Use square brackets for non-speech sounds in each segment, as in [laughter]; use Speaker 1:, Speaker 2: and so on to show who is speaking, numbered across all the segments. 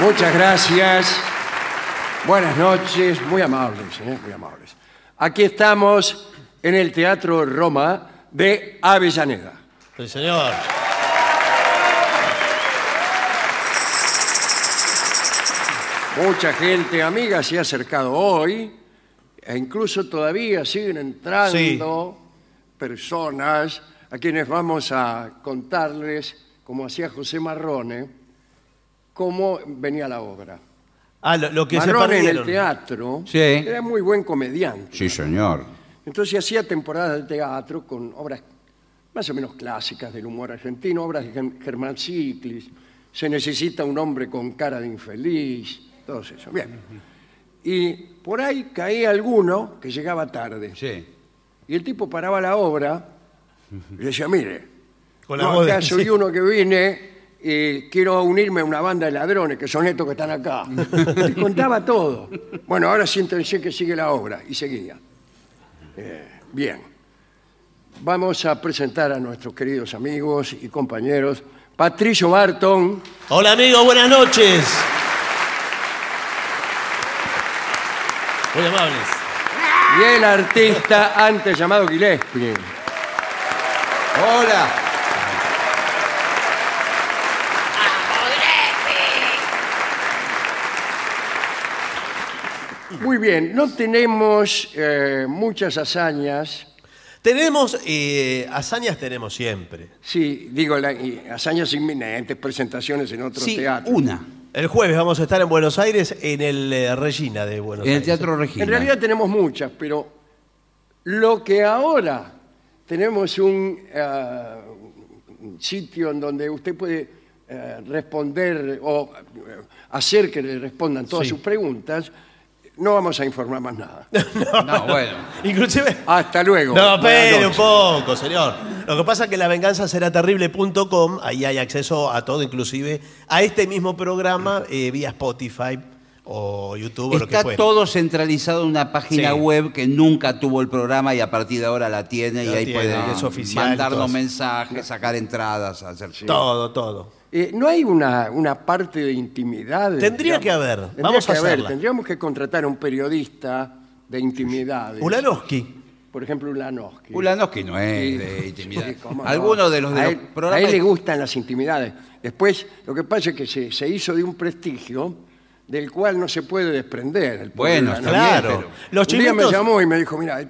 Speaker 1: Muchas gracias. Buenas noches, muy amables, ¿eh? muy amables. Aquí estamos en el Teatro Roma de Avellaneda.
Speaker 2: Sí, señor.
Speaker 1: Mucha gente amiga se ha acercado hoy e incluso todavía siguen entrando personas a quienes vamos a contarles, como hacía José Marrone, cómo venía la obra.
Speaker 2: Ah, lo, lo que se
Speaker 1: Marrone en el
Speaker 2: perdieron.
Speaker 1: teatro
Speaker 3: Sí.
Speaker 1: era muy buen comediante.
Speaker 3: Sí, señor.
Speaker 1: Entonces hacía temporadas de teatro con obras más o menos clásicas del humor argentino, obras de Germ- Germán Ciclis, Se necesita un hombre con cara de infeliz, todo eso. Bien. Y por ahí caía alguno que llegaba tarde.
Speaker 3: Sí.
Speaker 1: Y el tipo paraba la obra y decía, mire,
Speaker 2: Con la
Speaker 1: yo
Speaker 2: voz de-
Speaker 1: acá soy
Speaker 2: sí.
Speaker 1: uno que vine y quiero unirme a una banda de ladrones, que son estos que están
Speaker 2: [laughs]
Speaker 1: acá. Y contaba todo. Bueno, ahora siéntense que sigue la obra. Y seguía. Eh, bien. Vamos a presentar a nuestros queridos amigos y compañeros. Patricio Barton,
Speaker 2: Hola, amigo, buenas noches. Muy amables.
Speaker 1: y el artista antes llamado Gillespie.
Speaker 3: Hola.
Speaker 1: Muy bien, no tenemos eh, muchas hazañas
Speaker 2: Tenemos, eh, hazañas tenemos siempre.
Speaker 1: Sí, digo, la- y hazañas inminentes, presentaciones en otros
Speaker 3: Sí,
Speaker 1: teatros.
Speaker 3: una.
Speaker 2: El jueves vamos a estar en Buenos Aires, en el eh, Regina de Buenos
Speaker 3: En el
Speaker 2: Aires. [laughs]
Speaker 3: Teatro Regina.
Speaker 1: En
Speaker 3: [laughs]
Speaker 1: realidad tenemos muchas, pero lo que ahora tenemos un, ah, un sitio en donde usted puede eh, responder o eh, hacer que le respondan todas
Speaker 2: Sí.
Speaker 1: sus preguntas, no vamos a informar más
Speaker 2: [laughs]
Speaker 1: nada.
Speaker 3: No, bueno.
Speaker 2: Inclusive...
Speaker 1: Hasta luego.
Speaker 2: No,
Speaker 1: Buenas
Speaker 2: pero un
Speaker 1: noches.
Speaker 2: poco, señor. Lo que pasa es que la venganza será terrible.com, ahí hay acceso a todo, inclusive a este mismo programa eh, vía Spotify o YouTube o lo que
Speaker 3: Está
Speaker 2: fuera.
Speaker 3: todo centralizado en una página
Speaker 2: Sí.
Speaker 3: web que nunca tuvo el programa y a partir de ahora la tiene y
Speaker 2: La
Speaker 3: ahí
Speaker 2: tiene,
Speaker 3: pueden
Speaker 2: es oficial,
Speaker 3: mandarnos
Speaker 2: todo.
Speaker 3: mensajes, sacar entradas, hacer
Speaker 2: Todo, todo.
Speaker 1: Eh, ¿No hay una, una parte de intimidad?
Speaker 2: Tendría que haber,
Speaker 1: Tendría
Speaker 2: vamos
Speaker 1: que
Speaker 2: a
Speaker 1: haber,
Speaker 2: hacerla.
Speaker 1: Tendríamos que contratar a un periodista de intimidades.
Speaker 2: Ulanowski.
Speaker 1: Por ejemplo, Ulanowski.
Speaker 3: Ulanowski no es
Speaker 1: Sí.
Speaker 3: de intimidad.
Speaker 1: Sí, cómo no.
Speaker 3: Algunos de los, de
Speaker 1: a
Speaker 3: los
Speaker 1: él,
Speaker 3: programas.
Speaker 1: a él le gustan las intimidades. Después, lo que pasa es que se, se hizo de un prestigio del cual no se puede desprender. El pobre
Speaker 3: Bueno,
Speaker 1: Ulanowski.
Speaker 3: Está bien,
Speaker 2: Claro.
Speaker 3: pero-
Speaker 2: Los
Speaker 1: un día
Speaker 2: chinitos.
Speaker 1: me llamó y me dijo, mira, eh,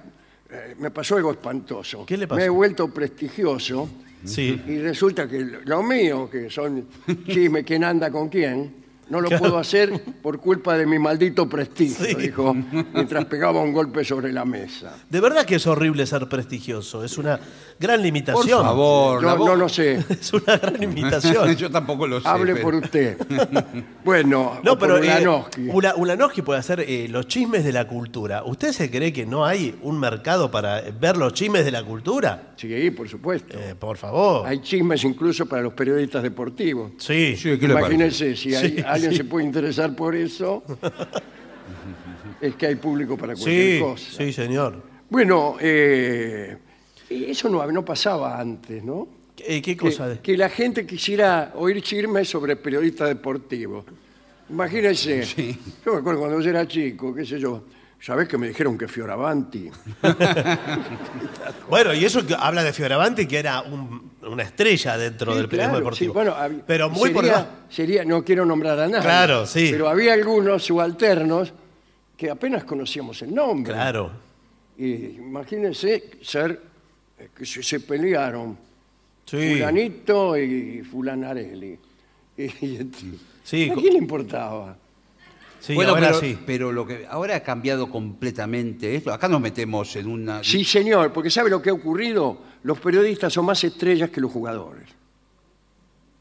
Speaker 1: me pasó algo espantoso.
Speaker 2: ¿Qué le pasó?
Speaker 1: Me he vuelto prestigioso
Speaker 2: Sí.
Speaker 1: y resulta que lo mío, que son chisme, quién anda con quién, no lo puedo hacer por culpa de mi maldito prestigio,
Speaker 2: Sí.
Speaker 1: dijo, mientras pegaba un golpe sobre la mesa.
Speaker 2: De verdad que es horrible ser prestigioso. Es una gran
Speaker 3: Por
Speaker 2: limitación.
Speaker 3: favor, la
Speaker 1: Yo
Speaker 3: voz- [laughs]
Speaker 1: no lo sé.
Speaker 2: [laughs] Es una gran limitación.
Speaker 3: Yo tampoco lo sé.
Speaker 1: Hable
Speaker 3: pero-
Speaker 1: por usted. [laughs] Bueno, o
Speaker 2: No,
Speaker 1: por
Speaker 2: pero eh,
Speaker 1: Ulanowski.
Speaker 2: Ula- Ulanowski puede hacer eh, los chismes de la cultura. ¿Usted se cree que no hay un mercado para eh, ver los chismes de la cultura?
Speaker 1: Sí, por supuesto.
Speaker 2: Eh, por favor.
Speaker 1: Hay chismes incluso para los periodistas deportivos.
Speaker 2: Sí.
Speaker 3: [laughs] Sí, ¿qué le parece?
Speaker 1: Imagínense, si hay-
Speaker 2: Sí,
Speaker 1: alguien
Speaker 2: sí.
Speaker 1: se puede interesar por
Speaker 2: [laughs]
Speaker 1: eso, es que hay público para cualquier
Speaker 2: Sí,
Speaker 1: cosa.
Speaker 2: sí, señor.
Speaker 1: Bueno, eh, eso no, no pasaba antes, ¿no?
Speaker 2: Eh,
Speaker 1: Que,
Speaker 2: ¿Qué cosa? de-
Speaker 1: que la gente quisiera oír chismes sobre periodistas deportivos. Imagínense, yo me acuerdo cuando yo era chico, qué sé yo, ¿sabés que me dijeron que Fioravanti?
Speaker 2: Bueno, y eso que habla de Fioravanti, que era un- una estrella dentro
Speaker 1: Sí,
Speaker 2: del periodismo
Speaker 1: claro,
Speaker 2: deportivo.
Speaker 1: sí, bueno, hab-
Speaker 2: pero muy por
Speaker 1: sería,
Speaker 2: debajo.
Speaker 1: sería- no quiero nombrar a nadie.
Speaker 2: Claro, sí.
Speaker 1: Pero había algunos subalternos que apenas conocíamos el nombre.
Speaker 2: Claro.
Speaker 1: Y imagínense ser eh, que se, se pelearon
Speaker 2: Sí.
Speaker 1: fulanito y fulanarelli. [laughs] Y, y-
Speaker 2: Sí,
Speaker 1: ¿A
Speaker 2: co-
Speaker 1: quién le importaba?
Speaker 2: Sí,
Speaker 3: bueno,
Speaker 2: ahora
Speaker 3: pero,
Speaker 2: sí.
Speaker 3: pero lo que ahora ha cambiado completamente esto. Acá nos metemos en una.
Speaker 1: Sí, señor, porque ¿sabe lo que ha ocurrido? Los periodistas son más estrellas que los jugadores.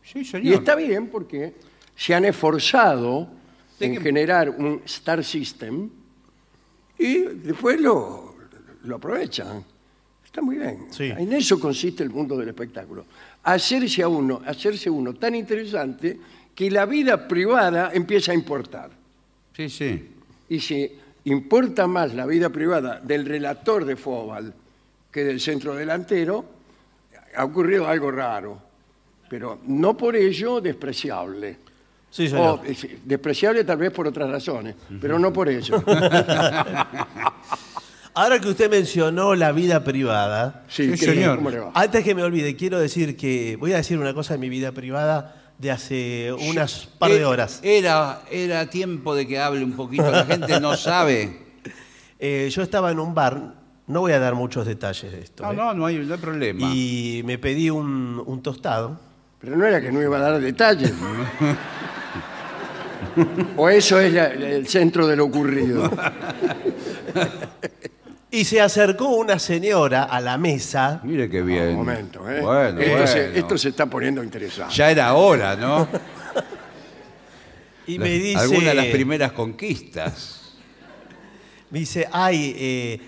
Speaker 3: Sí, señor.
Speaker 1: Y está bien porque se han esforzado
Speaker 3: Sí,
Speaker 1: en
Speaker 3: que-
Speaker 1: generar un Star System y después lo, lo aprovechan. Está muy bien.
Speaker 2: Sí.
Speaker 1: En eso consiste el mundo del espectáculo. Hacerse a uno, hacerse uno tan interesante que la vida privada empieza a importar.
Speaker 3: Sí, sí.
Speaker 1: Y si importa más la vida privada del relator de Fóbal que del centro delantero, ha ocurrido algo raro, pero no por ello despreciable.
Speaker 2: Sí, señor.
Speaker 1: O, eh, sí, despreciable tal vez por otras razones, pero no por
Speaker 3: [laughs]
Speaker 1: ello.
Speaker 2: Ahora que usted mencionó la vida privada,
Speaker 1: Sí,
Speaker 3: Sí,
Speaker 1: ¿qué-
Speaker 3: señor.
Speaker 1: ¿Cómo le va?
Speaker 2: antes que me olvide, quiero decir que voy a decir una cosa de mi vida privada de hace unas par de
Speaker 3: Eh,
Speaker 2: horas.
Speaker 3: Era, era tiempo de que hable un poquito. La gente no sabe.
Speaker 2: Eh, yo estaba en un bar, no voy a dar muchos detalles de esto,
Speaker 3: No,
Speaker 2: ¿eh?
Speaker 3: no, no hay, no hay problema.
Speaker 2: y me pedí un, un tostado.
Speaker 1: Pero no era que no iba a dar detalles.
Speaker 3: [laughs]
Speaker 1: o eso es la- la- el centro de lo ocurrido.
Speaker 2: Y se acercó una señora a la mesa.
Speaker 3: Mire qué bien.
Speaker 1: Ah, Un momento, ¿eh?
Speaker 3: Bueno,
Speaker 1: esto,
Speaker 3: bueno.
Speaker 1: Se, esto se está poniendo interesante.
Speaker 3: Ya era
Speaker 2: [laughs]
Speaker 3: hora, ¿no?
Speaker 2: Y
Speaker 3: La-
Speaker 2: me dice,
Speaker 3: Alguna de las primeras conquistas.
Speaker 2: me dice, ay, eh,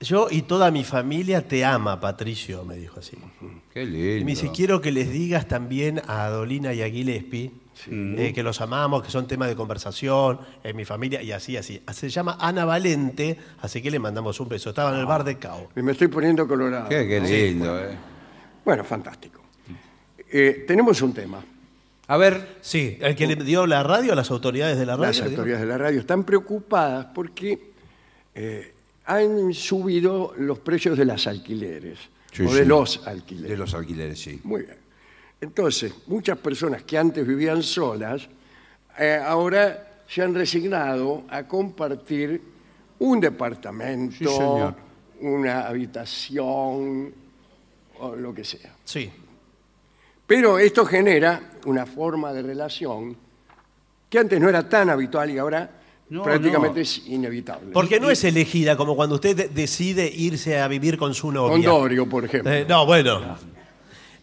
Speaker 2: yo y toda mi familia te ama, Patricio, me dijo así.
Speaker 3: Qué lindo.
Speaker 2: Y me dice, quiero que les digas también a Dolina y a Gillespie eh, que los amamos, que son tema de conversación en mi familia y así, así. Ah, Se llama Ana Valente, así que le mandamos un beso. Estaba en el
Speaker 1: Ah.
Speaker 2: bar de Cao.
Speaker 1: Me estoy poniendo colorado.
Speaker 3: Qué, qué lindo, ¿eh?
Speaker 1: Bueno, fantástico. Eh, tenemos un tema.
Speaker 3: A ver,
Speaker 2: Sí, el que le dio la radio a las autoridades de la radio.
Speaker 1: Las
Speaker 2: digamos.
Speaker 1: autoridades de la radio están preocupadas porque eh, han subido los precios de las alquileres
Speaker 3: Sí,
Speaker 1: o de
Speaker 3: sí.
Speaker 1: los alquileres.
Speaker 3: de los alquileres, sí.
Speaker 1: Muy bien. Entonces, muchas personas que antes vivían solas, eh, ahora se han resignado a compartir un departamento,
Speaker 3: Sí, señor.
Speaker 1: una habitación o lo que sea.
Speaker 2: Sí.
Speaker 1: Pero esto genera una forma de relación que antes no era tan habitual y ahora
Speaker 3: No,
Speaker 1: prácticamente
Speaker 3: no.
Speaker 1: es inevitable.
Speaker 2: Porque no es elegida como cuando usted de- decide irse a vivir con su novia.
Speaker 1: Con Dorio, por ejemplo.
Speaker 2: Eh, no, bueno.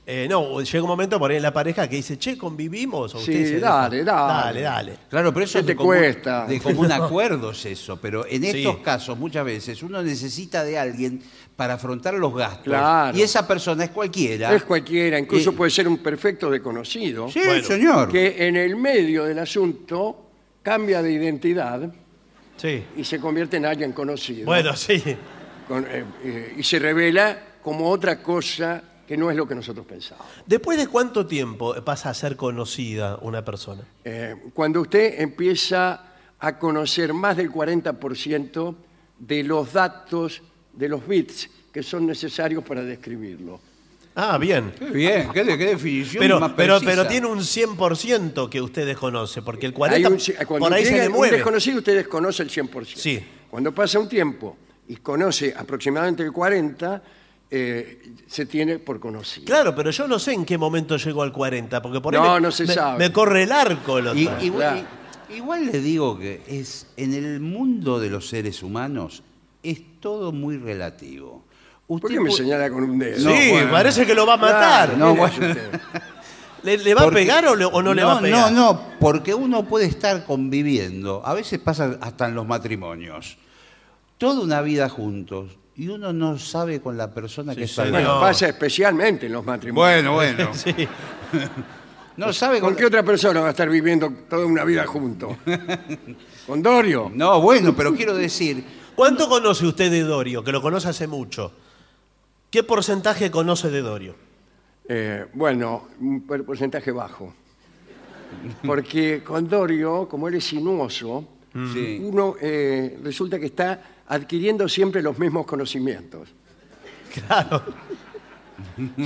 Speaker 2: Eh, no, llega un momento por ahí en la pareja que dice, che, convivimos. O
Speaker 1: Sí,
Speaker 2: usted se-
Speaker 1: dale, dale.
Speaker 2: Dale, dale.
Speaker 3: Claro, pero eso
Speaker 1: ¿Qué
Speaker 3: es
Speaker 1: te
Speaker 3: de común,
Speaker 1: cuesta?
Speaker 3: de común acuerdo es eso, pero en estos
Speaker 2: Sí.
Speaker 3: casos muchas veces uno necesita de alguien para afrontar los gastos
Speaker 1: Claro.
Speaker 3: y esa persona es cualquiera.
Speaker 1: Es cualquiera, incluso
Speaker 3: Eh,
Speaker 1: puede ser un perfecto desconocido
Speaker 3: Sí,
Speaker 2: Bueno.
Speaker 3: señor.
Speaker 1: que en el medio del asunto cambia de identidad
Speaker 2: Sí.
Speaker 1: y se convierte en alguien conocido.
Speaker 2: Bueno, sí.
Speaker 1: Con- eh, eh, y se revela como otra cosa que no es lo que nosotros pensamos.
Speaker 2: ¿Después de cuánto tiempo pasa a ser conocida una persona?
Speaker 1: Eh, cuando usted empieza a conocer más del 40% de los datos, de los bits que son necesarios para describirlo.
Speaker 2: Ah, bien.
Speaker 3: Qué bien, qué, de- qué definición más
Speaker 2: Pero, pero,
Speaker 3: precisa.
Speaker 2: pero tiene un 100% que usted desconoce, porque el
Speaker 1: Hay
Speaker 2: 40%
Speaker 1: un- cuando
Speaker 2: por ahí se
Speaker 1: llega
Speaker 2: le
Speaker 1: un
Speaker 2: mueve.
Speaker 1: desconocido, usted desconoce el 100%.
Speaker 2: Sí.
Speaker 1: Cuando pasa un tiempo y conoce aproximadamente el 40%, eh, se tiene por conocido.
Speaker 2: Claro, pero yo no sé en qué momento llegó al 40, porque por ahí
Speaker 1: No,
Speaker 2: me,
Speaker 1: no se
Speaker 2: me-
Speaker 1: sabe.
Speaker 2: me corre el arco. el otro.
Speaker 3: Y- igual,
Speaker 1: Claro.
Speaker 3: igual le digo que es en el mundo de los seres humanos es todo muy relativo. Usted
Speaker 1: ¿Por qué me
Speaker 3: pu-
Speaker 1: señala con un dedo?
Speaker 2: sí,
Speaker 3: no, bueno.
Speaker 2: parece que lo va a matar.
Speaker 1: Claro,
Speaker 3: no,
Speaker 1: mire
Speaker 3: bueno.
Speaker 1: usted.
Speaker 2: ¿Le, le va
Speaker 3: Porque-
Speaker 2: a pegar o, le- o no, le va a pegar?
Speaker 3: No, no, porque uno puede estar conviviendo, a veces pasa hasta en los matrimonios, toda una vida juntos y uno no sabe con la persona que está al
Speaker 2: señor.
Speaker 3: lado.
Speaker 1: Bueno, pasa especialmente en los matrimonios. [laughs]
Speaker 3: bueno.
Speaker 2: Sí.
Speaker 3: No sabe
Speaker 1: ¿Con
Speaker 3: con
Speaker 1: qué otra persona va a estar viviendo toda una vida
Speaker 3: [laughs]
Speaker 1: junto? ¿Con Dorio?
Speaker 3: No, bueno, pero quiero decir,
Speaker 1: [laughs]
Speaker 2: ¿Cuánto conoce usted de Dorio? Que lo conoce hace mucho. ¿Qué porcentaje conoce de Dorio?
Speaker 1: Eh, bueno, un per- porcentaje bajo. Porque con Dorio, como él es sinuoso,
Speaker 3: Mm. Sí.
Speaker 1: uno eh, resulta que está adquiriendo siempre los mismos conocimientos.
Speaker 2: Claro.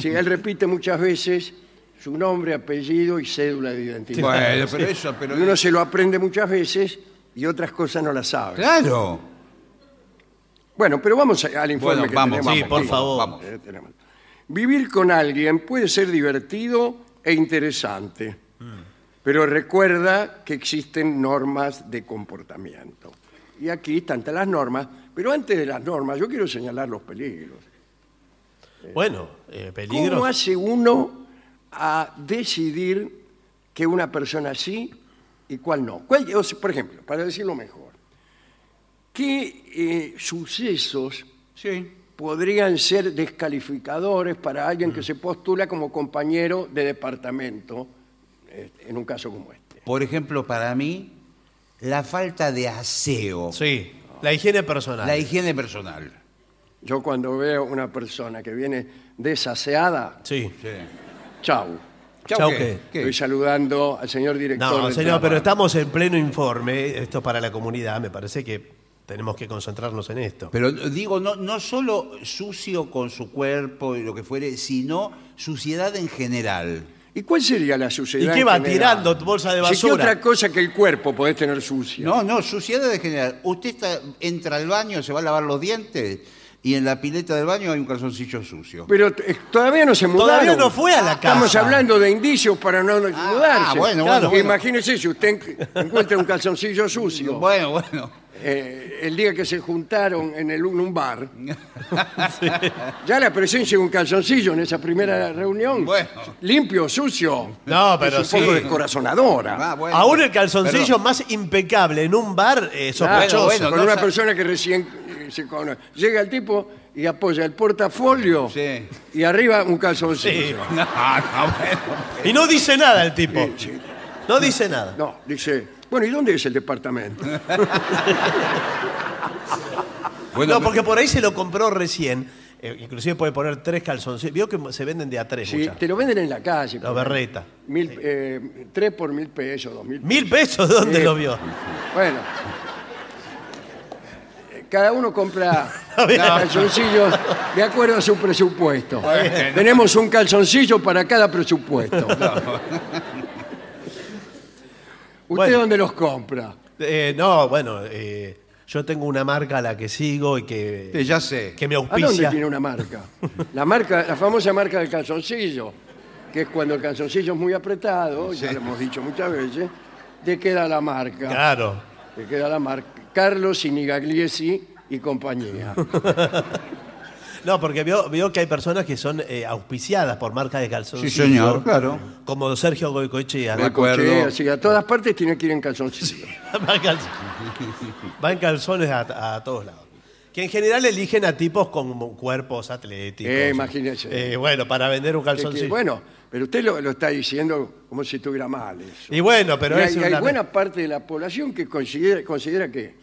Speaker 1: Si él repite muchas veces su nombre, apellido y cédula de identidad.
Speaker 3: bueno, pero eso, pero
Speaker 1: Y uno se lo aprende muchas veces y otras cosas no las sabe.
Speaker 3: claro.
Speaker 1: Bueno, pero vamos a- al informe
Speaker 3: Bueno,
Speaker 1: que
Speaker 3: vamos,
Speaker 1: tenemos.
Speaker 3: vamos,
Speaker 2: Sí, por
Speaker 3: vamos,
Speaker 2: favor.
Speaker 3: vamos.
Speaker 1: Eh, tenemos. Vivir con alguien puede ser divertido e interesante, pero recuerda que existen normas de comportamiento. Y aquí están las normas, pero antes de las normas yo quiero señalar los peligros.
Speaker 2: Bueno, eh, peligro.
Speaker 1: ¿Cómo hace uno a decidir que una persona sí y cuál no. ¿Cuál- o sea, por ejemplo, para decirlo mejor, ¿qué eh, sucesos
Speaker 3: Sí.
Speaker 1: podrían ser descalificadores para alguien que se postula como compañero de departamento eh, en un caso como este?
Speaker 3: Por ejemplo, para mí, la falta de aseo,
Speaker 2: Sí, la higiene personal.
Speaker 3: la higiene personal.
Speaker 1: Yo cuando veo una persona que viene desaseada,
Speaker 2: Sí.
Speaker 3: Sí.
Speaker 1: chau.
Speaker 2: Chau,
Speaker 3: ¿qué?
Speaker 2: ¿qué?
Speaker 3: ¿Qué?
Speaker 1: Estoy saludando al señor director.
Speaker 2: No,
Speaker 1: del
Speaker 2: señor,
Speaker 1: trabajo.
Speaker 2: pero estamos en pleno informe. Esto es para la comunidad. Me parece que tenemos que concentrarnos en esto.
Speaker 3: Pero digo, no, no solo sucio con su cuerpo y lo que fuere, sino suciedad en general.
Speaker 1: ¿Y cuál sería la suciedad?
Speaker 2: ¿Y qué va
Speaker 1: en general?
Speaker 2: tirando? Bolsa de
Speaker 1: Sí, ¿Qué
Speaker 2: basura.
Speaker 1: otra cosa que el cuerpo podés tener sucia?
Speaker 3: No, no, suciedad en general. Usted está- entra al baño, se va a lavar los dientes y en la pileta del baño hay un calzoncillo sucio.
Speaker 1: Pero t- eh, todavía no se mudaron.
Speaker 2: Todavía no fue a la casa.
Speaker 1: Estamos hablando de indicios para no mudarse.
Speaker 3: Ah, bueno, bueno, bueno.
Speaker 1: Imagínese si usted en- encuentra un calzoncillo sucio.
Speaker 2: [laughs]
Speaker 3: Bueno, bueno. [laughs]
Speaker 1: eh, el día que se juntaron en el, un bar.
Speaker 3: [laughs]
Speaker 1: Ya la presencia de un calzoncillo en esa primera reunión.
Speaker 3: Bueno.
Speaker 1: Limpio, sucio.
Speaker 2: No, pero
Speaker 1: es un poco
Speaker 2: sí.
Speaker 1: descorazonadora.
Speaker 3: Ah, bueno.
Speaker 2: Aún el calzoncillo
Speaker 3: Perdón.
Speaker 2: más impecable en un bar eh,
Speaker 1: Claro,
Speaker 2: sospechoso.
Speaker 3: bueno,
Speaker 1: Ah, con
Speaker 3: no
Speaker 1: una
Speaker 3: sa-
Speaker 1: persona que recién eh, se conoce. Llega el tipo y apoya el portafolio
Speaker 3: Sí.
Speaker 1: y arriba un calzoncillo.
Speaker 3: No, Ah, no, bueno.
Speaker 2: Y no dice nada el tipo. No dice nada.
Speaker 1: No, dice, bueno, ¿y dónde es el departamento?
Speaker 3: Bueno,
Speaker 2: no, porque por ahí se lo compró recién. Eh, inclusive puede poner tres calzoncillos. Vio que se venden de a tres
Speaker 1: Sí,
Speaker 2: muchas.
Speaker 1: te lo venden en la calle.
Speaker 2: La
Speaker 1: por-
Speaker 2: berreta.
Speaker 1: Mil, eh, tres por mil pesos, dos mil
Speaker 2: ¿Mil pesos? ¿Dónde
Speaker 1: Sí.
Speaker 2: lo vio?
Speaker 1: Bueno. Eh, Cada uno
Speaker 2: [laughs]
Speaker 1: compra calzoncillos de acuerdo a su presupuesto. Tenemos un calzoncillo para cada presupuesto. ¿Usted
Speaker 2: Bueno.
Speaker 1: dónde los compra?
Speaker 2: Eh, no, bueno, eh, yo tengo una marca a la que sigo y que,
Speaker 3: eh, ya sé.
Speaker 2: que me
Speaker 1: ¿A dónde
Speaker 2: auspicia.
Speaker 1: tiene una marca? La marca, la famosa marca del calzoncillo, que es cuando el calzoncillo es muy apretado, ya lo hemos dicho muchas veces, te queda la marca.
Speaker 2: Claro.
Speaker 1: Te queda la marca. Carlos Inigagliesi y compañía.
Speaker 2: No, porque veo, veo que hay personas que son eh, auspiciadas por marcas de calzoncillos.
Speaker 3: Sí, señor, claro.
Speaker 2: Como Sergio Goicoechea.
Speaker 3: De acuerdo.
Speaker 1: Sí, así, a todas partes tiene que ir en calzoncillo.
Speaker 2: Va en calzones, Va en calzones a, a todos lados. Que en general eligen a tipos con cuerpos atléticos.
Speaker 1: Eh, imagínese.
Speaker 2: Eh, bueno, para vender un
Speaker 1: Que- que-
Speaker 2: calzoncillo.
Speaker 1: bueno, pero usted lo, lo está diciendo como si estuviera mal eso.
Speaker 2: y bueno, pero
Speaker 1: Y
Speaker 2: es
Speaker 1: hay, hay
Speaker 2: una-
Speaker 1: buena parte de la población que considera, considera que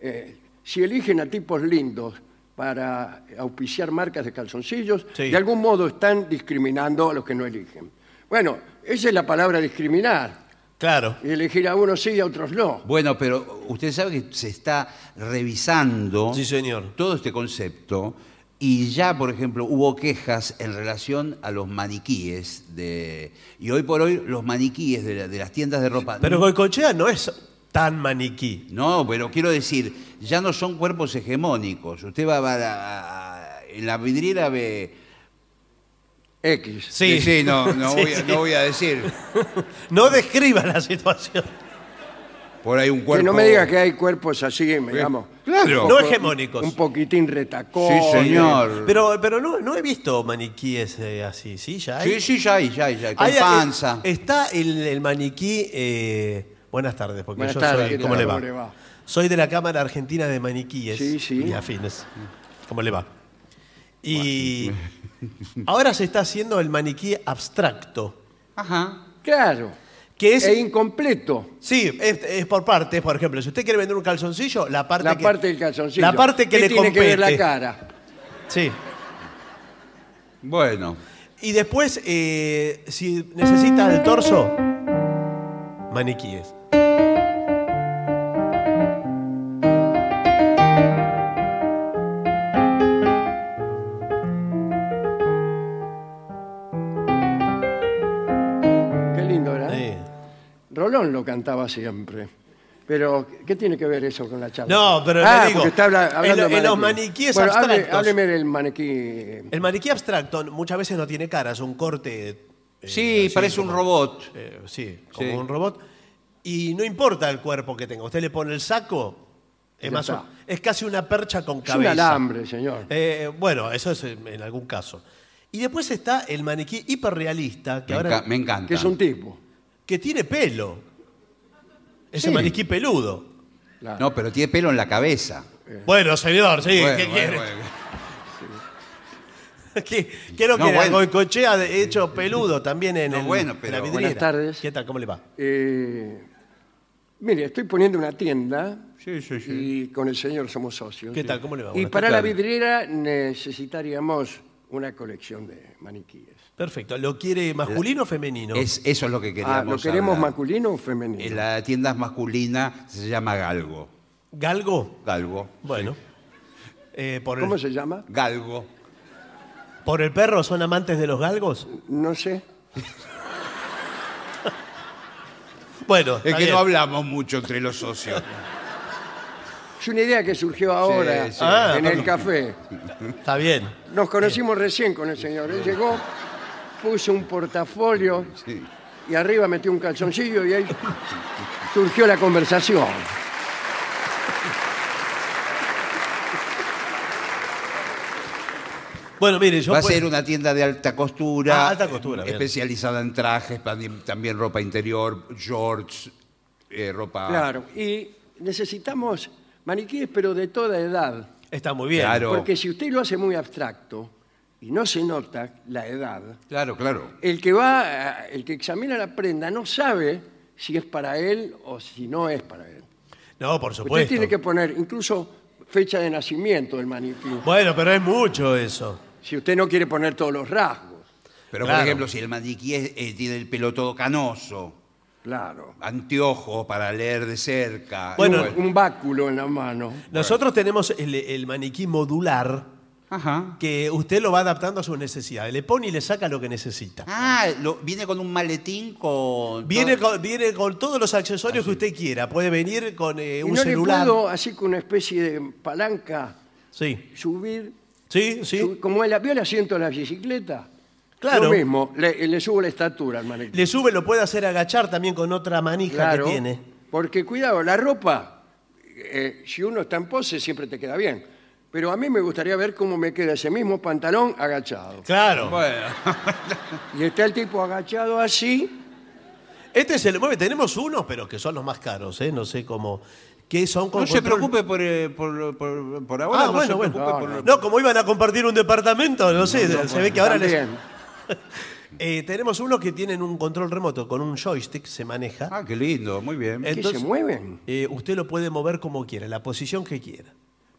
Speaker 1: eh, si eligen a tipos lindos para auspiciar marcas de calzoncillos,
Speaker 2: Sí.
Speaker 1: de algún modo están discriminando a los que no eligen. Bueno, esa es la palabra discriminar.
Speaker 2: Claro.
Speaker 1: Y elegir a unos sí y a otros no.
Speaker 3: Bueno, pero usted sabe que se está revisando
Speaker 2: Sí, señor.
Speaker 3: todo este concepto y ya, por ejemplo, hubo quejas en relación a los maniquíes de y hoy por hoy los maniquíes de, la- de las tiendas de ropa.
Speaker 2: Pero Goicochea no es tan maniquí.
Speaker 3: no, pero quiero decir, ya no son cuerpos hegemónicos. Usted va a la, a- en la vidriera ve
Speaker 1: X.
Speaker 2: Sí.
Speaker 3: no, no,
Speaker 2: [laughs] Sí,
Speaker 3: voy a,
Speaker 2: sí.
Speaker 3: no voy a decir.
Speaker 2: No describa la situación.
Speaker 3: Por ahí un
Speaker 1: Que
Speaker 3: cuerpo.
Speaker 1: no me diga que hay cuerpos así, digamos.
Speaker 3: Claro.
Speaker 2: No hegemónicos.
Speaker 1: Un poquitín retacón.
Speaker 3: Sí, señor.
Speaker 2: Pero, pero no, no he visto maniquíes eh, así, ¿sí? Ya hay.
Speaker 3: Sí, sí, ya hay, ya hay, ya hay. Con
Speaker 2: Hay, eh,
Speaker 3: panza.
Speaker 2: Está el, el maniquí. eh, buenas tardes, porque
Speaker 1: Buenas
Speaker 2: yo
Speaker 1: tardes,
Speaker 2: soy.
Speaker 1: ¿qué
Speaker 2: ¿Cómo
Speaker 1: tal?
Speaker 2: le va?
Speaker 1: ¿Cómo le va?
Speaker 2: Soy de la Cámara Argentina de Maniquíes
Speaker 1: Sí, sí.
Speaker 2: y Afines. ¿Cómo le va? Y [laughs] ahora se está haciendo el maniquí abstracto,
Speaker 3: Ajá.
Speaker 1: Claro.
Speaker 2: que es.
Speaker 1: Es incompleto.
Speaker 2: Sí, es, es por partes, por ejemplo, si usted quiere vender un calzoncillo, la parte
Speaker 1: La
Speaker 2: que-
Speaker 1: parte del calzoncillo.
Speaker 2: La parte que
Speaker 1: ¿Qué
Speaker 2: le
Speaker 1: tiene
Speaker 2: compete.
Speaker 1: que ver la cara.
Speaker 2: Sí.
Speaker 3: Bueno.
Speaker 2: Y después, eh, si necesitas el torso, maniquíes.
Speaker 1: Qué lindo, ¿verdad?
Speaker 2: Sí.
Speaker 1: Rolón lo cantaba siempre. Pero, ¿qué tiene que ver eso con la charla?
Speaker 2: No, pero le
Speaker 1: ah,
Speaker 2: digo,
Speaker 1: porque está habla-
Speaker 2: en
Speaker 1: hablando
Speaker 2: lo-
Speaker 1: de
Speaker 2: en los
Speaker 1: maniquíes.
Speaker 2: maniquíes
Speaker 1: Bueno, hable-
Speaker 2: abstractos.
Speaker 1: hábleme del maniquí.
Speaker 2: El maniquí abstracto muchas veces no tiene cara, es un corte. eh,
Speaker 3: Sí,
Speaker 2: así
Speaker 3: parece un
Speaker 2: como-
Speaker 3: robot.
Speaker 2: eh, sí, como
Speaker 3: Sí.
Speaker 2: un robot. Y no importa el cuerpo que tenga. Usted le pone el saco, es,
Speaker 1: Ya
Speaker 2: más
Speaker 1: está.
Speaker 2: o- es casi una percha con
Speaker 1: Es un
Speaker 2: cabeza.
Speaker 1: alambre, señor.
Speaker 2: Eh, bueno, eso es en en algún caso. Y después está el maniquí hiperrealista, que
Speaker 3: Me,
Speaker 2: ahora
Speaker 3: enca- me encanta.
Speaker 1: Que es un tipo.
Speaker 2: que tiene pelo. Ese
Speaker 3: Sí.
Speaker 2: maniquí peludo.
Speaker 1: Claro.
Speaker 3: No, pero tiene pelo en la cabeza.
Speaker 2: Bueno, señor, sí,
Speaker 3: Eh. Bueno,
Speaker 2: ¿qué
Speaker 3: bueno,
Speaker 2: quiere?
Speaker 3: bueno.
Speaker 2: [laughs] Que- Creo
Speaker 3: No,
Speaker 2: que la
Speaker 3: bueno.
Speaker 2: Goicochea, de hecho peludo también en,
Speaker 3: No,
Speaker 2: el-
Speaker 3: bueno,
Speaker 2: en
Speaker 3: pero-
Speaker 2: la vidriera.
Speaker 1: Buenas tardes.
Speaker 2: ¿Qué tal? ¿Cómo le va?
Speaker 1: Eh, mire, estoy poniendo una tienda
Speaker 3: Sí, sí, sí.
Speaker 1: y con el señor somos socios.
Speaker 2: ¿Qué tal? ¿Cómo le va?
Speaker 1: Y
Speaker 2: Buenas
Speaker 1: para la
Speaker 2: tardes.
Speaker 1: vidriera necesitaríamos una colección de maniquíes. Ah,
Speaker 2: Perfecto. ¿Lo quiere masculino o femenino?
Speaker 3: Eh, Es, eso es lo que queríamos
Speaker 1: Ah, ¿Lo queremos
Speaker 3: hablar.
Speaker 1: masculino o
Speaker 3: En
Speaker 1: femenino?
Speaker 3: la tienda masculina se llama Galgo.
Speaker 2: ¿Galgo?
Speaker 3: Galgo.
Speaker 2: Bueno. Eh, por,
Speaker 1: ¿Cómo
Speaker 2: el,
Speaker 1: se llama?
Speaker 3: Galgo.
Speaker 2: ¿Por el perro son amantes de los galgos?
Speaker 1: No sé.
Speaker 2: Bueno,
Speaker 3: Es
Speaker 2: está
Speaker 3: que
Speaker 2: bien.
Speaker 3: no hablamos mucho entre los socios.
Speaker 1: Es una idea que surgió ahora
Speaker 3: sí.
Speaker 2: Ah,
Speaker 1: en el café.
Speaker 2: está bien.
Speaker 1: Nos conocimos recién con el señor. Él llegó, puso un portafolio
Speaker 3: Sí.
Speaker 1: y arriba metió un calzoncillo y ahí surgió la conversación.
Speaker 2: Bueno, mire, [laughs] yo
Speaker 3: Va a
Speaker 2: pues-
Speaker 3: ser una tienda de alta costura.
Speaker 2: Ah, alta costura, bien.
Speaker 3: Especializada en trajes, también, también ropa interior, shorts, eh,
Speaker 2: Ah.
Speaker 3: ropa.
Speaker 1: Claro. Y necesitamos maniquíes, pero de toda edad.
Speaker 2: está muy bien.
Speaker 3: Claro.
Speaker 1: Porque si usted lo hace muy abstracto y no se nota la edad,
Speaker 3: Claro, claro.
Speaker 1: el que va, eh, el que examina la prenda no sabe si es para él o si no es para él.
Speaker 2: No, por
Speaker 1: Usted
Speaker 2: supuesto.
Speaker 1: tiene que poner incluso fecha de nacimiento del maniquí.
Speaker 2: Bueno, pero es mucho eso.
Speaker 1: Si usted no quiere poner todos los rasgos,
Speaker 3: Pero
Speaker 2: Claro.
Speaker 3: por ejemplo, si el maniquí es- eh, tiene el pelo todo canoso,
Speaker 1: claro.
Speaker 3: anteojos para leer de cerca.
Speaker 2: Bueno,
Speaker 3: y
Speaker 1: Un báculo en la mano.
Speaker 2: Nosotros tenemos el, el maniquí modular
Speaker 3: Ajá.
Speaker 2: que usted lo va adaptando a sus necesidades. Le pone y le saca lo que necesita.
Speaker 3: Ah, lo- viene con un maletín con.
Speaker 2: Viene
Speaker 3: todo-
Speaker 2: con, viene con todos los accesorios que usted quiera. Puede venir con eh,
Speaker 1: Y
Speaker 2: un
Speaker 1: no
Speaker 2: celular.
Speaker 1: le puedo, así con una especie de palanca,
Speaker 2: Sí,
Speaker 1: subir,
Speaker 2: sí, sí.
Speaker 1: sub- como el, vio el asiento de la bicicleta.
Speaker 2: Claro.
Speaker 1: Lo mismo, le, le subo la estatura al maniquí.
Speaker 2: Le sube, lo puede hacer agachar también con otra manija
Speaker 1: Claro,
Speaker 2: que tiene.
Speaker 1: Porque cuidado, la ropa, eh, si uno está en pose, siempre te queda bien. Pero a mí me gustaría ver cómo me queda ese mismo pantalón agachado.
Speaker 2: Claro.
Speaker 3: Bueno.
Speaker 1: Y está el tipo agachado así,
Speaker 2: Este se le mueve. Tenemos unos, pero que son los más caros, ¿eh? No sé cómo. Que son con
Speaker 3: No se
Speaker 2: control-
Speaker 3: preocupe por, eh, por, por- por ahora.
Speaker 2: Ah,
Speaker 3: no se
Speaker 2: bueno, bueno.
Speaker 3: preocupe
Speaker 2: No,
Speaker 3: por-
Speaker 2: como iban a compartir un departamento, no sé, se ve que ahora les-
Speaker 1: también.
Speaker 2: Eh, tenemos unos que tienen un control remoto con un joystick, se maneja.
Speaker 3: Ah, qué lindo, muy bien.
Speaker 1: ¿Qué
Speaker 2: Eh, entonces-
Speaker 1: se mueven?
Speaker 2: Eh, usted lo puede mover como quiera, en la posición que quiera.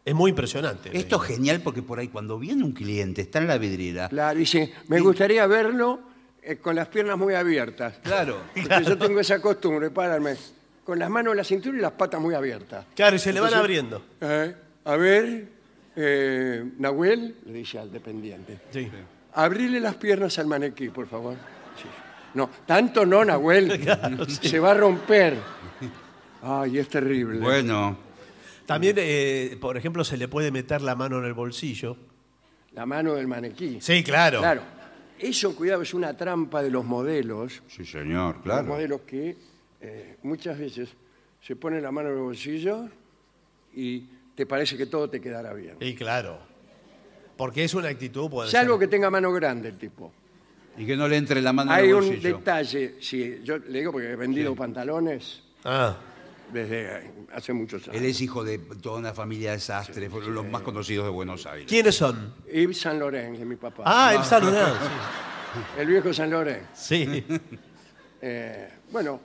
Speaker 2: Es muy impresionante. ¿eh?
Speaker 3: Esto es genial porque por ahí cuando viene un cliente, está en la vidriera.
Speaker 1: Claro, dice, me gustaría verlo eh, con las piernas muy abiertas.
Speaker 3: Claro.
Speaker 1: Porque yo tengo esa costumbre, párame, con las manos en la cintura y las patas muy abiertas.
Speaker 2: Claro, y se le van
Speaker 1: Entonces-
Speaker 2: abriendo.
Speaker 1: Eh, a ver, eh, Nahuel, le dice al dependiente,
Speaker 2: Sí.
Speaker 1: abrile las piernas al maniquí, por favor. Sí. No, tanto no,
Speaker 3: [laughs]
Speaker 1: Nahuel, se va a romper. Ay, es terrible.
Speaker 3: Bueno,
Speaker 2: También, eh, por ejemplo, se le puede meter la mano en el bolsillo.
Speaker 1: La mano del maniquí.
Speaker 2: Sí, claro.
Speaker 1: Claro. Eso, cuidado, es una trampa de los modelos.
Speaker 3: sí, señor,
Speaker 1: Los
Speaker 3: claro.
Speaker 1: modelos que eh, muchas veces se ponen la mano en el bolsillo y te parece que todo te quedará bien.
Speaker 2: Y claro. Porque es una actitud, puede
Speaker 1: Salvo
Speaker 2: ser.
Speaker 1: que tenga mano grande el tipo.
Speaker 3: Y que no le entre la mano en
Speaker 1: Hay
Speaker 3: el
Speaker 1: un
Speaker 3: bolsillo.
Speaker 1: detalle, sí, yo le digo porque he vendido pantalones
Speaker 2: Ah,
Speaker 1: desde hace muchos
Speaker 3: Él
Speaker 1: años.
Speaker 3: es hijo de toda una familia de sastres, fueron los más conocidos de Buenos Aires.
Speaker 2: ¿Quiénes son?
Speaker 1: Yves Saint Laurent es mi papá.
Speaker 2: Ah, el Saludán.
Speaker 1: [laughs] El viejo Saint Laurent.
Speaker 2: Sí. Sí.
Speaker 1: Eh, bueno,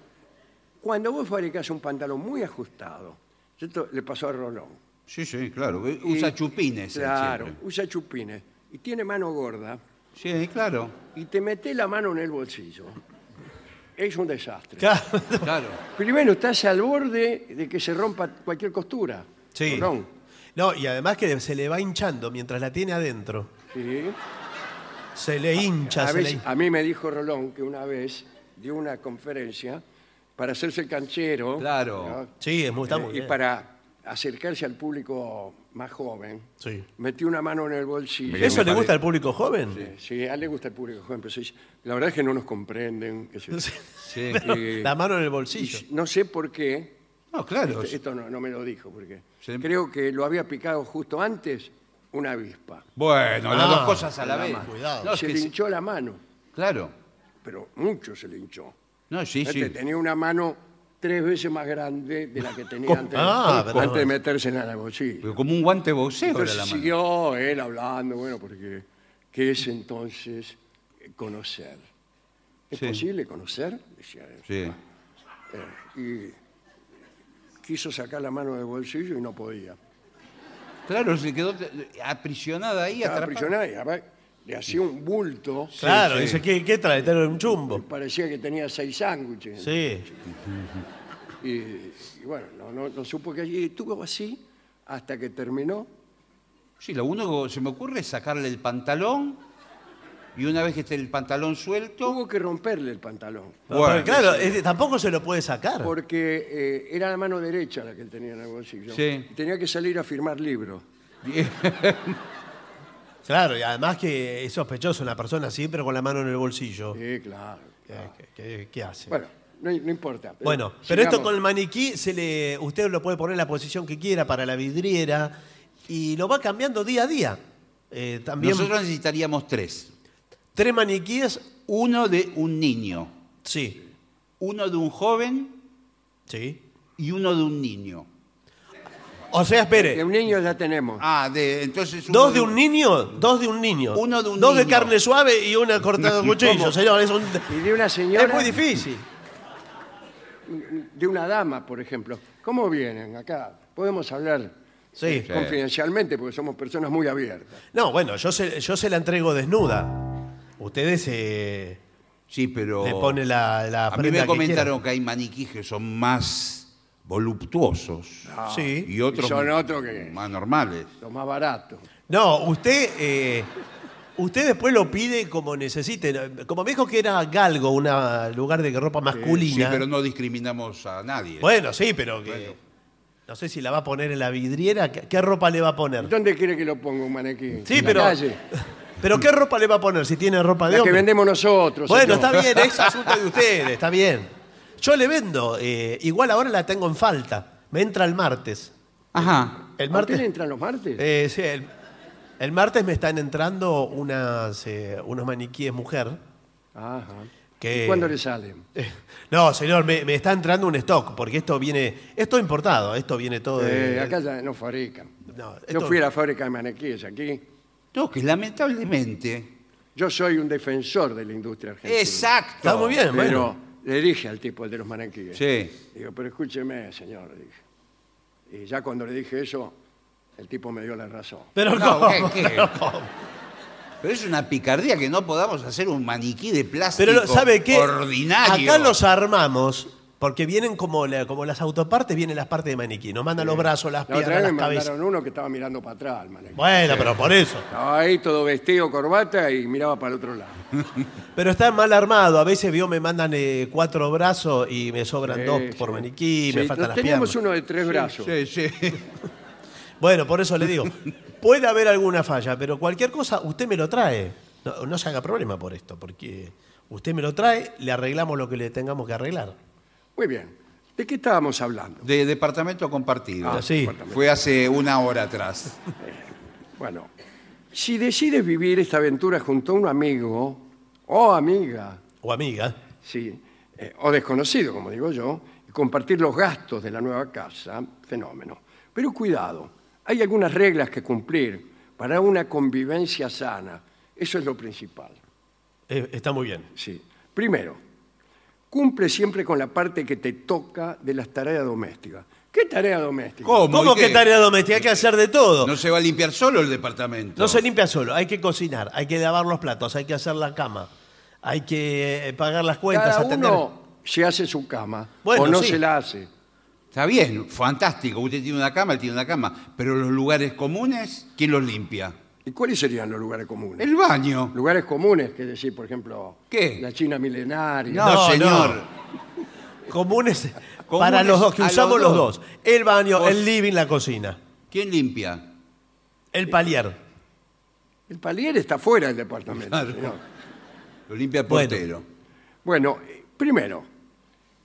Speaker 1: cuando vos fabricás un pantalón muy ajustado, esto le pasó a Rolón.
Speaker 3: Sí, sí, claro.
Speaker 1: y-
Speaker 3: Usa chupines.
Speaker 2: eh,
Speaker 3: él
Speaker 1: Claro,
Speaker 3: siempre.
Speaker 1: usa chupines. Y tiene mano gorda.
Speaker 3: Sí, claro.
Speaker 1: y te metes la mano en el bolsillo, es un desastre.
Speaker 2: Claro.
Speaker 3: Claro.
Speaker 1: Primero, estás al borde de que se rompa cualquier costura.
Speaker 2: Sí.
Speaker 1: Perdón.
Speaker 2: No, y además que se le va hinchando mientras la tiene adentro.
Speaker 1: Sí.
Speaker 2: Se le hincha,
Speaker 1: Ah, A,
Speaker 2: se le
Speaker 1: veces-
Speaker 2: hincha.
Speaker 1: a mí me dijo Rolón que una vez dio una conferencia para hacerse el canchero.
Speaker 3: Claro.
Speaker 2: Sí, es muy, está
Speaker 1: Eh,
Speaker 2: muy
Speaker 1: Y
Speaker 2: bien.
Speaker 1: para acercarse al público más joven,
Speaker 2: Sí.
Speaker 1: metió una mano en el bolsillo.
Speaker 3: Mirá,
Speaker 2: ¿Eso
Speaker 3: me
Speaker 2: le gusta
Speaker 3: parece-
Speaker 2: al público joven?
Speaker 1: Eh, Sí, a él le gusta el público joven, pero sí, la verdad es que no nos comprenden. qué sé yo.
Speaker 3: Sí.
Speaker 1: Eh,
Speaker 2: [laughs] La mano en el
Speaker 1: y
Speaker 2: bolsillo.
Speaker 1: no sé por qué, este,
Speaker 3: No, claro.
Speaker 1: Esto, esto no, no me lo dijo porque
Speaker 3: Sí.
Speaker 1: creo que lo había picado justo antes una avispa.
Speaker 3: Bueno, las
Speaker 2: Ah,
Speaker 3: dos cosas a la vez.
Speaker 2: cuidado.
Speaker 3: No, es
Speaker 1: se
Speaker 3: que
Speaker 1: le
Speaker 3: sí,
Speaker 1: hinchó la mano,
Speaker 3: Claro.
Speaker 1: pero mucho se le hinchó.
Speaker 3: No, sí,
Speaker 1: Este
Speaker 3: sí.
Speaker 1: Tenía una mano tres veces más grande de la que tenía
Speaker 2: ¿Cómo?
Speaker 1: antes,
Speaker 2: Ah, pero-
Speaker 1: antes de meterse en la bolsilla.
Speaker 3: Pero como un guante boxeo era
Speaker 1: Entonces
Speaker 3: la mano.
Speaker 1: siguió él hablando, bueno, porque ¿qué es entonces conocer? ¿Es
Speaker 3: Sí.
Speaker 1: posible conocer? Decía él.
Speaker 3: Sí.
Speaker 1: Y quiso sacar la mano del bolsillo y no podía.
Speaker 3: Claro, se quedó aprisionada ahí,
Speaker 1: Estaba
Speaker 3: atrapada.
Speaker 1: aprisionado y además, le hacía un bulto.
Speaker 2: Claro,
Speaker 3: sí.
Speaker 2: dice, ¿qué, qué trae? Trae un chumbo.
Speaker 1: Parecía que tenía seis sándwiches.
Speaker 2: Sí.
Speaker 1: Y, y bueno, no, no- no supo que allí. Estuvo así hasta que terminó.
Speaker 3: Sí, lo único que se me ocurre es sacarle el pantalón y una vez que esté el pantalón suelto,
Speaker 2: Uh,
Speaker 1: Tuvo que romperle el pantalón.
Speaker 2: No,
Speaker 3: Bueno.
Speaker 2: pero claro, este, tampoco se lo puede sacar.
Speaker 1: Porque eh, era la mano derecha la que él tenía en el bolsillo.
Speaker 3: Sí.
Speaker 1: Y Tenía que salir a firmar libros.
Speaker 2: Claro, y además que es sospechoso una persona siempre con la mano en el bolsillo.
Speaker 1: Sí, claro.
Speaker 2: ¿Qué, qué- qué hace?
Speaker 1: Bueno, eh, no, no importa. pero
Speaker 2: Bueno, pero esto
Speaker 1: sigamos.
Speaker 2: con el maniquí se le, usted lo puede poner en la posición que quiera para la vidriera y lo va cambiando día a día. Eh, también
Speaker 3: nosotros necesitaríamos tres.
Speaker 2: tres maniquíes,
Speaker 3: Uno de un niño,
Speaker 2: sí,
Speaker 3: uno de un joven
Speaker 2: sí.
Speaker 3: y uno de un niño.
Speaker 2: O sea,
Speaker 1: De
Speaker 2: espere,
Speaker 1: un niño ya tenemos.
Speaker 3: Ah, de, entonces uno
Speaker 2: dos de un niño, dos de un niño,
Speaker 3: Uno de un
Speaker 2: dos de
Speaker 3: niño.
Speaker 2: carne suave y una
Speaker 1: [laughs]
Speaker 2: cortada de cuchillo, señor, es, un-
Speaker 1: Y de una señora,
Speaker 2: es muy difícil.
Speaker 1: de una dama, por ejemplo. ¿Cómo vienen acá? Podemos hablar eh,
Speaker 2: Sí.
Speaker 3: Sí.
Speaker 1: confidencialmente porque somos personas muy abiertas.
Speaker 2: No, bueno, yo se, yo se la entrego desnuda. Ustedes eh,
Speaker 3: Sí, pero
Speaker 2: le ponen la, la
Speaker 3: a mí
Speaker 2: prenda
Speaker 3: me
Speaker 2: que
Speaker 3: comentaron que, hay maniquíes que son más voluptuosos
Speaker 2: quieran. Sí.
Speaker 3: y otros
Speaker 1: Y son otro que-
Speaker 3: más normales.
Speaker 1: Lo más barato.
Speaker 2: No, usted, eh, usted después lo pide como necesite. Como me dijo que era Galgo, un lugar de ropa masculina.
Speaker 3: Sí, pero no discriminamos a nadie.
Speaker 2: Bueno, sí, pero que. No sé si la va a poner en la vidriera. ¿Qué, qué ropa le va a poner?
Speaker 1: ¿Dónde quiere que lo ponga un maniquí?
Speaker 2: sí,
Speaker 1: ¿En la
Speaker 2: pero.
Speaker 1: calle?
Speaker 2: Pero ¿qué ropa le va a poner si tiene ropa de
Speaker 1: La que
Speaker 2: hombre?
Speaker 1: vendemos nosotros.
Speaker 2: Bueno,
Speaker 1: señor.
Speaker 2: está bien, es asunto de ustedes, está bien. Yo le vendo. eh, igual ahora la tengo en falta. Me entra el martes.
Speaker 3: Ajá.
Speaker 2: El
Speaker 1: ¿A
Speaker 2: martes.
Speaker 1: qué le entran los martes?
Speaker 2: Eh, sí, el, el martes me están entrando unas, eh, unos
Speaker 1: [laughs]
Speaker 2: maniquíes mujer.
Speaker 1: Ajá.
Speaker 2: que-
Speaker 1: ¿Y cuándo le salen?
Speaker 2: Eh, No, señor, me, me está entrando un stock, porque esto viene, esto importado, esto viene todo de...
Speaker 1: Eh, acá ya no fabrican.
Speaker 2: No,
Speaker 1: Yo
Speaker 2: esto-
Speaker 1: fui a la fábrica de maniquíes aquí.
Speaker 3: No, que lamentablemente.
Speaker 1: Yo soy un defensor de la industria argentina.
Speaker 3: Exacto.
Speaker 2: Está muy bien,
Speaker 1: Pero
Speaker 2: bueno.
Speaker 1: le dije al tipo, el de los maniquíes.
Speaker 3: Sí.
Speaker 1: Digo, pero escúcheme, señor, le dije. Y ya cuando le dije eso, el tipo me dio la razón.
Speaker 2: Pero
Speaker 3: No,
Speaker 2: ¿cómo?
Speaker 3: ¿qué- qué?
Speaker 2: Pero ¿cómo?
Speaker 3: Pero es una picardía que no podamos hacer un maniquí de plástico
Speaker 2: [laughs] Pero lo- ¿sabe qué?
Speaker 3: ordinario.
Speaker 2: Acá los armamos, porque vienen como, la- como las autopartes, vienen las partes de maniquí. Nos mandan los brazos, las
Speaker 1: Eh, La otra
Speaker 2: piernas,
Speaker 1: vez
Speaker 2: las
Speaker 1: me
Speaker 2: cabezas.
Speaker 1: mandaron uno que estaba mirando para atrás, el maniquí.
Speaker 2: Bueno, pero por eso.
Speaker 1: Estaba ahí todo vestido, corbata y miraba para el otro lado.
Speaker 2: Pero está mal armado. A veces, vio, me mandan eh, cuatro brazos y me sobran dos
Speaker 1: Eh,
Speaker 2: por
Speaker 1: sí.
Speaker 2: maniquí, me
Speaker 1: Sí,
Speaker 2: faltan las
Speaker 1: Teníamos
Speaker 2: piernas.
Speaker 1: uno de tres brazos.
Speaker 3: Sí, sí.
Speaker 2: Bueno, por eso
Speaker 1: [laughs]
Speaker 2: le digo, puede haber alguna falla, pero cualquier cosa usted me lo trae. No, no se haga problema por esto, porque usted me lo trae, le arreglamos lo que le tengamos que arreglar.
Speaker 1: Muy bien. ¿De qué estábamos hablando?
Speaker 3: De departamento compartido.
Speaker 2: Ah, sí.
Speaker 3: Fue hace una hora atrás.
Speaker 1: Bueno, si decides vivir esta aventura junto a un amigo o amiga,
Speaker 2: O amiga.
Speaker 1: sí, eh, o desconocido, como digo yo, y compartir los gastos de la nueva casa, fenómeno. Pero cuidado, hay algunas reglas que cumplir para una convivencia sana. Eso es lo principal.
Speaker 2: Eh, está muy bien.
Speaker 1: Sí. Primero, cumple siempre con la parte que te toca de las tareas domésticas. ¿Qué tarea doméstica?
Speaker 3: ¿Cómo?
Speaker 2: ¿Cómo
Speaker 3: ¿Y
Speaker 2: que
Speaker 3: qué?
Speaker 2: tarea doméstica? Hay que hacer de todo.
Speaker 3: No
Speaker 2: No,
Speaker 3: se va a limpiar solo el departamento.
Speaker 2: se limpia solo, hay que cocinar, hay que lavar los platos, hay que hacer la cama, hay que eh, pagar las cuentas,
Speaker 1: Cada
Speaker 2: atender.
Speaker 1: uno se hace su cama
Speaker 2: Bueno,
Speaker 1: o no
Speaker 2: sí.
Speaker 1: se la hace.
Speaker 3: Está bien, fantástico. Usted tiene una cama, él tiene una cama. Pero los lugares comunes, ¿quién los limpia?
Speaker 1: ¿Y cuáles serían los lugares comunes?
Speaker 3: El baño.
Speaker 1: Lugares comunes, que decir, por ejemplo,
Speaker 3: ¿Qué?
Speaker 1: la China milenaria.
Speaker 3: No,
Speaker 2: No,
Speaker 3: señor.
Speaker 2: Comunes,
Speaker 3: Comunes
Speaker 2: para los dos, que
Speaker 3: a los
Speaker 2: usamos los dos.
Speaker 3: dos.
Speaker 2: El baño,
Speaker 3: Vos-
Speaker 2: el living, la cocina,
Speaker 3: ¿Quién limpia?
Speaker 2: el palier.
Speaker 1: El palier está fuera del departamento.
Speaker 3: Claro.
Speaker 1: señor.
Speaker 3: Lo limpia el
Speaker 2: Bueno.
Speaker 3: portero.
Speaker 1: Bueno, eh, primero,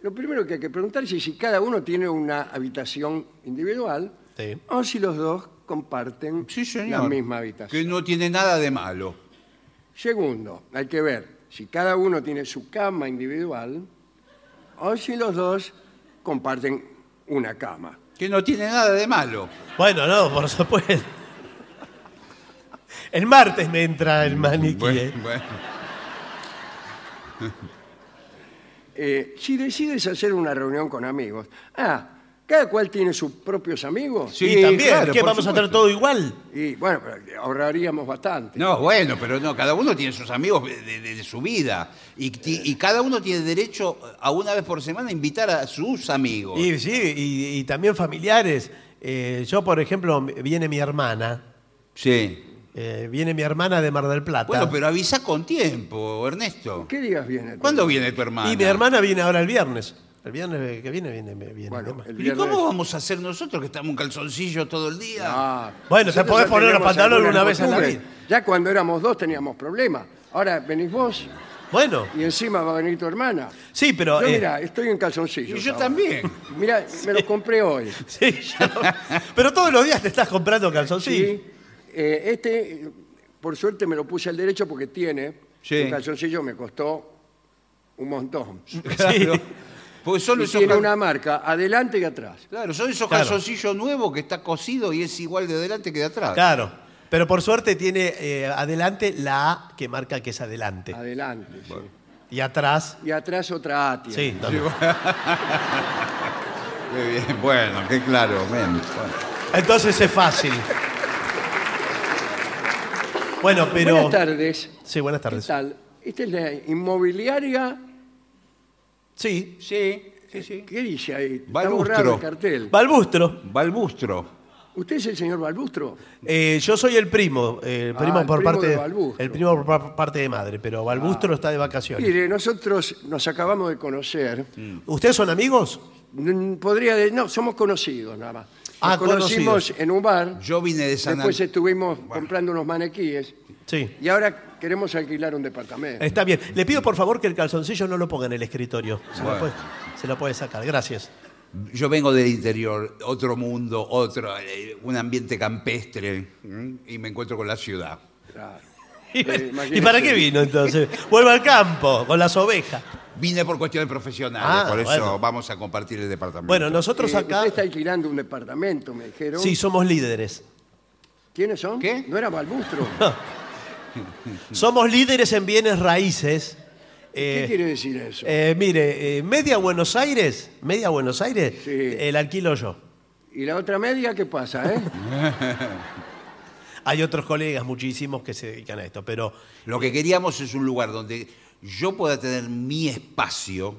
Speaker 1: lo primero que hay que preguntarse es si cada uno tiene una habitación individual
Speaker 2: Sí.
Speaker 1: o si los dos comparten
Speaker 3: Sí, señor.
Speaker 1: la misma habitación.
Speaker 3: Que no tiene nada de malo.
Speaker 1: Segundo, hay que ver si cada uno tiene su cama individual o si los dos comparten una cama.
Speaker 3: Que no tiene nada de malo.
Speaker 2: Bueno, no, por supuesto. El martes me entra el maniquí. eh.
Speaker 3: Bueno, bueno.
Speaker 1: Eh, si decides hacer una reunión con amigos, ah, cada cual tiene sus propios amigos.
Speaker 3: Sí,
Speaker 2: y también,
Speaker 3: claro,
Speaker 2: ¿qué
Speaker 3: por
Speaker 2: vamos a hacer
Speaker 3: supuesto.
Speaker 2: todo igual?
Speaker 1: Y bueno, pero ahorraríamos bastante.
Speaker 3: No, bueno, pero no, cada uno tiene sus amigos de, de- de su vida. Y, ti- y cada uno tiene derecho a una vez por semana invitar a sus amigos.
Speaker 2: Y sí, y, y también familiares. Eh, yo, por ejemplo, m- viene mi hermana.
Speaker 3: Sí.
Speaker 2: Eh, viene mi hermana de Mar del Plata.
Speaker 3: Bueno, pero avisa con tiempo, Ernesto.
Speaker 1: ¿Qué días viene?
Speaker 3: ¿Cuándo viene tu hermana?
Speaker 2: y mi hermana viene ahora el viernes. El viernes que viene viene, viene mi
Speaker 1: Bueno,
Speaker 2: hermana.
Speaker 1: el
Speaker 3: ¿Y
Speaker 1: viernes.
Speaker 3: cómo vamos a hacer nosotros que estamos en calzoncillo todo el día?
Speaker 1: Ah,
Speaker 2: Bueno, te
Speaker 1: nosotros
Speaker 2: podés
Speaker 1: ya
Speaker 2: poner los
Speaker 1: teníamos
Speaker 2: pantalones
Speaker 1: algunas
Speaker 2: una vez a la
Speaker 1: costumbres.
Speaker 2: vida.
Speaker 1: Ya cuando éramos dos teníamos problemas. Ahora venís vos
Speaker 2: Bueno,
Speaker 1: y encima va a venir tu hermana.
Speaker 2: sí, pero...
Speaker 1: Yo,
Speaker 2: eh,
Speaker 1: mira, estoy en calzoncillos.
Speaker 3: y yo
Speaker 1: ahora.
Speaker 3: también.
Speaker 1: Mirá, me los compré hoy.
Speaker 2: sí, yo- pero todos los días te estás comprando calzoncillos.
Speaker 1: Sí. Eh, este, eh, por suerte, me lo puse al derecho porque tiene.
Speaker 3: Sí.
Speaker 1: Un calzoncillo me costó un montón.
Speaker 3: Claro. Porque son
Speaker 1: Y
Speaker 3: esos,
Speaker 1: tiene
Speaker 3: cal-
Speaker 1: una marca adelante y atrás.
Speaker 3: claro, son esos
Speaker 2: Claro.
Speaker 3: calzoncillos nuevos que está cosido y es igual de adelante que de atrás.
Speaker 2: Claro. Pero por suerte tiene eh, adelante la A que marca que es adelante.
Speaker 1: Ah. Adelante. sí.
Speaker 2: Y atrás,
Speaker 1: Y atrás otra A tiene.
Speaker 2: sí, también.
Speaker 3: Muy bien, bueno, qué claro. bien, bueno.
Speaker 2: Entonces es fácil. Bueno, pero...
Speaker 1: Buenas tardes.
Speaker 2: Sí, buenas
Speaker 1: ¿Qué
Speaker 2: tardes.
Speaker 1: tal? Esta es la inmobiliaria.
Speaker 2: Sí,
Speaker 3: Sí, sí, sí.
Speaker 1: ¿Qué dice ahí? Está
Speaker 3: Balbustro.
Speaker 1: borrado el cartel.
Speaker 2: Balbustro.
Speaker 3: Balbustro.
Speaker 1: ¿Usted es el señor Balbustro?
Speaker 2: Eh, yo soy el primo, eh, el
Speaker 1: Ah,
Speaker 2: primo
Speaker 1: el
Speaker 2: por
Speaker 1: primo
Speaker 2: parte
Speaker 1: de
Speaker 2: de
Speaker 1: Balbustro. Ah.
Speaker 2: el primo por par- parte de madre, pero Balbustro está de vacaciones.
Speaker 1: Mire, nosotros nos acabamos de conocer.
Speaker 2: ¿Ustedes son amigos?
Speaker 1: Mm, Podría de- no, somos conocidos nada más. Nos
Speaker 2: Ah,
Speaker 1: conocimos
Speaker 2: conocidos.
Speaker 1: en un bar,
Speaker 3: Yo vine de San
Speaker 1: después
Speaker 3: Antonio.
Speaker 1: estuvimos comprando unos manequíes
Speaker 2: Sí.
Speaker 1: y ahora queremos alquilar un departamento.
Speaker 2: Está bien. Le pido por favor que el calzoncillo no lo ponga en el escritorio. Se, lo,
Speaker 3: Bueno.
Speaker 2: puede, se lo puede sacar. Gracias.
Speaker 3: Yo vengo del interior, otro mundo, otro, eh, un ambiente campestre, ¿m? y me encuentro con la ciudad.
Speaker 1: Claro.
Speaker 2: [laughs] ¿Y,
Speaker 1: Eh, imagínese.
Speaker 2: para qué vino entonces? Vuelva al campo con las ovejas.
Speaker 3: Vine por cuestiones profesionales,
Speaker 2: Ah,
Speaker 3: por eso
Speaker 2: bueno.
Speaker 3: vamos a compartir el departamento.
Speaker 2: Bueno,
Speaker 1: Eh,
Speaker 2: nosotros acá
Speaker 1: Usted está alquilando un departamento, me dijeron.
Speaker 2: sí somos líderes.
Speaker 1: ¿Quiénes son?
Speaker 3: ¿Qué?
Speaker 1: No era Balbustro.
Speaker 2: Somos líderes en bienes raíces.
Speaker 1: ¿Qué
Speaker 2: [laughs] Eh,
Speaker 1: quiere decir eso?
Speaker 2: eh, mire, eh, media Buenos Aires, media Buenos Aires,
Speaker 1: Sí.
Speaker 2: el alquilo yo.
Speaker 1: ¿Y la otra media qué pasa, eh?
Speaker 2: Hay otros colegas muchísimos que se dedican a esto, pero
Speaker 3: Lo que queríamos es un lugar donde yo pueda tener mi espacio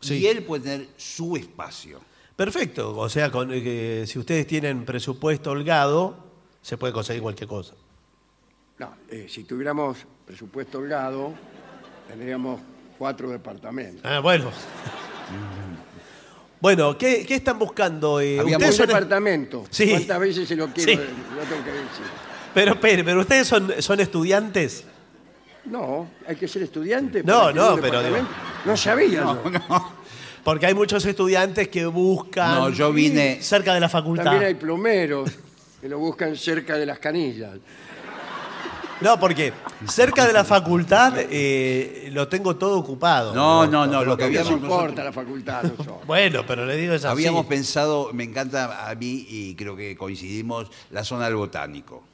Speaker 2: Sí.
Speaker 3: y él puede tener su espacio.
Speaker 2: perfecto. O sea, con, eh, si ustedes tienen presupuesto holgado, se puede conseguir cualquier cosa.
Speaker 1: No, eh, si tuviéramos presupuesto holgado, tendríamos cuatro departamentos.
Speaker 2: Ah, bueno. bueno, ¿qué, qué están buscando? eh?
Speaker 3: Había
Speaker 2: ustedes
Speaker 1: Un
Speaker 2: son-
Speaker 1: departamento.
Speaker 2: Sí.
Speaker 1: ¿Cuántas veces se lo quiero eh,
Speaker 2: Sí.
Speaker 1: lo tengo que decir?
Speaker 2: pero, espere, pero ustedes son, son estudiantes.
Speaker 1: No, hay que ser estudiante.
Speaker 2: No,
Speaker 1: para tener
Speaker 2: no,
Speaker 1: un
Speaker 2: pero digo-
Speaker 1: departamento. No sabía yo.
Speaker 2: Porque hay muchos estudiantes que buscan
Speaker 3: No, yo vine.
Speaker 2: cerca de la facultad.
Speaker 1: También hay plomeros que lo buscan cerca de las canillas.
Speaker 2: No, porque cerca de la facultad eh, lo tengo todo ocupado.
Speaker 3: No, no, no, lo que
Speaker 1: No
Speaker 3: habíamos,
Speaker 1: importa la facultad. no son.
Speaker 2: Bueno, pero le digo es así.
Speaker 3: habíamos pensado, me encanta a mí y creo que coincidimos, la zona del botánico.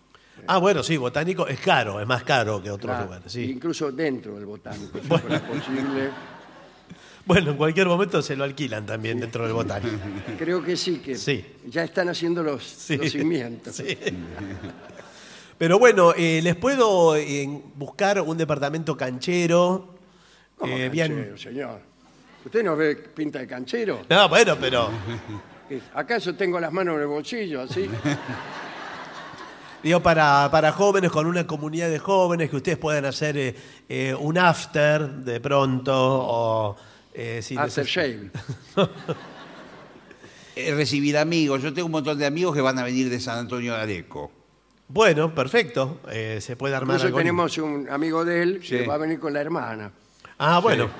Speaker 2: Ah, bueno, sí, botánico es caro, es más caro que otros
Speaker 1: Claro,
Speaker 2: lugares. Sí.
Speaker 1: Incluso dentro del botánico, si fuera posible.
Speaker 2: Bueno, en cualquier momento se lo alquilan también dentro del botánico.
Speaker 1: Creo que sí, que
Speaker 2: Sí.
Speaker 1: ya están haciendo los,
Speaker 2: Sí.
Speaker 1: los cimientos.
Speaker 2: Sí. Pero bueno, eh, les puedo eh, buscar un departamento canchero.
Speaker 1: ¿Cómo
Speaker 2: eh,
Speaker 1: canchero, señor? ¿Usted no ve pinta de canchero?
Speaker 2: No, bueno, pero
Speaker 1: ¿Acaso tengo las manos en el bolsillo así?
Speaker 2: digo, para, para jóvenes, con una comunidad de jóvenes, que ustedes puedan hacer eh, eh, un after de pronto o... eh, si
Speaker 1: After
Speaker 2: neces-
Speaker 1: shave.
Speaker 3: Eh, recibir amigos, yo tengo un montón de amigos que van a venir de San Antonio de Areco.
Speaker 2: Bueno, perfecto. eh, se puede armar
Speaker 1: Incluso
Speaker 2: algo lindo.
Speaker 1: tenemos un amigo de él que
Speaker 3: Sí.
Speaker 1: va a venir con la hermana.
Speaker 2: Ah, bueno.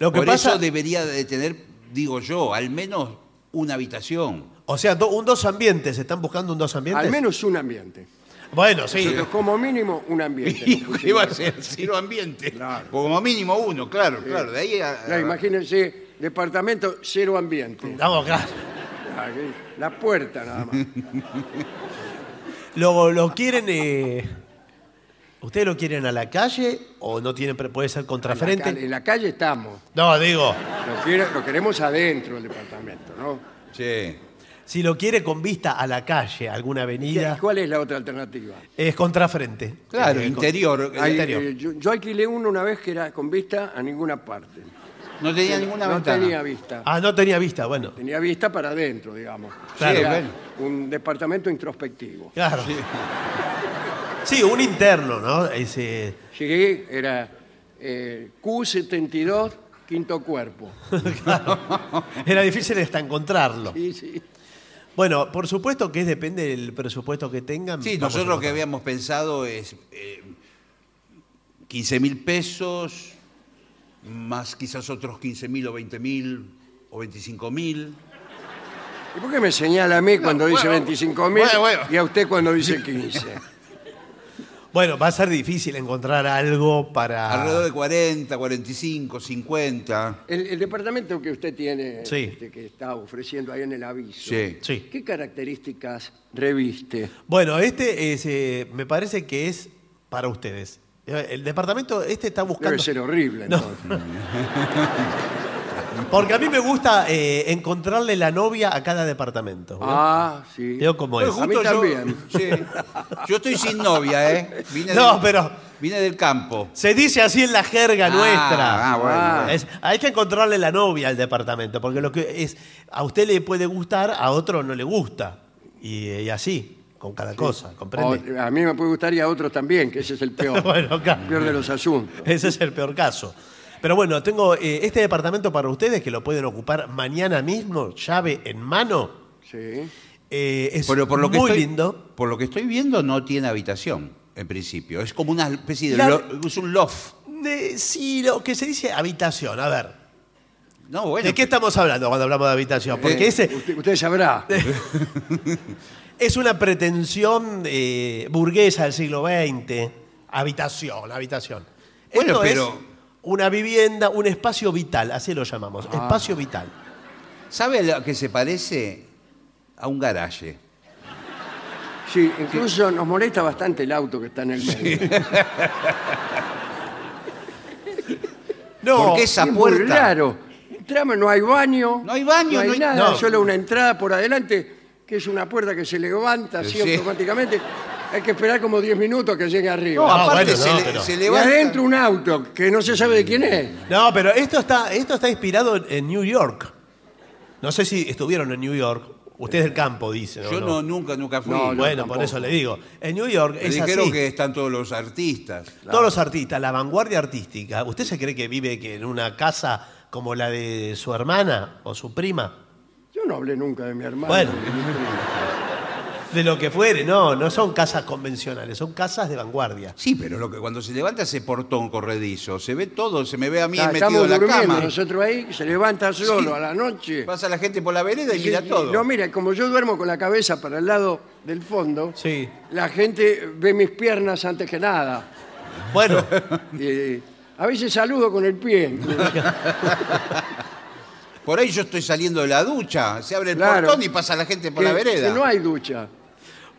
Speaker 2: Lo que
Speaker 3: Por
Speaker 2: pasa...
Speaker 3: eso debería de tener, digo yo, al menos una habitación.
Speaker 2: [laughs] O sea, do- un dos ambientes. ¿Están buscando un dos ambientes?
Speaker 1: Al menos un ambiente.
Speaker 2: Bueno, sí.
Speaker 1: Pero como mínimo un ambiente.
Speaker 3: ¿Qué va a ser? Cero ambiente.
Speaker 1: Claro.
Speaker 3: Como mínimo uno, claro, claro. De ahí a-
Speaker 1: Ya, imagínense, departamento cero ambiente.
Speaker 2: Vamos, claro.
Speaker 1: Aquí, La puerta nada más.
Speaker 2: Lo, lo quieren. eh, ¿Ustedes lo quieren a la calle o no tienen. pre- puede ser
Speaker 1: En la, calle,
Speaker 2: contraferente?
Speaker 1: en la calle estamos.
Speaker 2: No, digo.
Speaker 1: Lo, quiere- lo queremos adentro del departamento, ¿no?
Speaker 3: Sí.
Speaker 2: Si lo quiere con vista a la calle, alguna
Speaker 1: ¿Y
Speaker 2: avenida,
Speaker 1: cuál es la otra alternativa?
Speaker 2: es contrafrente.
Speaker 3: Claro,
Speaker 2: Eh, con-
Speaker 3: interior.
Speaker 2: Ahí-
Speaker 3: eh,
Speaker 2: interior.
Speaker 1: eh, yo, yo alquilé uno una vez que era con vista a ninguna parte.
Speaker 3: No
Speaker 2: eh,
Speaker 3: tenía ninguna
Speaker 1: no
Speaker 3: ventana.
Speaker 1: tenía vista.
Speaker 2: Ah, no tenía vista, bueno.
Speaker 1: Tenía vista para adentro, digamos.
Speaker 2: Claro.
Speaker 1: Era
Speaker 3: bueno.
Speaker 1: un departamento introspectivo.
Speaker 2: Claro. Sí, un interno, ¿no? eh, Ese-
Speaker 1: Llegué, era eh, Q72, quinto cuerpo.
Speaker 2: Era difícil hasta encontrarlo.
Speaker 1: Sí, sí.
Speaker 2: Bueno, por supuesto que depende del presupuesto que tengan.
Speaker 3: Sí,
Speaker 2: Vamos
Speaker 3: nosotros
Speaker 2: a
Speaker 3: lo que habíamos pensado es eh, 15 mil pesos, más quizás otros 15 mil o 20 mil o 25 mil.
Speaker 1: ¿Y por qué me señala a mí cuando dice 25 mil
Speaker 3: bueno, bueno.
Speaker 1: y a usted cuando dice 15?
Speaker 2: Bueno, va a ser difícil encontrar algo para.
Speaker 3: Alrededor de 40, 45,
Speaker 2: Ah.
Speaker 3: 50.
Speaker 1: El, el departamento que usted tiene,
Speaker 2: Sí.
Speaker 1: este, que está ofreciendo ahí en el aviso,
Speaker 3: Sí.
Speaker 2: Sí.
Speaker 1: ¿qué características reviste?
Speaker 2: Bueno, este es, eh, me parece que es para ustedes. Eh, El departamento este está buscando.
Speaker 1: Debe ser horrible,
Speaker 2: No.
Speaker 1: entonces.
Speaker 2: Porque a mí me gusta eh, encontrarle la novia a cada departamento. ¿no?
Speaker 1: Ah, sí.
Speaker 2: Veo cómo
Speaker 3: Pero
Speaker 2: es.
Speaker 1: A mí
Speaker 3: justo yo-
Speaker 1: también.
Speaker 3: sí. Yo estoy sin novia, ¿eh? Vine
Speaker 2: No,
Speaker 3: del-
Speaker 2: pero-
Speaker 3: Vine del campo.
Speaker 2: Se dice así en la jerga nuestra.
Speaker 3: Ah, bueno.
Speaker 1: Ah.
Speaker 2: Es- hay que encontrarle la novia al departamento, porque lo que es a usted le puede gustar, a otro no le gusta. Y, eh, y así, con cada cosa,
Speaker 3: Oh,
Speaker 2: [laughs] ¿comprende?
Speaker 1: O- a mí me puede gustar y a otros también, que ese es el
Speaker 3: [laughs]
Speaker 1: peor.
Speaker 2: Bueno, claro.
Speaker 1: el peor de los asuntos.
Speaker 2: Ese es el peor caso. Pero bueno, tengo eh, este departamento para ustedes que lo pueden ocupar mañana mismo, llave en mano.
Speaker 1: Sí.
Speaker 2: Eh, es
Speaker 3: Pero por lo que
Speaker 2: muy
Speaker 3: estoy-
Speaker 2: lindo.
Speaker 3: Por lo que estoy viendo, no tiene habitación, en principio. Es como una especie de.
Speaker 2: La-
Speaker 3: lo- es un loft.
Speaker 2: De- sí, lo que se dice habitación. A ver,
Speaker 3: No, bueno. pues-
Speaker 2: ¿de qué estamos hablando cuando hablamos de habitación? Porque
Speaker 3: Eh,
Speaker 2: ese
Speaker 1: Usted, usted sabrá.
Speaker 2: es una pretensión eh, burguesa del siglo XX. Habitación, habitación.
Speaker 3: Bueno,
Speaker 2: Esto es
Speaker 3: pero-
Speaker 2: una vivienda, un espacio vital, así lo llamamos,
Speaker 3: Ah.
Speaker 2: espacio vital.
Speaker 3: ¿Sabe a lo que se parece? A un garaje.
Speaker 1: Sí, incluso nos molesta bastante el auto que está en el medio.
Speaker 2: No,
Speaker 3: Porque esa
Speaker 1: Es muy
Speaker 3: puerta.
Speaker 1: raro. Entramos, no hay baño.
Speaker 3: No hay baño,
Speaker 1: no hay
Speaker 3: no hay-
Speaker 1: nada.
Speaker 2: no.
Speaker 1: Solo una entrada por adelante, que es una puerta que se levanta así
Speaker 3: Sí.
Speaker 1: automáticamente. Hay que esperar como 10 minutos que llegue
Speaker 3: No,
Speaker 1: arriba.
Speaker 2: Ah,
Speaker 3: aparte
Speaker 2: bueno,
Speaker 3: se,
Speaker 2: no,
Speaker 3: le-
Speaker 2: pero-
Speaker 3: se
Speaker 1: y
Speaker 3: levanta.
Speaker 1: adentro un auto que no se sabe de quién es.
Speaker 2: No, pero esto está, esto está inspirado en, en New York. No sé si estuvieron en New York. Usted es del campo, dice. ¿no?
Speaker 3: Yo
Speaker 2: No.
Speaker 3: no, nunca, nunca fui.
Speaker 1: No, no.
Speaker 2: Bueno, por
Speaker 1: tampoco.
Speaker 2: eso le digo. En New York
Speaker 3: Me
Speaker 2: es
Speaker 3: dijeron
Speaker 2: así.
Speaker 3: que están todos los artistas.
Speaker 2: Todos los artistas, la vanguardia artística. ¿Usted se cree que vive que en una casa como la de su hermana o su prima?
Speaker 1: Yo no hablé nunca de mi hermano.
Speaker 2: Bueno.
Speaker 1: de mi primo.
Speaker 2: De lo que fuere, no, no son casas convencionales, son casas de vanguardia.
Speaker 3: Sí, pero lo que, cuando se levanta ese portón corredizo, se ve todo, se me ve a mí
Speaker 1: Está-
Speaker 3: metido
Speaker 1: Ah, estamos
Speaker 3: en la
Speaker 1: durmiendo
Speaker 3: cama.
Speaker 1: nosotros ahí, que se levanta solo a la noche.
Speaker 3: Pasa la gente por la vereda y
Speaker 1: Sí,
Speaker 3: mira
Speaker 1: sí.
Speaker 3: todo.
Speaker 1: No, mira, como yo duermo con la cabeza para el lado del fondo,
Speaker 2: Sí.
Speaker 1: la gente ve mis piernas antes que nada.
Speaker 2: Bueno,
Speaker 1: Eh, a veces saludo con el
Speaker 3: [laughs]
Speaker 1: pie.
Speaker 3: Por ahí yo estoy saliendo de la ducha, se abre el
Speaker 1: Claro.
Speaker 3: portón y pasa la gente por
Speaker 1: que-
Speaker 3: la vereda.
Speaker 1: que no hay ducha.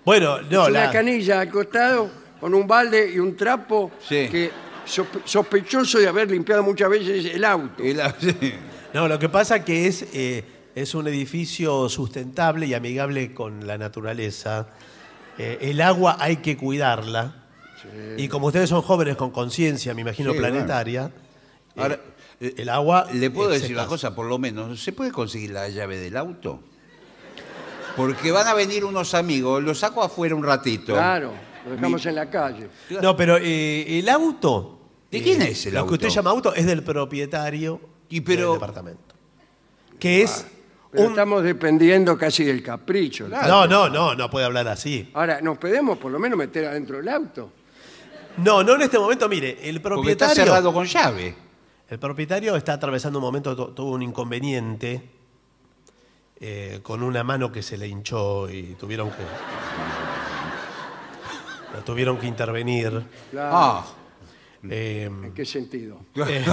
Speaker 2: bueno, no,
Speaker 1: Es una
Speaker 2: la-
Speaker 1: canilla al costado con un balde y un trapo
Speaker 3: Sí.
Speaker 1: que sospe- sospechoso de haber limpiado muchas veces el auto.
Speaker 3: Y la- [laughs] sí.
Speaker 2: no, lo que pasa que es, eh, es un edificio sustentable y amigable con la naturaleza. Eh, el agua hay que cuidarla. Y como ustedes son jóvenes con conciencia, me imagino,
Speaker 3: Sí,
Speaker 2: planetaria, eh,
Speaker 3: Ahora, eh,
Speaker 2: el agua...
Speaker 3: Le puedo
Speaker 2: es
Speaker 3: decir una
Speaker 2: escasa.
Speaker 3: cosa, por lo menos, ¿se puede conseguir la llave del auto? Porque van a venir unos amigos, los saco afuera un ratito.
Speaker 1: Claro, lo dejamos en la calle.
Speaker 2: No, pero eh, el auto.
Speaker 3: ¿De
Speaker 2: eh,
Speaker 3: quién es el
Speaker 2: lo que
Speaker 3: auto?
Speaker 2: usted llama auto es del propietario
Speaker 3: Y pero-
Speaker 2: del departamento. Que es
Speaker 1: Pero
Speaker 2: un-
Speaker 1: estamos dependiendo casi del capricho.
Speaker 2: No, no, no, no puede hablar así.
Speaker 1: Ahora, nos podemos por lo menos meter adentro del auto.
Speaker 2: No, no en este momento, mire, el
Speaker 3: Porque está
Speaker 2: propietario.
Speaker 3: cerrado con llave.
Speaker 2: El propietario está atravesando un momento, tu- tuvo un inconveniente eh, con una mano que se le hinchó y tuvieron que. lo tuvieron que intervenir.
Speaker 1: Claro,
Speaker 3: Ah,
Speaker 2: Eh,
Speaker 1: ¿En qué sentido?
Speaker 2: eh,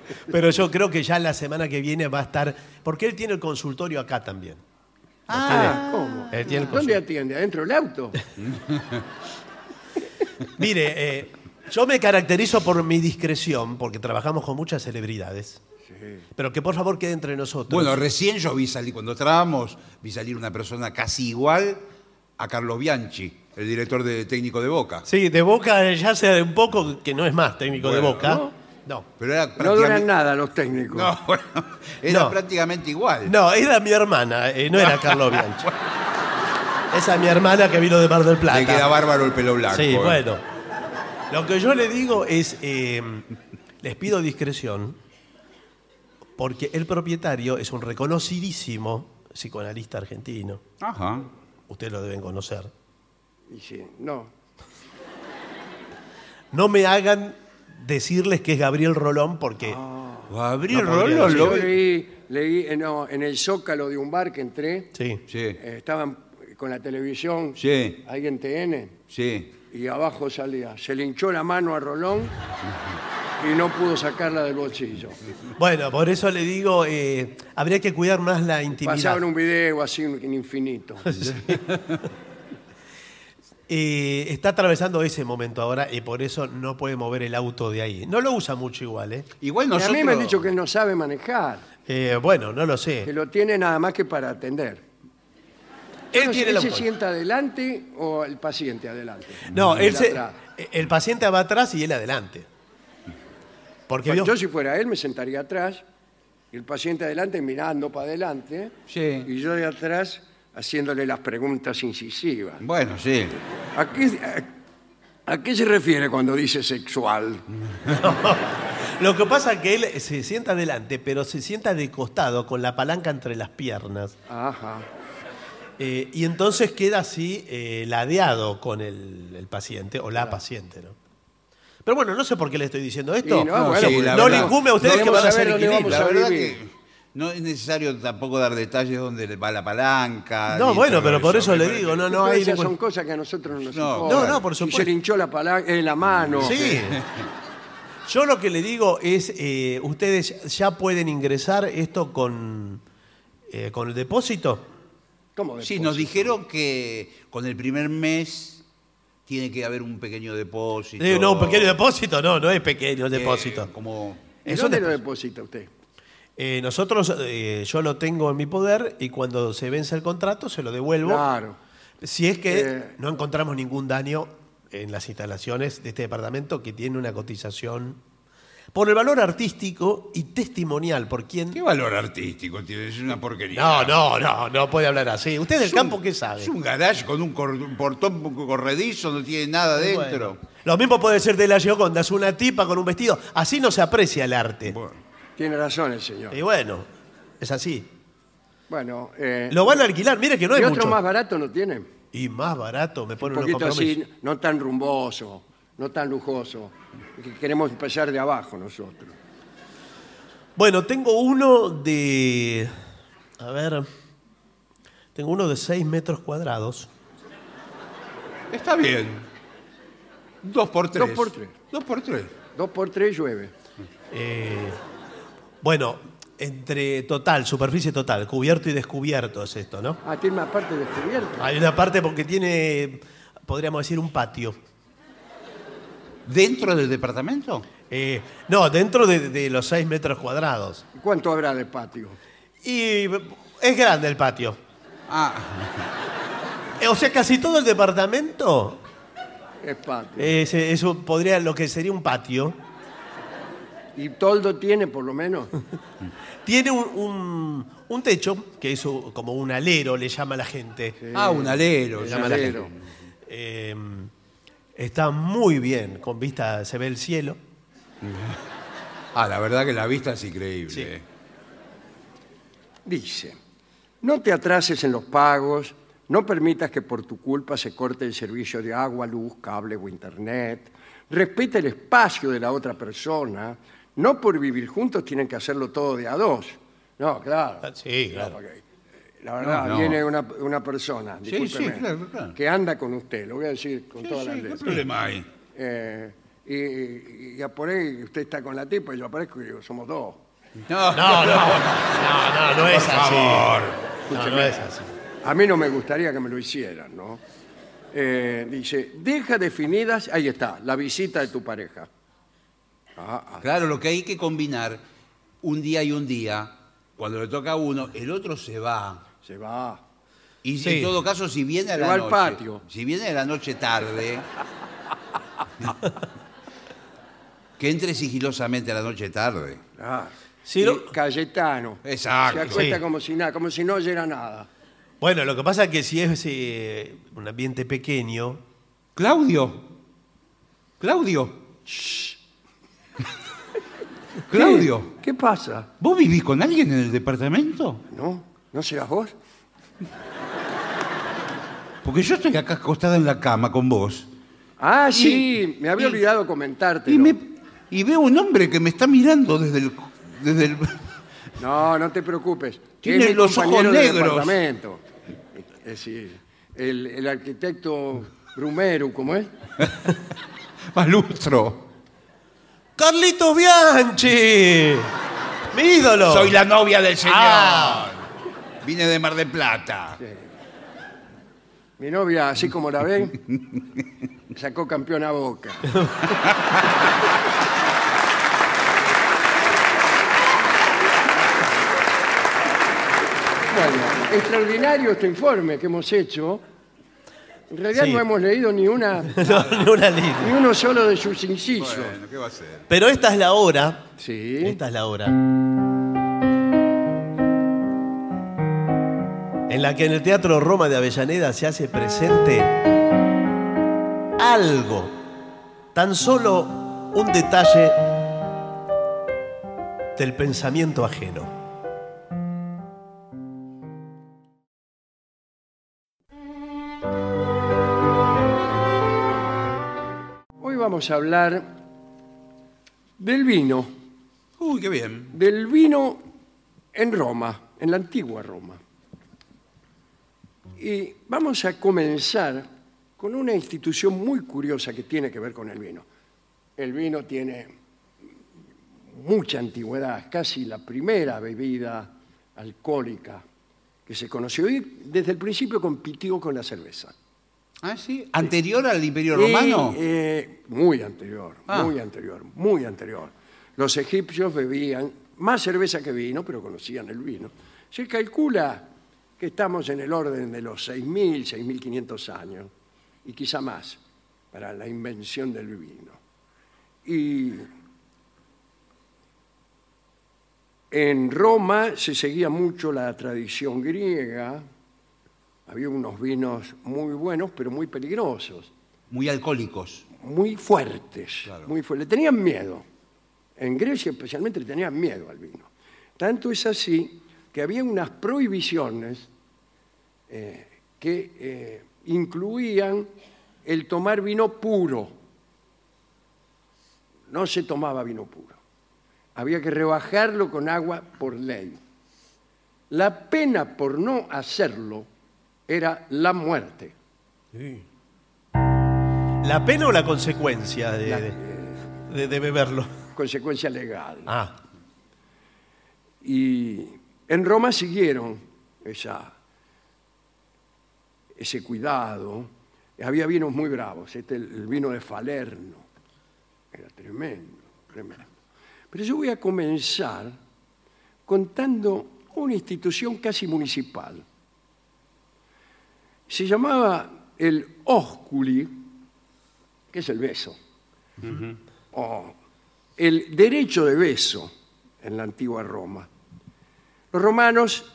Speaker 2: [laughs] pero yo creo que ya la semana que viene va a estar, porque él tiene el consultorio acá también.
Speaker 1: Ah, ¿cómo?
Speaker 2: Él tiene el
Speaker 1: ¿Dónde
Speaker 2: consul-
Speaker 1: atiende? ¿Adentro del auto?
Speaker 2: Mire, eh, yo me caracterizo por mi discreción, porque trabajamos con muchas celebridades. Pero que por favor quede entre nosotros.
Speaker 3: bueno, recién yo vi salir, cuando estábamos, vi salir una persona casi igual a Carlos Bianchi, el director de técnico de Boca.
Speaker 2: sí, de boca ya sea un poco, que no es más técnico de
Speaker 3: Bueno,
Speaker 2: boca.
Speaker 1: ¿no?
Speaker 2: No.
Speaker 3: Pero era
Speaker 1: No duran
Speaker 3: prácticamente.
Speaker 1: nada los técnicos.
Speaker 3: [laughs] No, bueno, era
Speaker 2: No.
Speaker 3: prácticamente igual.
Speaker 2: No, era mi hermana, eh, no era Carlos
Speaker 3: [laughs]
Speaker 2: Bianchi. Esa es mi hermana que vino de Mar del Plata.
Speaker 3: Le queda bárbaro el pelo blanco.
Speaker 2: Sí,
Speaker 3: ¿eh?
Speaker 2: bueno. Lo que yo le digo es, eh, les pido discreción, porque el propietario es un reconocidísimo psicoanalista argentino.
Speaker 3: Ajá.
Speaker 2: Ustedes lo deben conocer.
Speaker 1: Y sí, no.
Speaker 2: No me hagan decirles que es Gabriel Rolón porque...
Speaker 1: Ah.
Speaker 3: Gabriel
Speaker 2: No podría
Speaker 3: Rollo
Speaker 2: decir.
Speaker 3: lo
Speaker 1: Yo
Speaker 3: ve-
Speaker 1: leí, leí eh, no, en el zócalo de un bar que entré,
Speaker 2: Sí.
Speaker 3: Sí,
Speaker 1: eh, estaban con la televisión,
Speaker 3: Sí.
Speaker 1: ahí en TN,
Speaker 3: sí.
Speaker 1: y abajo salía, se le hinchó la mano a Rolón y no pudo sacarla del bolsillo.
Speaker 2: Bueno, por eso le digo, eh, habría que cuidar más la intimidad. [laughs]
Speaker 1: Pasaban un video así en infinito.
Speaker 2: Eh, está atravesando ese momento ahora y por eso no puede mover el auto de ahí. No lo usa mucho igual, ¿eh?
Speaker 3: Igual
Speaker 1: Y a
Speaker 3: nosotros.
Speaker 1: mí me han dicho que él no sabe manejar,
Speaker 2: Eh, bueno, no lo
Speaker 1: que
Speaker 2: sé.
Speaker 1: lo tiene nada más que para atender.
Speaker 2: Él
Speaker 1: No sé,
Speaker 2: tiene el
Speaker 1: se
Speaker 2: auto.
Speaker 1: sienta adelante o el paciente adelante?
Speaker 2: No, él
Speaker 1: Él
Speaker 2: se-
Speaker 1: atrás.
Speaker 2: el paciente va atrás y él adelante. Porque
Speaker 1: Pues
Speaker 2: vio-
Speaker 1: yo si fuera él me sentaría atrás y el paciente adelante mirando para adelante
Speaker 3: Sí.
Speaker 1: y yo de atrás haciéndole las preguntas incisivas.
Speaker 3: Bueno, sí.
Speaker 1: ¿A qué, a- a qué se refiere cuando dice sexual?
Speaker 2: lo que pasa es que él se sienta adelante, pero se sienta de costado con la palanca entre las piernas.
Speaker 1: Ajá.
Speaker 2: Eh, y entonces queda así eh, ladeado con el, el paciente o la paciente, ¿no? Pero bueno, no sé por qué le estoy diciendo esto.
Speaker 1: Y no, Ah, bueno,
Speaker 3: sí,
Speaker 1: pues,
Speaker 3: la
Speaker 2: no le
Speaker 3: verdad.
Speaker 2: incumbe a
Speaker 1: No
Speaker 2: ustedes que
Speaker 1: vamos
Speaker 2: van a
Speaker 1: a ver
Speaker 2: ser
Speaker 1: dónde vamos
Speaker 2: inquilinos.
Speaker 3: La
Speaker 1: a
Speaker 3: verdad
Speaker 1: vivir.
Speaker 3: que no es necesario tampoco dar detalles dónde va la palanca.
Speaker 2: No,
Speaker 3: ni
Speaker 2: bueno,
Speaker 3: todo
Speaker 2: pero por eso le digo, no, no
Speaker 1: Pero
Speaker 2: hay
Speaker 1: esas
Speaker 2: ningún-
Speaker 1: son cosas que a nosotros no nos
Speaker 3: No,
Speaker 1: importan.
Speaker 2: no, no, por
Speaker 1: Si
Speaker 2: supuesto.
Speaker 1: se le hinchó la, palan- eh, la mano.
Speaker 2: Sí. Yo lo que le digo es, eh, ustedes ya pueden ingresar esto con, eh, con el depósito.
Speaker 1: ¿Cómo
Speaker 3: Sí,
Speaker 1: depósito?
Speaker 3: nos dijeron que con el primer mes tiene que haber un pequeño depósito.
Speaker 2: Eh, no, un pequeño depósito, no, no es pequeño el
Speaker 3: Eh,
Speaker 2: depósito.
Speaker 3: como.
Speaker 1: ¿En
Speaker 2: Es un
Speaker 1: dónde lo
Speaker 2: depósito.
Speaker 1: deposita usted?
Speaker 2: Eh, nosotros, eh, yo lo tengo en mi poder y cuando se vence el contrato se lo devuelvo.
Speaker 1: Claro.
Speaker 2: Si es que
Speaker 1: Eh.
Speaker 2: no encontramos ningún daño en las instalaciones de este departamento que tiene una cotización por el valor artístico y testimonial por quien...
Speaker 3: ¿Qué valor artístico tiene? Es una porquería.
Speaker 2: No, no, no, no puede hablar así. Usted del
Speaker 3: Es un-
Speaker 2: campo, ¿qué sabe?
Speaker 3: Es un garage con un, cor- un portón corredizo, no tiene nada dentro.
Speaker 2: Bueno, lo mismo puede ser de la Gioconda, es una tipa con un vestido. Así no se aprecia el arte.
Speaker 3: Bueno.
Speaker 1: Tiene razón el señor.
Speaker 2: Y bueno, es así.
Speaker 1: Bueno, eh,
Speaker 2: Lo van a alquilar, mire que no
Speaker 1: ¿y
Speaker 2: hay
Speaker 1: otro
Speaker 2: mucho.
Speaker 1: más barato no tiene?
Speaker 2: Y más barato, me pone
Speaker 1: Un
Speaker 2: unos
Speaker 1: poquito
Speaker 2: compromisos.
Speaker 1: así, no tan rumboso, no tan lujoso. que Queremos empezar de abajo nosotros.
Speaker 2: Bueno, tengo uno de. A ver. Tengo uno de 6 metros cuadrados.
Speaker 3: Está bien. Dos por tres.
Speaker 1: Dos por tres.
Speaker 3: Dos por tres.
Speaker 1: Dos por tres llueve.
Speaker 2: Eh, bueno, entre total, superficie total, cubierto y descubierto es esto, ¿no?
Speaker 1: Ah, tiene una parte descubierta.
Speaker 2: Hay una parte porque tiene, podríamos decir, un patio.
Speaker 3: ¿Dentro del departamento?
Speaker 2: Eh, no, dentro de, de los 6 metros cuadrados.
Speaker 1: ¿Y ¿Cuánto habrá de patio?
Speaker 2: Y es grande el patio.
Speaker 3: Ah,
Speaker 2: Eh, O sea, casi todo el departamento
Speaker 1: Es patio.
Speaker 2: es, es un- podría lo que sería un patio.
Speaker 1: ¿Y toldo tiene por [laughs] lo menos?
Speaker 2: Tiene un, un- un techo, que es u- como un alero, le llama la gente.
Speaker 3: ah, un alero.
Speaker 1: El
Speaker 3: ya me-
Speaker 1: alero.
Speaker 2: Eh, está muy bien, con vista se ve el cielo.
Speaker 3: Ah, la verdad que la vista es increíble.
Speaker 2: Sí.
Speaker 3: eh.
Speaker 1: Dice, no te atrases en los pagos, no permitas que por tu culpa se corte el servicio de agua, luz, cable o internet, respeta el espacio de la otra persona, no por vivir juntos tienen que hacerlo todo de a dos. No, claro.
Speaker 2: Ah, sí, claro.
Speaker 1: porque, eh, la verdad,
Speaker 3: No, no.
Speaker 1: viene una, una persona,
Speaker 3: Sí, sí,
Speaker 1: discúlpeme,
Speaker 3: claro, claro.
Speaker 1: que anda con usted, lo voy a decir con todas las
Speaker 3: Sí, ¿Qué
Speaker 1: letras.
Speaker 3: problema hay?
Speaker 1: Eh, y, y- y ya por ahí usted está con la tipa y yo aparezco y digo, somos dos.
Speaker 3: No,
Speaker 2: No, no, no, no, no es
Speaker 3: por
Speaker 2: así.
Speaker 3: favor.
Speaker 2: No, no es así.
Speaker 1: A mí no me gustaría que me lo hicieran, ¿no? Eh, dice, deja definidas, ahí está, la visita de tu pareja. Ah, ah,
Speaker 3: Claro, lo que hay que combinar un día y un día, cuando le toca a uno, el otro se va.
Speaker 1: se va.
Speaker 3: Y
Speaker 2: Sí.
Speaker 3: en todo caso, si viene a
Speaker 1: Se
Speaker 3: la
Speaker 1: va al
Speaker 3: noche,
Speaker 1: patio.
Speaker 3: si viene a la noche tarde, que entre sigilosamente a la noche tarde.
Speaker 1: Ah.
Speaker 2: Sí,
Speaker 1: Y
Speaker 2: lo-
Speaker 1: Cayetano.
Speaker 3: Exacto.
Speaker 1: Se acuesta
Speaker 2: Sí.
Speaker 1: como si nada, como si no oyera nada.
Speaker 2: Bueno, lo que pasa es que si es eh, un ambiente pequeño,
Speaker 3: Claudio, Claudio, Claudio,
Speaker 1: ¿Qué, ¿Qué pasa?
Speaker 3: ¿vos vivís con alguien en el departamento?
Speaker 1: ¿No? ¿No serás vos?
Speaker 3: Porque yo estoy acá acostada en la cama con vos
Speaker 1: Ah, sí, me había
Speaker 3: y-
Speaker 1: olvidado comentarte.
Speaker 3: y, me, y veo un hombre que me está mirando desde el... Desde el [laughs]
Speaker 1: No, no te preocupes.
Speaker 3: Tiene
Speaker 1: Es mi
Speaker 3: los ojos
Speaker 1: compañero de
Speaker 3: negros.
Speaker 1: departamento. Es decir, el, el arquitecto Brumeru, ¿cómo es?
Speaker 3: balustro.
Speaker 2: ¡Carlitos Bianchi! ¡Mi ídolo!
Speaker 3: Soy la novia del señor.
Speaker 2: Ah.
Speaker 3: Vine de Mar del Plata.
Speaker 1: Mi novia, así como la ven,
Speaker 3: [laughs]
Speaker 1: sacó campeón a boca. bueno, extraordinario este informe que hemos hecho. En realidad
Speaker 2: Sí.
Speaker 1: no hemos leído ni una,
Speaker 2: [laughs] No, ni una línea.
Speaker 1: ni uno solo de sus incisos.
Speaker 3: ¿qué va a ser?
Speaker 2: Pero esta es la hora.
Speaker 1: Sí.
Speaker 3: Este
Speaker 2: Esta es la hora. En la que en el Teatro Roma de Avellaneda se hace presente algo, tan solo un detalle del pensamiento ajeno.
Speaker 1: Hoy vamos a hablar del vino,
Speaker 3: Uy, qué bien.
Speaker 1: del vino en Roma, en la antigua Roma. Y vamos a comenzar con una institución muy curiosa que tiene que ver con el vino. El vino tiene mucha antigüedad, es casi la primera bebida alcohólica que se conoció y desde el principio compitió con la cerveza.
Speaker 3: Ah, sí. ¿Anterior al Imperio
Speaker 1: Y,
Speaker 3: Romano?
Speaker 1: eh, muy anterior,
Speaker 3: Ah.
Speaker 1: muy anterior, muy anterior. Los egipcios bebían más cerveza que vino, pero conocían el vino. Se calcula que estamos en el orden de los 6.000, 6.500 años, y quizá más, para la invención del vino. Y en Roma se seguía mucho la tradición griega, había unos vinos muy buenos, pero muy peligrosos
Speaker 3: Muy alcohólicos.
Speaker 1: muy fuertes,
Speaker 3: Claro.
Speaker 1: muy fuertes. Le tenían miedo. En Grecia especialmente le tenían miedo al vino. Tanto es así que había unas prohibiciones eh, que eh, incluían el tomar vino puro. No se tomaba vino puro. Había que rebajarlo con agua por ley. La pena por no hacerlo era la muerte.
Speaker 2: ¿La pena o la consecuencia de, de- de- de beberlo?
Speaker 1: Consecuencia legal.
Speaker 2: Ah,
Speaker 1: Y en Roma siguieron esa- ese cuidado. Había vinos muy bravos. Este, el vino de Falerno. Era tremendo, tremendo. Pero yo voy a comenzar contando una institución casi municipal. Se llamaba el ósculi, que es el beso, o el derecho de beso en la antigua Roma. Los romanos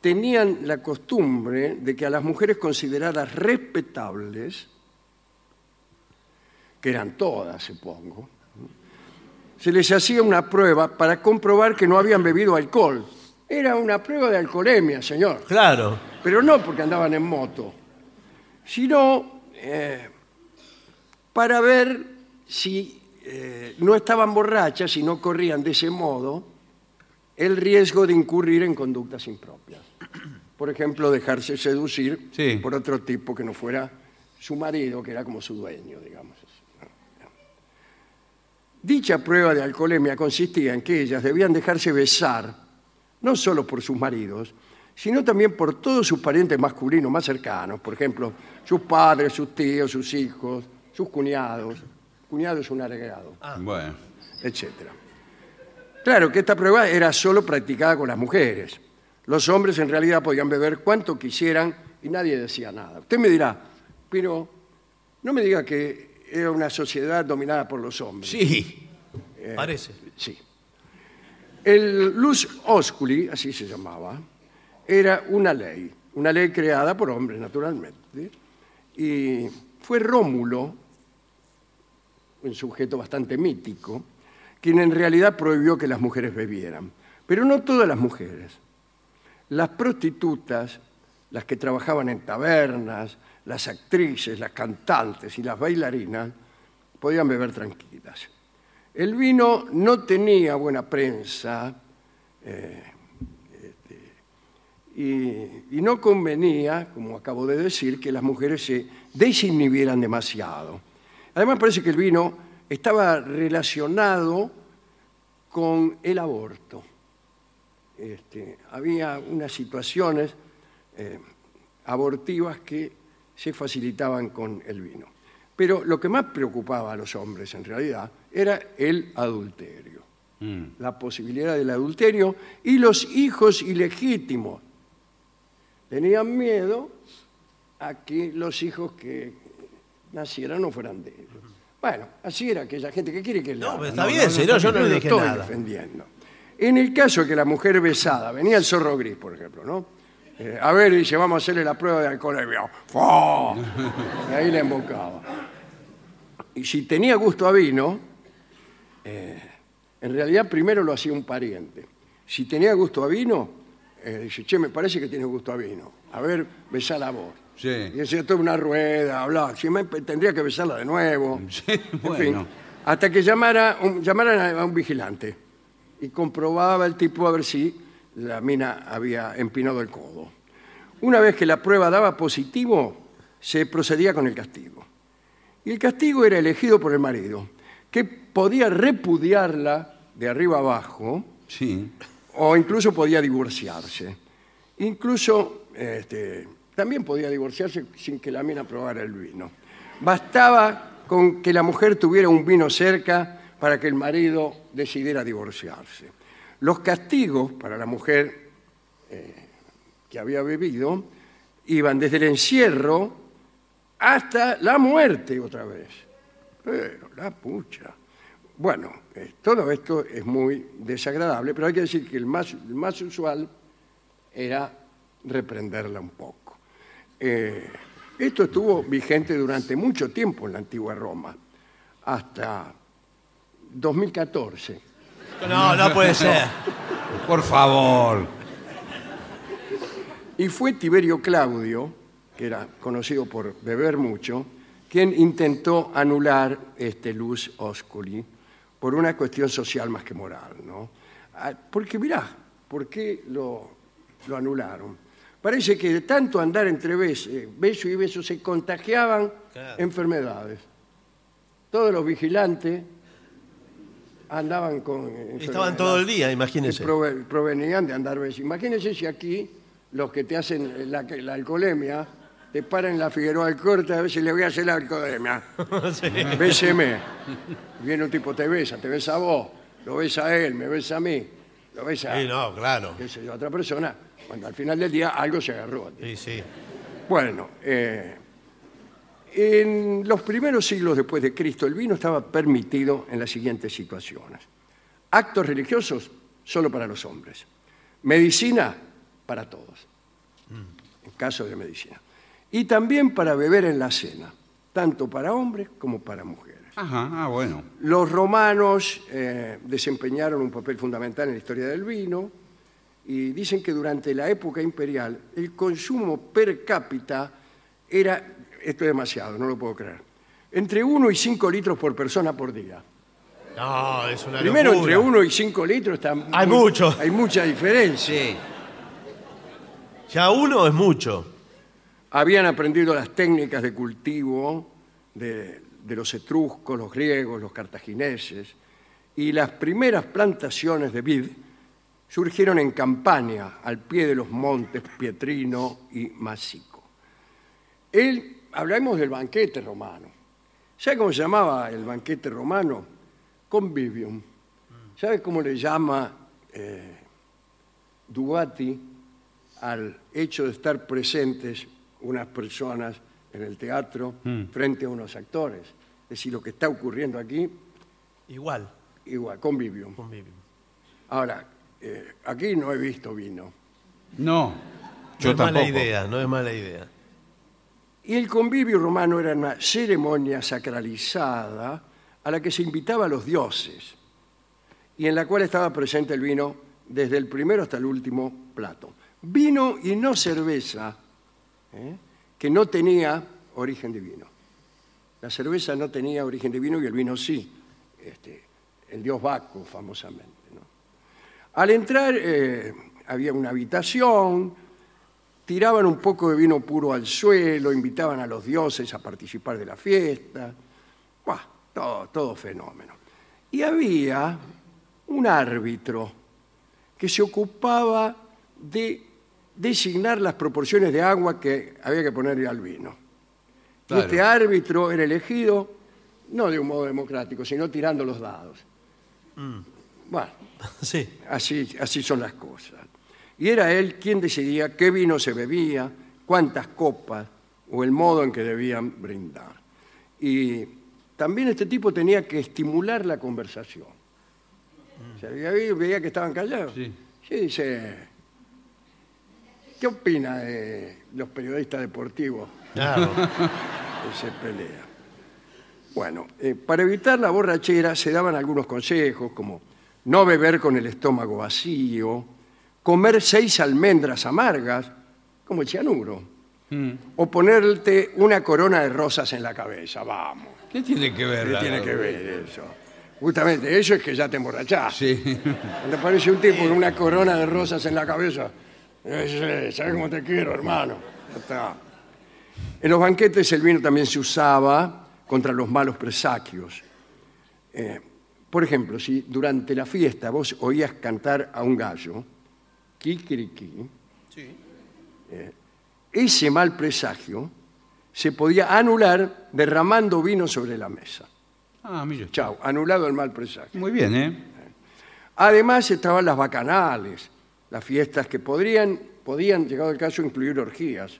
Speaker 1: tenían la costumbre de que a las mujeres consideradas respetables, que eran todas, supongo, se les hacía una prueba para comprobar que no habían bebido alcohol. Era una prueba de alcoholemia, señor
Speaker 2: claro.
Speaker 1: pero no porque andaban en moto, sino eh, para ver si eh, no estaban borrachas y no corrían de ese modo el riesgo de incurrir en conductas impropias. por ejemplo, dejarse seducir
Speaker 3: Sí.
Speaker 1: por otro tipo que no fuera su marido, que era como su dueño, digamos. Dicha prueba de alcoholemia consistía en que ellas debían dejarse besar, no solo por sus maridos, sino también por todos sus parientes masculinos más cercanos, por ejemplo, sus padres, sus tíos, sus hijos, sus cuñados. Cuñado es un agregado
Speaker 3: Bueno,
Speaker 1: etcétera. Claro que esta prueba era solo practicada con las mujeres. Los hombres en realidad podían beber cuanto quisieran y nadie decía nada. Usted me dirá, pero no me diga que era una sociedad dominada por los hombres.
Speaker 3: sí.
Speaker 2: Eh. Parece.
Speaker 1: Sí. El Luz Osculi, así se llamaba, era una ley, una ley creada por hombres, naturalmente, y fue Rómulo, un sujeto bastante mítico, quien en realidad prohibió que las mujeres bebieran. Pero no todas las mujeres. Las prostitutas, las que trabajaban en tabernas, las actrices, las cantantes y las bailarinas, podían beber tranquilas. El vino no tenía buena prensa eh, este, y, y no convenía, como acabo de decir, que las mujeres se desinhibieran demasiado. Además parece que el vino estaba relacionado con el aborto. Este, había unas situaciones eh, abortivas que se facilitaban con el vino. Pero lo que más preocupaba a los hombres en realidad era el adulterio,
Speaker 2: Mm.
Speaker 1: la posibilidad del adulterio y los hijos ilegítimos. Tenían miedo a que los hijos que nacieran no fueran de ellos. Bueno, así era aquella gente que quiere que le
Speaker 2: No,
Speaker 1: haga?
Speaker 2: pero está bien, señor, yo no le dije
Speaker 1: estoy
Speaker 2: nada.
Speaker 1: defendiendo. En el caso de que la mujer besada, venía el zorro gris, por ejemplo, ¿no? Eh, a ver, dice, vamos a hacerle la prueba de alcoholemia.
Speaker 2: [laughs]
Speaker 1: ¡Fua! Y ahí la embocaba. Y si tenía gusto a vino, eh, en realidad primero lo hacía un pariente. Si tenía gusto a vino, eh, dice, che, me parece que tiene gusto a vino. A ver, besala vos.
Speaker 3: Sí.
Speaker 1: Y hacía toda una rueda, hablaba. Si me, tendría que besarla de
Speaker 3: [laughs]
Speaker 1: nuevo. En
Speaker 3: bueno.
Speaker 1: fin, hasta que llamara un- llamaran a- a un vigilante y comprobaba el tipo a ver si la mina había empinado el codo. Una vez que la prueba daba positivo, se procedía con el castigo. Y el castigo era elegido por el marido, que podía repudiarla de arriba abajo
Speaker 3: Sí.
Speaker 1: o incluso podía divorciarse. Incluso este, también podía divorciarse sin que la mina probara el vino. Bastaba con que la mujer tuviera un vino cerca para que el marido decidiera divorciarse. Los castigos para la mujer eh, que había bebido iban desde el encierro hasta la muerte otra vez. Pero la pucha. Bueno, eh, todo esto es muy desagradable, pero hay que decir que el más, el más usual era reprenderla un poco. Eh, esto estuvo vigente durante mucho tiempo en la antigua Roma, hasta 2014.
Speaker 2: No, no puede ser.
Speaker 3: Por favor.
Speaker 1: Y fue Tiberio Claudio, que era conocido por beber mucho, quien intentó anular este Luz Osculi por una cuestión social más que moral, ¿no? Ah, Porque mirá, ¿por qué lo, lo anularon? Parece que de tanto andar entre bes- eh, beso y beso se contagiaban
Speaker 2: Claro.
Speaker 1: enfermedades. Todos los vigilantes andaban con eh,
Speaker 2: Estaban
Speaker 1: enfermedades
Speaker 2: todo el día,
Speaker 1: que
Speaker 2: imagínense.
Speaker 1: prove- provenían de andar besos. Imagínense si aquí los que te hacen la, la alcoholemia te paran la Figueroa del corte a ver si le voy a hacer la alcoholemia.
Speaker 2: [laughs] Sí.
Speaker 1: Béseme. Viene un tipo, te besa, te besa a vos, lo besa a él, me besa a mí, lo besa a
Speaker 2: Sí, no, claro.
Speaker 1: qué sé yo, a otra persona. Cuando al final del día algo se agarró.
Speaker 2: Sí, sí.
Speaker 1: Bueno, eh, en los primeros siglos después de Cristo, el vino estaba permitido en las siguientes situaciones. Actos religiosos solo para los hombres. Medicina para todos, en caso de medicina. Y también para beber en la cena, tanto para hombres como para mujeres.
Speaker 3: Ajá, ah, bueno.
Speaker 1: Los romanos eh, desempeñaron un papel fundamental en la historia del vino y dicen que durante la época imperial el consumo per cápita era, esto es demasiado, no lo puedo creer, entre 1 y 5 litros por persona por día.
Speaker 2: No, es una
Speaker 1: Primero,
Speaker 2: locura.
Speaker 1: entre 1 y 5 litros está
Speaker 2: Hay
Speaker 1: muy-
Speaker 2: mucho.
Speaker 1: Hay mucha diferencia.
Speaker 3: Sí.
Speaker 2: Ya uno es mucho.
Speaker 1: Habían aprendido las técnicas de cultivo de, de los etruscos, los griegos, los cartagineses, y las primeras plantaciones de vid surgieron en Campania, al pie de los montes Pietrino y Másico. Él, hablamos del banquete romano. ¿Sabe cómo se llamaba el banquete romano? Convivium. ¿Sabe cómo le llama eh, Duati al hecho de estar presentes unas personas en el teatro frente a unos actores? Es decir, lo que está ocurriendo aquí,
Speaker 2: Igual.
Speaker 1: igual, convivium.
Speaker 2: conviven.
Speaker 1: Ahora, eh, aquí no he visto vino.
Speaker 3: No, yo
Speaker 2: no es
Speaker 3: tampoco.
Speaker 2: mala idea, no es mala idea. [laughs]
Speaker 1: Y el convivio romano era una ceremonia sacralizada a la que se invitaba a los dioses y en la cual estaba presente el vino desde el primero hasta el último plato. Vino y no cerveza, ¿eh? que no tenía origen divino. La cerveza no tenía origen divino y el vino sí, este, el dios Baco famosamente. ¿no? Al entrar eh, había una habitación, tiraban un poco de vino puro al suelo, invitaban a los dioses a participar de la fiesta. Buah, todo, todo fenómeno. Y había un árbitro que se ocupaba de designar las proporciones de agua que había que ponerle al vino. Y
Speaker 3: Claro.
Speaker 1: Este árbitro era elegido no de un modo democrático, sino tirando los dados. Bueno,
Speaker 2: Sí.
Speaker 1: Así, así son las cosas. Y era él quien decidía qué vino se bebía, cuántas copas o el modo en que debían brindar. Y también este tipo tenía que estimular la conversación. Se veía, veía que estaban callados.
Speaker 3: Sí.
Speaker 1: Sí, dice, ¿qué opina de los periodistas deportivos?
Speaker 2: Claro.
Speaker 1: que Pues se pelea. Bueno, eh, para evitar la borrachera se daban algunos consejos como no beber con el estómago vacío, comer seis almendras amargas, como el cianuro, o ponerte una corona de rosas en la cabeza, vamos.
Speaker 3: ¿Qué tiene que ver?
Speaker 1: ¿Qué
Speaker 3: la-
Speaker 1: tiene que ver eso? Justamente eso es que ya te emborrachás.
Speaker 3: Sí. [laughs]
Speaker 1: Cuando aparece un tipo con una corona de rosas en la cabeza, eh, sí, ¿sabes cómo te quiero, hermano? Ya está. En los banquetes el vino también se usaba contra los malos presagios. Eh, por ejemplo, si durante la fiesta vos oías cantar a un gallo, kikiriki, eh, ese mal presagio se podía anular derramando vino sobre la mesa.
Speaker 3: Ah, mire. usted.
Speaker 1: Chau, anulado el mal presagio.
Speaker 3: Muy bien, ¿eh?
Speaker 1: Además estaban las bacanales, las fiestas que podrían, podían, llegado el caso, incluir orgías.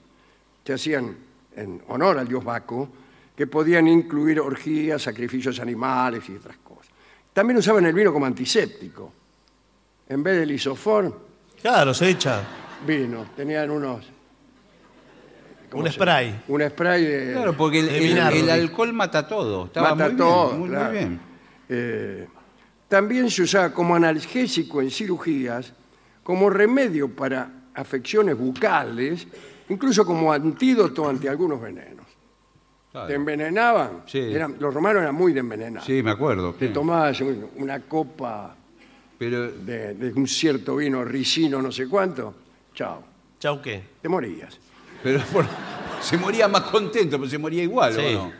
Speaker 1: Se hacían en honor al dios Baco, que podían incluir orgías, sacrificios animales y otras cosas. También usaban el vino como antiséptico. En vez del isofor,
Speaker 2: Claro, se echa.
Speaker 1: vino. Tenían unos... ¿cómo
Speaker 2: Un
Speaker 1: se-
Speaker 2: spray.
Speaker 1: Un spray de...
Speaker 3: Claro, porque el,
Speaker 2: De
Speaker 3: el-
Speaker 2: vinagre.
Speaker 3: el alcohol mata todo. Estaba
Speaker 1: Mata
Speaker 3: muy bien,
Speaker 1: todo,
Speaker 3: muy- muy
Speaker 1: claro.
Speaker 3: bien.
Speaker 1: Eh, también se usaba como analgésico en cirugías, como remedio para afecciones bucales, incluso como antídoto ante algunos venenos.
Speaker 3: Claro.
Speaker 1: ¿Te envenenaban?
Speaker 3: Sí.
Speaker 1: Eran- los romanos eran muy de envenenar.
Speaker 3: Sí, me acuerdo.
Speaker 1: Te
Speaker 3: sí.
Speaker 1: tomabas un- una copa
Speaker 3: Pero
Speaker 1: de, de un cierto vino ricino, no sé cuánto, chao,
Speaker 2: Chau, ¿qué?
Speaker 1: te morías.
Speaker 3: Pero por- [laughs] se moría más contento, pero se moría igual, ¿o
Speaker 2: Sí.
Speaker 3: no?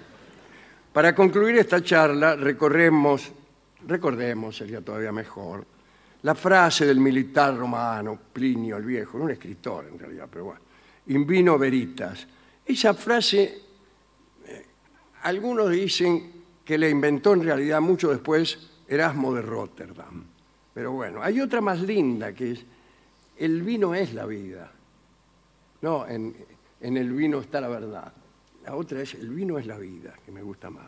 Speaker 1: Para concluir esta charla, recorremos, recordemos, sería todavía mejor, la frase del militar romano, Plinio el Viejo, un escritor en realidad, pero bueno, in vino veritas. Esa frase, eh, algunos dicen que la inventó en realidad mucho después Erasmo de Rotterdam. Pero bueno, hay otra más linda que es, el vino es la vida. No, en, en el vino está la verdad. La otra es, el vino es la vida, que me gusta más.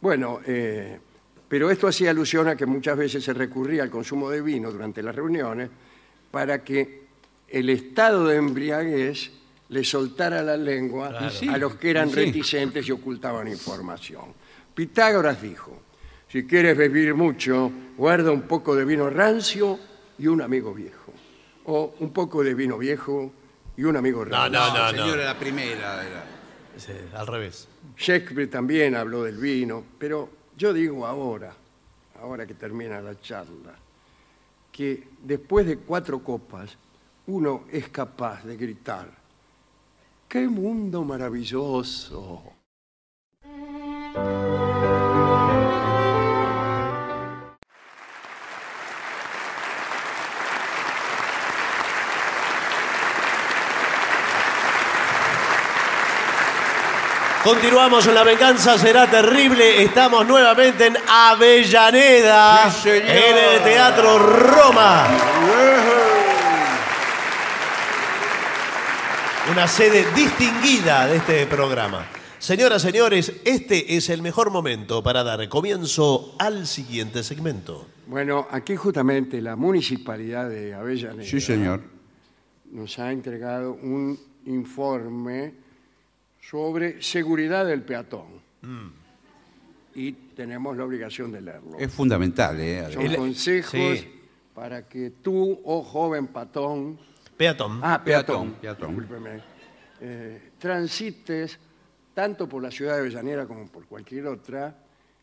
Speaker 1: Bueno, eh, pero esto hacía alusión a que muchas veces se recurría al consumo de vino durante las reuniones para que el estado de embriaguez le soltara la lengua
Speaker 3: Y sí,
Speaker 1: a los que eran
Speaker 3: y sí.
Speaker 1: reticentes y ocultaban información. Pitágoras dijo, si quieres vivir mucho, guarda un poco de vino rancio y un amigo viejo. O un poco de vino viejo y un amigo rancio.
Speaker 2: No, no, no, no.
Speaker 3: Señora, la primera era.
Speaker 2: Sí, al revés.
Speaker 1: Shakespeare también habló del vino, pero yo digo ahora, ahora que termina la charla, que después de cuatro copas, uno es capaz de gritar, ¡qué mundo maravilloso!
Speaker 2: Continuamos en La Venganza Será Terrible. Estamos nuevamente en Avellaneda,
Speaker 3: Sí, señor.
Speaker 2: en el Teatro Roma. Una sede distinguida de este programa. Señoras, señores, este es el mejor momento para dar comienzo al siguiente segmento.
Speaker 1: Bueno, aquí justamente la municipalidad de Avellaneda
Speaker 3: Sí, señor.
Speaker 1: nos ha entregado un informe sobre seguridad del peatón.
Speaker 2: Mm.
Speaker 1: Y tenemos la obligación de leerlo.
Speaker 3: Es fundamental, ¿eh?
Speaker 1: Son
Speaker 2: El-
Speaker 1: consejos
Speaker 2: sí.
Speaker 1: para que tú, oh joven patón,
Speaker 2: Peatón.
Speaker 1: ah, peatón,
Speaker 3: Peatón, peatón.
Speaker 1: discúlpeme, eh, transites tanto por la ciudad de Avellaneda como por cualquier otra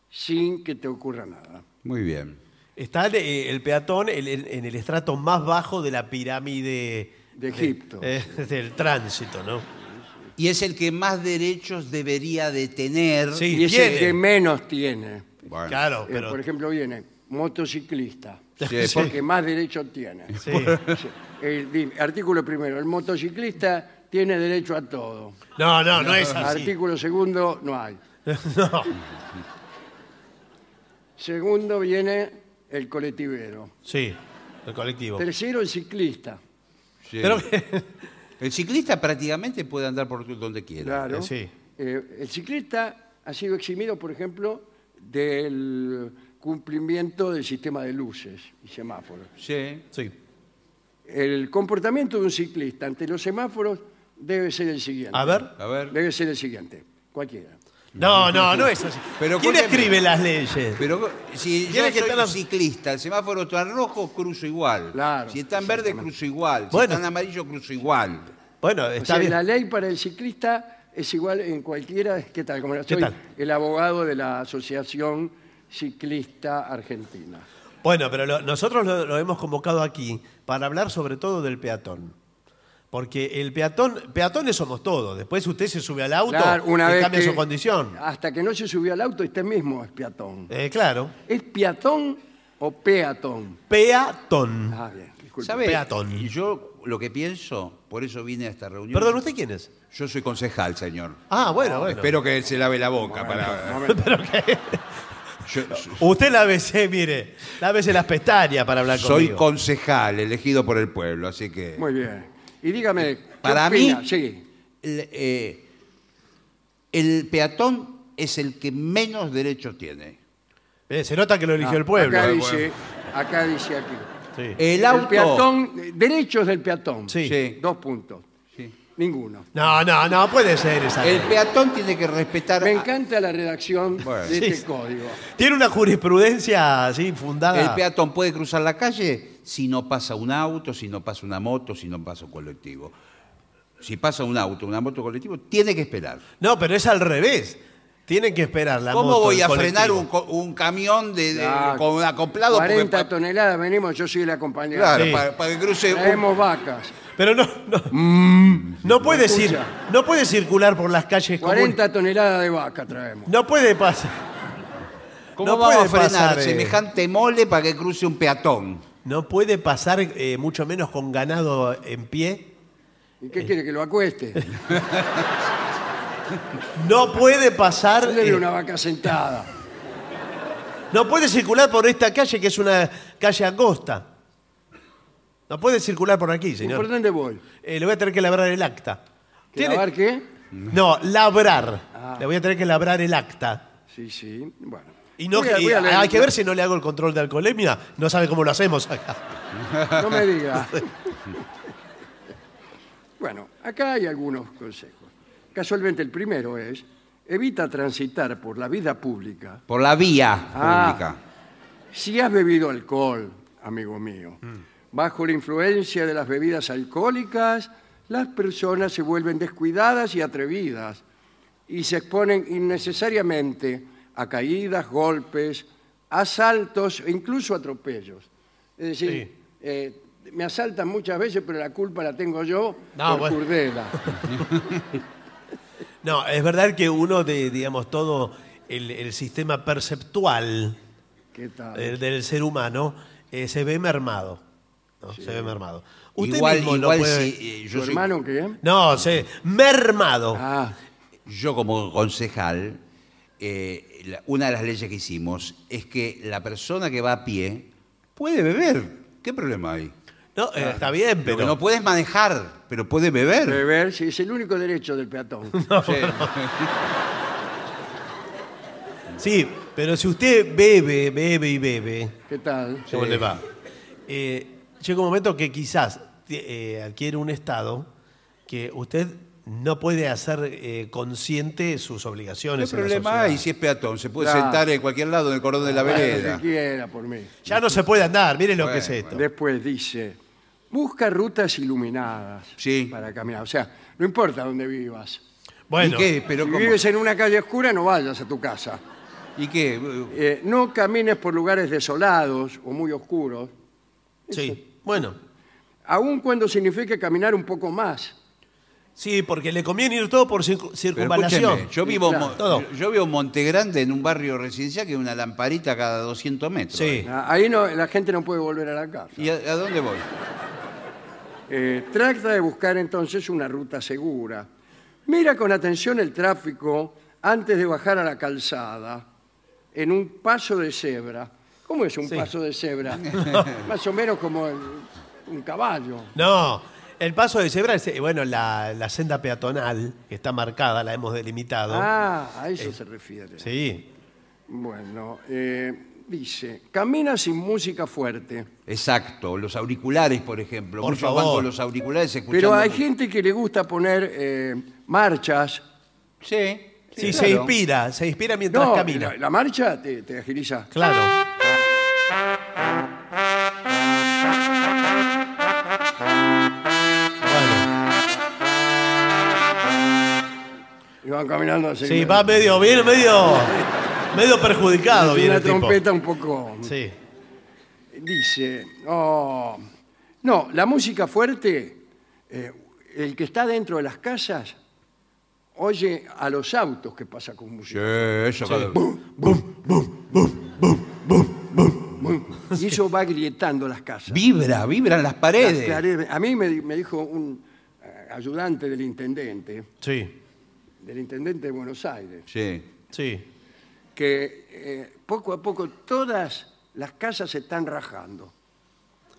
Speaker 1: sin que te ocurra nada.
Speaker 3: Muy bien.
Speaker 2: Está el, eh, el peatón el- el- en el estrato más bajo de la pirámide
Speaker 1: De Egipto.
Speaker 2: eh, [laughs] del tránsito, ¿no?
Speaker 3: Y es el que más derechos debería de tener.
Speaker 2: Sí.
Speaker 1: Y, es el
Speaker 2: tiene.
Speaker 1: que menos tiene.
Speaker 3: Bueno.
Speaker 2: Claro,
Speaker 1: Eh,
Speaker 2: pero [laughs]
Speaker 1: por ejemplo, viene motociclista,
Speaker 3: Sí,
Speaker 1: es el que más derecho tiene.
Speaker 2: Sí.
Speaker 1: Sí. El di- artículo primero, el motociclista tiene derecho a todo.
Speaker 2: No, no,
Speaker 1: [laughs]
Speaker 2: no es así.
Speaker 1: Artículo segundo, no hay.
Speaker 2: [laughs] No.
Speaker 1: Segundo viene el colectivero.
Speaker 2: Sí, el colectivo.
Speaker 1: Tercero, el ciclista.
Speaker 3: Sí.
Speaker 2: Pero,
Speaker 3: El ciclista prácticamente puede andar por donde quiera.
Speaker 1: Claro.
Speaker 2: Sí.
Speaker 1: Eh, el ciclista ha sido eximido, por ejemplo, del cumplimiento del sistema de luces y semáforos.
Speaker 3: Sí.
Speaker 2: sí.
Speaker 1: El comportamiento de un ciclista ante los semáforos debe ser el siguiente.
Speaker 2: A ver.
Speaker 3: A ver.
Speaker 1: Debe ser el siguiente, cualquiera.
Speaker 2: No, no, no es así.
Speaker 3: Pero
Speaker 2: ¿Quién
Speaker 3: escúcheme.
Speaker 2: escribe las leyes?
Speaker 3: Pero si yo
Speaker 2: Tiene que
Speaker 3: soy
Speaker 2: estar-
Speaker 3: ciclista, el semáforo está rojo, cruzo igual.
Speaker 1: Claro,
Speaker 3: si está en verde, cruzo igual. Si
Speaker 2: Bueno.
Speaker 3: está en amarillo, cruzo igual.
Speaker 2: Bueno,
Speaker 1: O
Speaker 2: está
Speaker 1: sea,
Speaker 2: bien.
Speaker 1: la ley para el ciclista es igual en cualquiera, ¿qué tal? Como
Speaker 2: ¿Qué
Speaker 1: soy
Speaker 2: tal?
Speaker 1: el abogado de la Asociación Ciclista Argentina.
Speaker 2: Bueno, pero lo- nosotros lo, lo hemos convocado aquí para hablar sobre todo del peatón. Porque el peatón, peatones somos todos. Después usted se sube al auto
Speaker 1: Claro, una
Speaker 2: y
Speaker 1: vez
Speaker 2: cambia
Speaker 1: que- Ah.
Speaker 2: su condición.
Speaker 1: Hasta que no se subió al auto, este mismo es peatón.
Speaker 2: Eh, claro.
Speaker 1: ¿Es peatón o peatón?
Speaker 2: Peatón.
Speaker 1: Ah, bien, disculpe.
Speaker 3: ¿Sabe?
Speaker 2: Peatón.
Speaker 3: Y yo lo que pienso, por eso vine a esta reunión.
Speaker 2: Perdón, ¿usted quién es?
Speaker 3: Yo soy concejal, señor.
Speaker 2: Ah, bueno, bueno.
Speaker 3: Espero que se lave la boca para.
Speaker 1: Un
Speaker 2: [laughs]
Speaker 1: momento.
Speaker 3: [laughs] Yo- yo-
Speaker 2: Usted la besé, mire, la besé las pestañas para hablar
Speaker 3: soy
Speaker 2: conmigo.
Speaker 3: concejal, elegido por el pueblo, así que.
Speaker 1: Muy bien. Y dígame, ¿qué
Speaker 3: Para
Speaker 1: opina?
Speaker 3: mí-
Speaker 1: Sí.
Speaker 3: el, eh, el peatón es el que menos derecho tiene.
Speaker 2: Eh, se nota que lo eligió
Speaker 1: Ah,
Speaker 2: el pueblo.
Speaker 1: Acá
Speaker 2: eh,
Speaker 1: dice, acá dice aquí.
Speaker 2: Sí.
Speaker 3: El
Speaker 1: El,
Speaker 3: auto.
Speaker 1: peatón, eh, derechos del peatón.
Speaker 2: Sí.
Speaker 3: Sí.
Speaker 1: Dos puntos.
Speaker 3: Sí.
Speaker 1: Ninguno.
Speaker 2: No, no, no, puede ser esa.
Speaker 3: El
Speaker 2: ley.
Speaker 3: peatón tiene que respetar.
Speaker 1: Me
Speaker 3: a-
Speaker 1: encanta la redacción
Speaker 3: Bueno.
Speaker 1: de este
Speaker 2: Ah. Sí.
Speaker 1: código.
Speaker 2: Tiene una jurisprudencia así
Speaker 3: El
Speaker 2: fundada.
Speaker 3: peatón puede cruzar la calle si no pasa un auto, si no pasa una moto, si no pasa un colectivo. Si pasa un auto, una moto colectivo, tiene que esperar.
Speaker 2: No, pero es al revés. Tienen que esperar la
Speaker 3: ¿Cómo
Speaker 2: moto,
Speaker 3: voy
Speaker 2: el
Speaker 3: a
Speaker 2: colectivo.
Speaker 3: frenar un, co- un camión de, de-
Speaker 1: Ah,
Speaker 3: con un acoplado? porque
Speaker 1: 40
Speaker 3: pa-
Speaker 1: toneladas venimos, yo soy el acompañante.
Speaker 3: claro,
Speaker 2: Sí.
Speaker 3: para, para que cruce un-
Speaker 1: Traemos vacas.
Speaker 2: Pero no, no.
Speaker 3: Mm.
Speaker 2: no puede
Speaker 1: Escucha.
Speaker 2: cir- no puede circular por las calles comunes.
Speaker 1: 40 toneladas de vaca traemos.
Speaker 2: No puede pasar.
Speaker 3: ¿Cómo
Speaker 2: no
Speaker 3: vamos a
Speaker 2: puede
Speaker 3: frenar
Speaker 2: pasar, eh.
Speaker 3: semejante mole para que cruce un peatón?
Speaker 2: No puede pasar eh, mucho menos con ganado en pie.
Speaker 1: ¿Y
Speaker 2: Eh.
Speaker 1: qué quiere que lo
Speaker 2: [laughs]
Speaker 1: acueste?
Speaker 2: No puede pasar.
Speaker 1: Dele
Speaker 2: eh,
Speaker 1: una vaca sentada.
Speaker 2: No puede circular por esta calle que es una calle angosta. No puede circular por aquí,
Speaker 1: ¿Y ¿Por
Speaker 2: señor.
Speaker 1: dónde voy?
Speaker 2: Eh, le voy a tener que labrar el acta. Tiene-
Speaker 1: ¿Clavar qué?
Speaker 2: No, labrar.
Speaker 1: Ah.
Speaker 2: Le voy a tener que labrar el acta.
Speaker 1: Sí, sí. Bueno.
Speaker 2: Y no
Speaker 1: Voy a-
Speaker 2: que-
Speaker 1: voy a leer-
Speaker 2: hay que ver si no le hago el control de alcoholemia. No sabe cómo lo hacemos acá.
Speaker 1: No me
Speaker 2: [laughs]
Speaker 1: diga. bueno, acá hay algunos consejos. Casualmente el primero es, evita transitar por la vida pública
Speaker 3: Por la vía
Speaker 1: Ah.
Speaker 3: pública.
Speaker 1: si has bebido alcohol, amigo mío.
Speaker 2: Mm.
Speaker 1: Bajo la influencia de las bebidas alcohólicas, las personas se vuelven descuidadas y atrevidas y se exponen innecesariamente a caídas, golpes, asaltos e incluso atropellos. Es decir,
Speaker 2: Sí.
Speaker 1: eh, me asaltan muchas veces, pero la culpa la tengo yo
Speaker 2: No,
Speaker 1: por
Speaker 2: bueno.
Speaker 1: Curdela.
Speaker 2: No, es verdad que uno de, digamos, todo el, el sistema perceptual [laughs]
Speaker 1: ¿Qué tal?
Speaker 2: del, del ser humano eh, se ve mermado. ¿no? Se ve mermado. Usted
Speaker 3: igual
Speaker 2: mismo no
Speaker 3: igual
Speaker 2: puede-
Speaker 3: si, eh,
Speaker 1: ¿Su
Speaker 3: yo, soy-
Speaker 1: hermano qué?
Speaker 2: No, se mermado.
Speaker 1: Ah,
Speaker 3: yo como concejal, eh, la- una de las leyes que hicimos es que la persona que va a pie puede beber. ¿Qué problema hay?
Speaker 2: No, eh, está bien,
Speaker 3: Pero
Speaker 2: pero
Speaker 3: no puedes manejar, pero puede beber.
Speaker 1: beber, sí, es el único derecho del
Speaker 2: [laughs]
Speaker 1: peatón.
Speaker 3: Sí.
Speaker 2: sí, pero si usted bebe, bebe y bebe,
Speaker 1: ¿Qué tal?
Speaker 2: ¿cómo le va? Eh, llega un momento que quizás eh, adquiere un estado que usted no puede hacer eh, consciente sus
Speaker 3: ¿Qué
Speaker 2: obligaciones. en la
Speaker 3: problema hay
Speaker 2: sociedad.
Speaker 3: si es peatón? Se puede
Speaker 1: Claro.
Speaker 3: sentar en cualquier lado en el cordón de la
Speaker 1: Haga Lo
Speaker 3: vereda.
Speaker 1: que quiera por mí.
Speaker 2: Ya no se puede andar, miren lo
Speaker 3: Bueno,
Speaker 2: que es esto.
Speaker 1: Después dice, busca rutas iluminadas
Speaker 3: Sí.
Speaker 1: para caminar. O sea, no importa dónde vivas.
Speaker 2: Bueno,
Speaker 3: ¿Y qué? Pero
Speaker 1: si
Speaker 3: cómo?
Speaker 1: vives en una calle oscura, no vayas a tu casa.
Speaker 3: ¿Y qué?
Speaker 1: Eh, no camines por lugares desolados o muy oscuros,
Speaker 2: sí, bueno.
Speaker 1: aun cuando signifique caminar un poco más.
Speaker 2: Sí, porque le conviene ir todo por circu-
Speaker 3: Pero
Speaker 2: circunvalación.
Speaker 3: escúcheme, yo vivo, en
Speaker 1: Claro,
Speaker 3: Mo-
Speaker 2: todo.
Speaker 3: yo- yo vivo en Montegrande, en un barrio residencial que es una lamparita cada 200 metros.
Speaker 2: Sí.
Speaker 1: Ah, Ahí no, la gente no puede volver a la casa.
Speaker 3: ¿Y a, a dónde voy?
Speaker 1: Eh, trata de buscar entonces una ruta segura. Mira con atención el tráfico antes de bajar a la calzada en un paso de cebra. ¿Cómo es un
Speaker 2: Sí.
Speaker 1: paso de
Speaker 2: [laughs]
Speaker 1: cebra? Más o menos como el- un caballo.
Speaker 2: No, el paso de cebra es, eh, bueno, la, la senda peatonal que está marcada, la hemos delimitado.
Speaker 1: Ah, a eso se refiere.
Speaker 2: Sí.
Speaker 1: Bueno, eh, dice, camina sin música fuerte,
Speaker 3: Exacto, los auriculares, por ejemplo.
Speaker 2: Por
Speaker 3: Muchos
Speaker 2: favor.
Speaker 3: van con los auriculares escuchando.
Speaker 1: pero hay gente que le gusta poner eh, marchas.
Speaker 3: Sí.
Speaker 2: Sí, se
Speaker 3: claro.
Speaker 2: inspira, se inspira mientras
Speaker 1: No,
Speaker 2: camina.
Speaker 1: la, la marcha te, te agiliza.
Speaker 2: Claro. Bueno,
Speaker 1: Y van caminando así.
Speaker 2: sí, va medio, bien, medio, medio perjudicado,
Speaker 1: Es
Speaker 2: viene
Speaker 1: una
Speaker 2: el tipo.
Speaker 1: trompeta un poco.
Speaker 2: Sí.
Speaker 1: Dice, oh, no, la música fuerte, eh, el que está dentro de las casas oye a los autos que pasa con
Speaker 3: Sí,
Speaker 1: música.
Speaker 3: eso cada-
Speaker 1: Y eso va grietando las casas.
Speaker 3: Vibra, vibran las
Speaker 1: Las
Speaker 3: paredes.
Speaker 1: clare- A mí me, di- me dijo un eh, ayudante del intendente,
Speaker 2: Sí,
Speaker 1: del intendente de Buenos Aires,
Speaker 3: Sí.
Speaker 2: sí.
Speaker 1: que eh, poco a poco todas las casas se están rajando.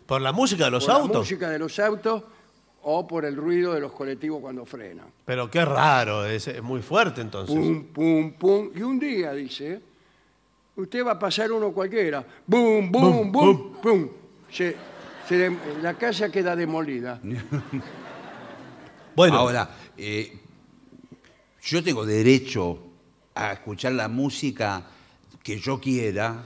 Speaker 2: Por la música de los
Speaker 1: por la
Speaker 2: autos.
Speaker 1: música de los autos o por el ruido de los colectivos cuando frenan.
Speaker 2: Pero qué raro, es, es muy fuerte entonces.
Speaker 1: Pum, pum, pum. Y un día, dice, usted va a pasar uno cualquiera. Bum, bum, bum, bum. Se- se dem- la casa queda demolida.
Speaker 2: Bueno,
Speaker 3: Ahora, eh, yo tengo derecho a escuchar la música que yo quiera.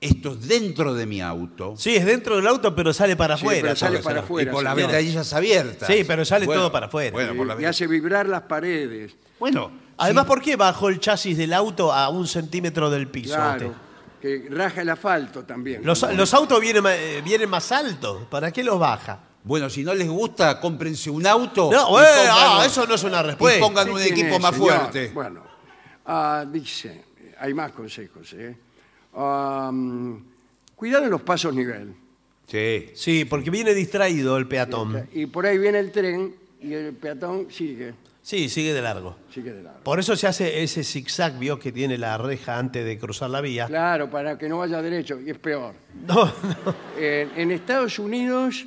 Speaker 3: Esto es dentro de mi auto.
Speaker 2: sí, es dentro del auto, pero sale para
Speaker 1: Sí,
Speaker 2: afuera.
Speaker 1: pero sale
Speaker 2: todo,
Speaker 1: para
Speaker 2: señor.
Speaker 1: afuera,
Speaker 3: y con las
Speaker 1: señor.
Speaker 3: ventanillas abiertas.
Speaker 2: Sí, pero sale todo para afuera.
Speaker 3: Bueno, por la
Speaker 1: y hace vibrar las paredes.
Speaker 3: Bueno,
Speaker 2: Además, ¿por qué bajó el chasis del auto a un centímetro del piso?
Speaker 1: Claro.
Speaker 2: usted?
Speaker 1: Que raja el asfalto también.
Speaker 2: Los, los autos vienen, ma- eh, vienen más altos. ¿Para qué los baja?
Speaker 3: bueno, si no les gusta, cómprense un auto.
Speaker 2: No,
Speaker 3: y
Speaker 2: eh,
Speaker 3: pónganlo-
Speaker 2: ah, eso no es una
Speaker 3: Y
Speaker 2: respuesta.
Speaker 3: pongan
Speaker 1: ¿Qué
Speaker 3: un
Speaker 1: tiene,
Speaker 3: equipo más
Speaker 1: señor?
Speaker 3: fuerte.
Speaker 1: Bueno, ah, dice, hay más consejos. ¿eh? Ah, cuidado en los pasos nivel.
Speaker 3: Sí.
Speaker 2: Sí, porque viene distraído el peatón.
Speaker 1: Y por ahí viene el tren y el peatón sigue,
Speaker 2: Sí, sigue de largo.
Speaker 1: sigue de lado.
Speaker 2: Por eso se hace ese zigzag, vio, que tiene la reja antes de cruzar la vía.
Speaker 1: Claro, para que no vaya derecho, y es peor.
Speaker 2: No, no.
Speaker 1: En, en Estados Unidos,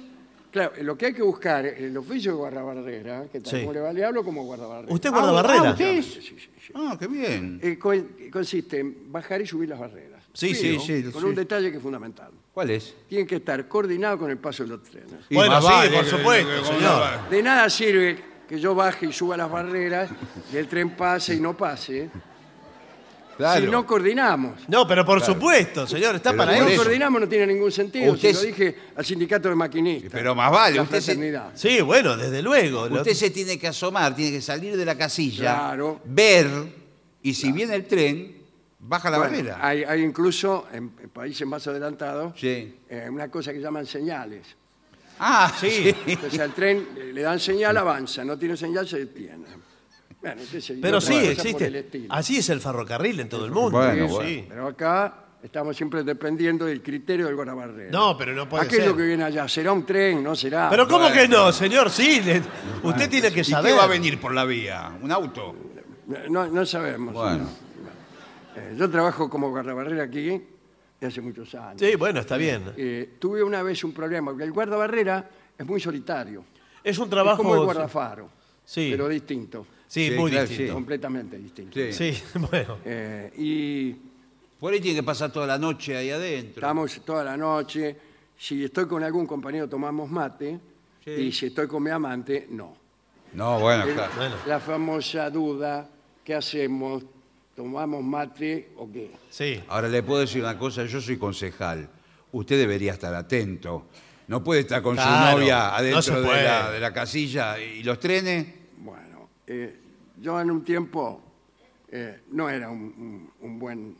Speaker 1: claro, lo que hay que buscar, el oficio de guardabardera, que tal
Speaker 2: Sí.
Speaker 1: como le va al diablo, como guardabardera.
Speaker 2: Usted
Speaker 3: Ah,
Speaker 2: guarda
Speaker 3: ah,
Speaker 2: barrera.
Speaker 3: ¿usted?
Speaker 1: Sí, sí, sí.
Speaker 3: Ah, qué bien.
Speaker 1: Eh, co- consiste en bajar y subir las barreras.
Speaker 2: Sí,
Speaker 3: sí,
Speaker 1: Pero
Speaker 3: sí,
Speaker 1: Con
Speaker 3: sí.
Speaker 1: un detalle que es fundamental.
Speaker 3: ¿Cuál es?
Speaker 1: Tienen que estar coordinados con el paso de los trenes.
Speaker 3: Y
Speaker 2: Bueno,
Speaker 3: más
Speaker 2: sí,
Speaker 3: vale,
Speaker 2: por
Speaker 3: que-
Speaker 2: supuesto,
Speaker 3: que- que-
Speaker 2: señor.
Speaker 1: De nada sirve que yo baje y suba las
Speaker 2: [laughs]
Speaker 1: barreras y el tren pase y no pase
Speaker 3: Claro.
Speaker 1: si no coordinamos.
Speaker 2: No, pero por supuesto, señor, está
Speaker 3: Pero
Speaker 2: para
Speaker 1: Si
Speaker 3: por
Speaker 1: no
Speaker 2: eso.
Speaker 3: eso.
Speaker 1: coordinamos no tiene ningún sentido.
Speaker 3: Usted
Speaker 1: se lo
Speaker 3: se-
Speaker 1: dije al sindicato de maquinistas.
Speaker 3: Pero más vale,
Speaker 1: La
Speaker 3: usted se-
Speaker 1: fraternidad.
Speaker 2: Sí, bueno, desde luego. Lo-
Speaker 3: Usted se tiene que asomar, tiene que salir de la casilla,
Speaker 1: Claro.
Speaker 3: ver, y si viene el tren, baja la
Speaker 1: Bueno,
Speaker 3: barrera.
Speaker 1: hay, hay incluso en, en países más adelantados
Speaker 3: Sí.
Speaker 1: eh, una cosa que llaman señales.
Speaker 3: Ah,
Speaker 2: Sí.
Speaker 3: [laughs]
Speaker 1: Entonces al tren eh, le dan señal, avanza. No tiene señal, se detiene. Bueno, qué sé yo,
Speaker 2: Pero sí,
Speaker 1: cosas por el
Speaker 2: existe. Ah,
Speaker 1: estilo.
Speaker 2: Así es el ferrocarril en todo el mundo.
Speaker 3: Bueno,
Speaker 2: Sí,
Speaker 3: bueno.
Speaker 2: sí.
Speaker 1: Pero acá estamos siempre dependiendo del criterio del Guardabarrera.
Speaker 2: No, pero no puede
Speaker 1: Aquello
Speaker 2: ser.
Speaker 1: que viene allá, ¿será un tren? ¿No será?
Speaker 2: Pero ¿cómo
Speaker 3: bueno.
Speaker 2: que no, señor? Sí, le- usted tiene que
Speaker 3: ¿Y
Speaker 2: saber.
Speaker 3: qué va a venir por la vía? ¿Un auto?
Speaker 1: No, no sabemos.
Speaker 3: Bueno.
Speaker 1: Eh, yo trabajo como guardabarrera aquí de hace muchos años.
Speaker 2: Sí, bueno, está bien.
Speaker 1: Eh, tuve una vez un problema, porque el guardabarrera es muy solitario.
Speaker 2: Es un
Speaker 1: Es como el
Speaker 2: trabajo.
Speaker 1: guardafaro,
Speaker 2: Sí.
Speaker 1: pero distinto,
Speaker 2: Sí,
Speaker 3: Sí,
Speaker 2: muy
Speaker 3: claro,
Speaker 2: distinto.
Speaker 1: completamente distinto.
Speaker 3: Sí.
Speaker 2: Sí, [laughs] bueno.
Speaker 1: Eh, y
Speaker 3: Por ahí tiene que pasar toda la noche ahí adentro.
Speaker 1: estamos toda la noche. Si estoy con algún compañero tomamos mate
Speaker 3: Sí.
Speaker 1: y si estoy con mi amante, no.
Speaker 3: No, bueno, claro.
Speaker 2: Bueno,
Speaker 1: La famosa duda, ¿qué hacemos? ¿Tomamos mate o qué?
Speaker 2: sí.
Speaker 3: Ahora le puedo decir una cosa, yo soy concejal. Usted debería estar atento. No puede estar con
Speaker 2: Claro,
Speaker 3: su novia
Speaker 2: no se
Speaker 3: adentro de,
Speaker 2: puede.
Speaker 3: la, de la casilla y los trenes.
Speaker 1: Bueno, eh, yo en un tiempo eh, no era un, un- un buen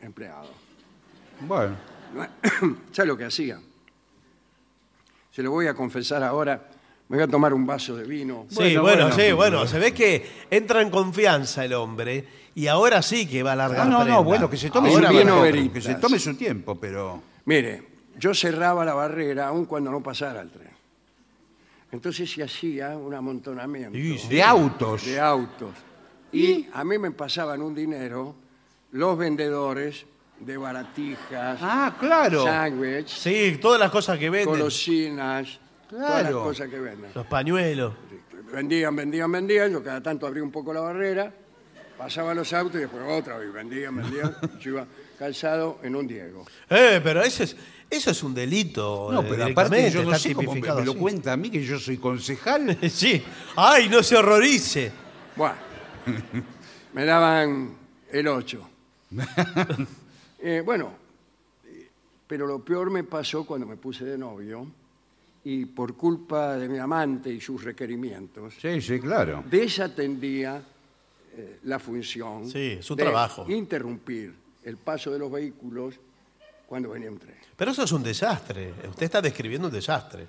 Speaker 1: empleado.
Speaker 3: Bueno.
Speaker 1: [coughs] ¿Sabes lo que hacía? Se lo voy a confesar ahora. Me voy a tomar un vaso de vino.
Speaker 2: Sí, bueno, sí, bueno. Se ve que entra en confianza el hombre y ahora sí que va a
Speaker 3: No,
Speaker 2: largar
Speaker 3: Ah, no,
Speaker 2: prenda.
Speaker 3: no, Ah, bueno, que se tome
Speaker 1: Ahora
Speaker 3: su
Speaker 1: viene
Speaker 3: tiempo.
Speaker 1: Veritas.
Speaker 3: Que se tome su tiempo, pero.
Speaker 1: Mire, yo cerraba la barrera aun cuando no pasara el tren. Entonces se hacía un amontonamiento
Speaker 2: Sí, sí.
Speaker 3: De autos.
Speaker 1: de autos. Y a mí me pasaban un dinero los vendedores de baratijas,
Speaker 3: Ah, claro.
Speaker 1: sándwich,
Speaker 2: Sí, todas las cosas que venden. Los...
Speaker 1: golosinas, todas las
Speaker 3: Claro.
Speaker 1: cosas que venden.
Speaker 2: pañuelos.
Speaker 1: Vendían, vendían, vendían. Yo cada tanto abría un poco la barrera, pasaba los autos y después otra vez vendían, vendían. Yo iba calzado en un Diego.
Speaker 2: Eh, pero eso es, eso es un delito.
Speaker 3: No,
Speaker 2: eh,
Speaker 3: pero aparte
Speaker 2: directamente,
Speaker 3: yo no
Speaker 2: está
Speaker 3: sé cómo me,
Speaker 2: tipificado
Speaker 3: me lo
Speaker 2: así.
Speaker 3: cuenta a mí que yo soy [laughs] concejal.
Speaker 2: [laughs] Sí. Ay, no se horrorice.
Speaker 1: Bueno, me daban el 8. bueno, eh, pero lo peor me pasó cuando me puse de novio y por culpa de mi amante y sus requerimientos,
Speaker 3: Sí, sí, claro.
Speaker 1: desatendía eh, la función
Speaker 2: Sí, su
Speaker 1: de
Speaker 2: trabajo.
Speaker 1: interrumpir el paso de los vehículos cuando venía un tren.
Speaker 2: Pero eso es un desastre. Usted está describiendo un desastre.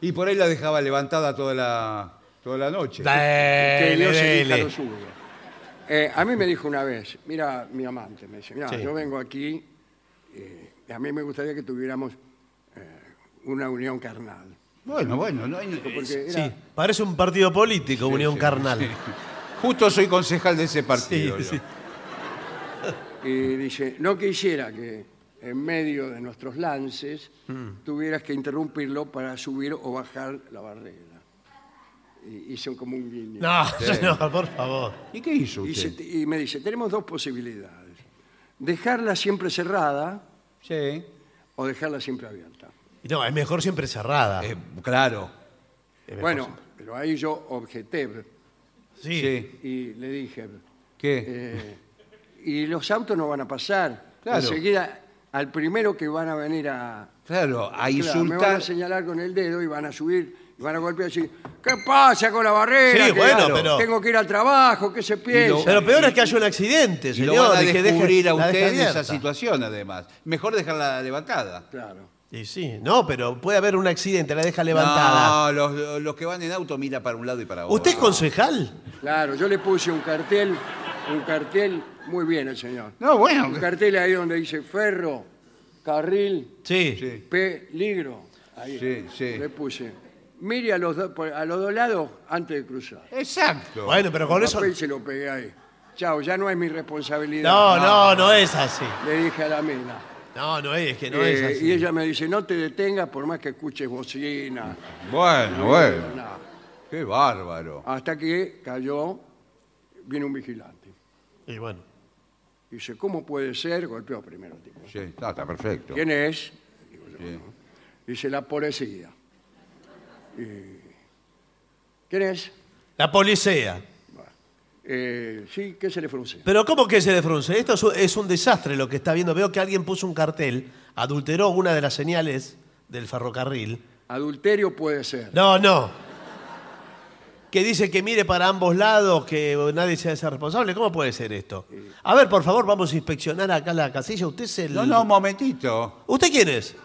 Speaker 3: Y por ahí la dejaba levantada toda la, toda la noche.
Speaker 1: que
Speaker 2: Dele,
Speaker 1: Dios elija
Speaker 2: dele.
Speaker 1: lo suyo. Eh, a mí me dijo una vez, mira, mi amante, me dice, mira,
Speaker 2: Sí.
Speaker 1: yo vengo aquí, eh, y a mí me gustaría que tuviéramos eh, una unión carnal.
Speaker 3: Bueno, bueno, no hay-
Speaker 1: Porque era-
Speaker 2: Sí, parece un partido político, Unión Carnal.
Speaker 3: Justo soy concejal de ese
Speaker 2: Sí,
Speaker 3: partido. yo.
Speaker 2: sí.
Speaker 1: Y dice, no quisiera que en medio de nuestros lances
Speaker 2: Mm.
Speaker 1: tuvieras que interrumpirlo para subir o bajar la barrera. Y hizo como un guiño.
Speaker 2: No, señor, por favor.
Speaker 3: ¿Y qué hizo
Speaker 1: y, se-
Speaker 3: usted?
Speaker 1: y me dice, tenemos dos posibilidades. Dejarla siempre cerrada
Speaker 3: Sí.
Speaker 1: o dejarla siempre abierta.
Speaker 2: No, es mejor siempre cerrada.
Speaker 3: Eh, claro.
Speaker 2: Es mejor
Speaker 1: Bueno,
Speaker 2: siempre-
Speaker 1: pero ahí yo objeté
Speaker 2: Sí.
Speaker 3: Sí.
Speaker 1: y le dije,
Speaker 3: ¿Qué?
Speaker 1: eh, y los autos no van a pasar.
Speaker 3: Claro.
Speaker 1: Enseguida, al primero que van a venir a,
Speaker 3: Claro,
Speaker 1: Claro,
Speaker 3: a
Speaker 1: me van a
Speaker 3: insultar.
Speaker 1: señalar con el dedo y van a subir y van a golpear y decir, ¿qué pasa con la barrera?
Speaker 2: Sí,
Speaker 1: Que
Speaker 2: bueno,
Speaker 1: la-
Speaker 2: pero-
Speaker 1: Tengo que ir al trabajo, ¿qué se piensa?
Speaker 2: Pero peor es que haya un accidente,
Speaker 3: Y
Speaker 2: señor.
Speaker 3: lo van a
Speaker 2: y que deje-
Speaker 3: descubrir a
Speaker 2: la deje
Speaker 3: usted en esa
Speaker 2: abierta.
Speaker 3: situación, además. Mejor dejarla levantada.
Speaker 1: Claro.
Speaker 2: Y sí, no, pero puede haber un accidente, la deja levantada.
Speaker 3: No, los, los que van en auto mira para un lado y para otro.
Speaker 2: ¿Usted es concejal?
Speaker 1: Claro, yo le puse un cartel, un cartel, muy bien el señor.
Speaker 3: No, bueno.
Speaker 1: Un cartel ahí donde dice ferro, carril,
Speaker 2: Sí.
Speaker 3: Sí,
Speaker 1: peligro. Ahí
Speaker 3: sí, sí.
Speaker 1: le puse. Mire a los, do- por- a los dos lados antes de cruzar.
Speaker 3: Exacto.
Speaker 2: Bueno, pero con
Speaker 1: El
Speaker 2: eso.
Speaker 3: pues,
Speaker 1: papel se lo pegué ahí. Chao, ya no es mi responsabilidad.
Speaker 2: No, no, no es así.
Speaker 1: Le dije a la mina.
Speaker 2: No, no es, que no
Speaker 1: Eh,
Speaker 2: es así.
Speaker 1: y ella me dice, no te detengas por más que escuches bocina.
Speaker 2: Ah,
Speaker 3: Bueno, bueno.
Speaker 1: Nada.
Speaker 3: Qué bárbaro.
Speaker 1: Hasta que cayó, vino un vigilante.
Speaker 2: Y bueno.
Speaker 1: Dice, ¿cómo puede ser? Golpeó primero el tipo.
Speaker 3: Sí, está, está perfecto.
Speaker 1: ¿Quién es? Digo yo,
Speaker 3: Sí.
Speaker 1: ¿no? Dice, la policía. Y, ¿Quién es?
Speaker 2: La policía.
Speaker 1: Eh, sí, ¿qué se le frunce?
Speaker 2: Pero ¿cómo que se defrunce? Esto es un, es un desastre lo que está viendo. Veo que alguien puso un cartel, adulteró una de las señales del ferrocarril.
Speaker 1: Adulterio puede ser.
Speaker 2: No, no. Que dice que mire para ambos lados, que nadie se hace responsable. ¿Cómo puede ser esto? A ver, por favor, vamos a inspeccionar acá la casilla. Usted es el...
Speaker 3: No, no, un momentito.
Speaker 2: ¿Usted quién es?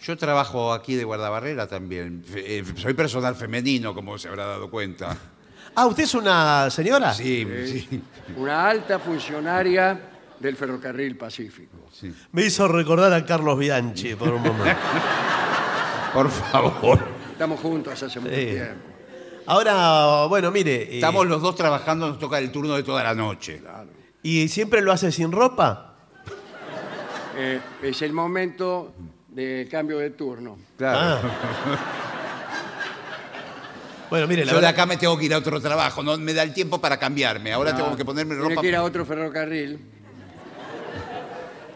Speaker 3: Yo trabajo aquí de guardabarrera también. Fe- eh, Soy personal femenino, como se habrá dado cuenta.
Speaker 2: Ah, ¿usted es una señora?
Speaker 3: Sí, sí.
Speaker 1: Una alta funcionaria del ferrocarril Pacífico.
Speaker 2: Me hizo recordar a Carlos Bianchi por un
Speaker 3: [laughs]
Speaker 2: momento.
Speaker 3: Por favor.
Speaker 1: Estamos juntos hace mucho
Speaker 2: Sí.
Speaker 1: tiempo.
Speaker 2: Ahora, bueno, mire. eh,
Speaker 3: Estamos los dos trabajando, nos toca el turno de toda la noche.
Speaker 2: ¿Y siempre lo hace sin ropa?
Speaker 1: Eh, es el momento de cambio de turno.
Speaker 2: Ah.
Speaker 3: [laughs] Claro.
Speaker 2: Bueno, mire, la
Speaker 3: Yo de
Speaker 2: verdad.
Speaker 3: acá me tengo que ir a otro trabajo, no me da el tiempo para cambiarme. Ahora tengo que ponerme
Speaker 1: Tiene
Speaker 3: ropa.
Speaker 1: que ir a otro ferrocarril.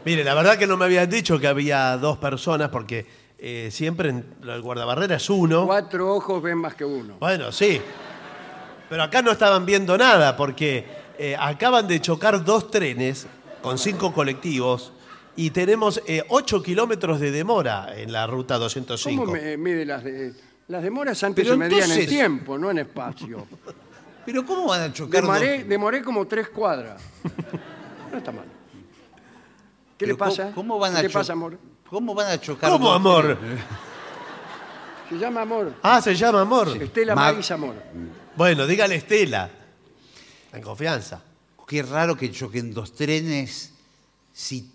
Speaker 2: Mire, la verdad que no me habían dicho que había dos personas porque eh, siempre en- el guardabarrera es uno.
Speaker 1: Cuatro ojos ven más que uno.
Speaker 2: Bueno, sí. Pero acá no estaban viendo nada porque eh, acaban de chocar dos trenes con cinco colectivos y tenemos eh, ocho kilómetros de demora en la ruta 205.
Speaker 1: ¿Cómo me- mide las, de- las demoras? Antes
Speaker 3: Pero
Speaker 1: se medían en
Speaker 3: entonces-
Speaker 1: tiempo, no en
Speaker 3: [laughs]
Speaker 1: espacio.
Speaker 3: Pero ¿cómo van a chocar? dos-
Speaker 1: Demoré, demoré como tres cuadras. No está mal. ¿Qué
Speaker 3: Pero
Speaker 1: le pasa?
Speaker 3: ¿Cómo, cómo van a
Speaker 1: ¿Qué le
Speaker 3: cho-
Speaker 1: pasa, amor?
Speaker 3: ¿Cómo van a chocar?
Speaker 2: ¿Cómo,
Speaker 3: dos-
Speaker 2: amor?
Speaker 1: Se llama amor.
Speaker 2: Ah, se llama amor.
Speaker 1: Estela
Speaker 3: Ma-
Speaker 1: Maíz Amor.
Speaker 2: Bueno, dígale Estela. En confianza.
Speaker 3: Qué raro que choquen dos trenes si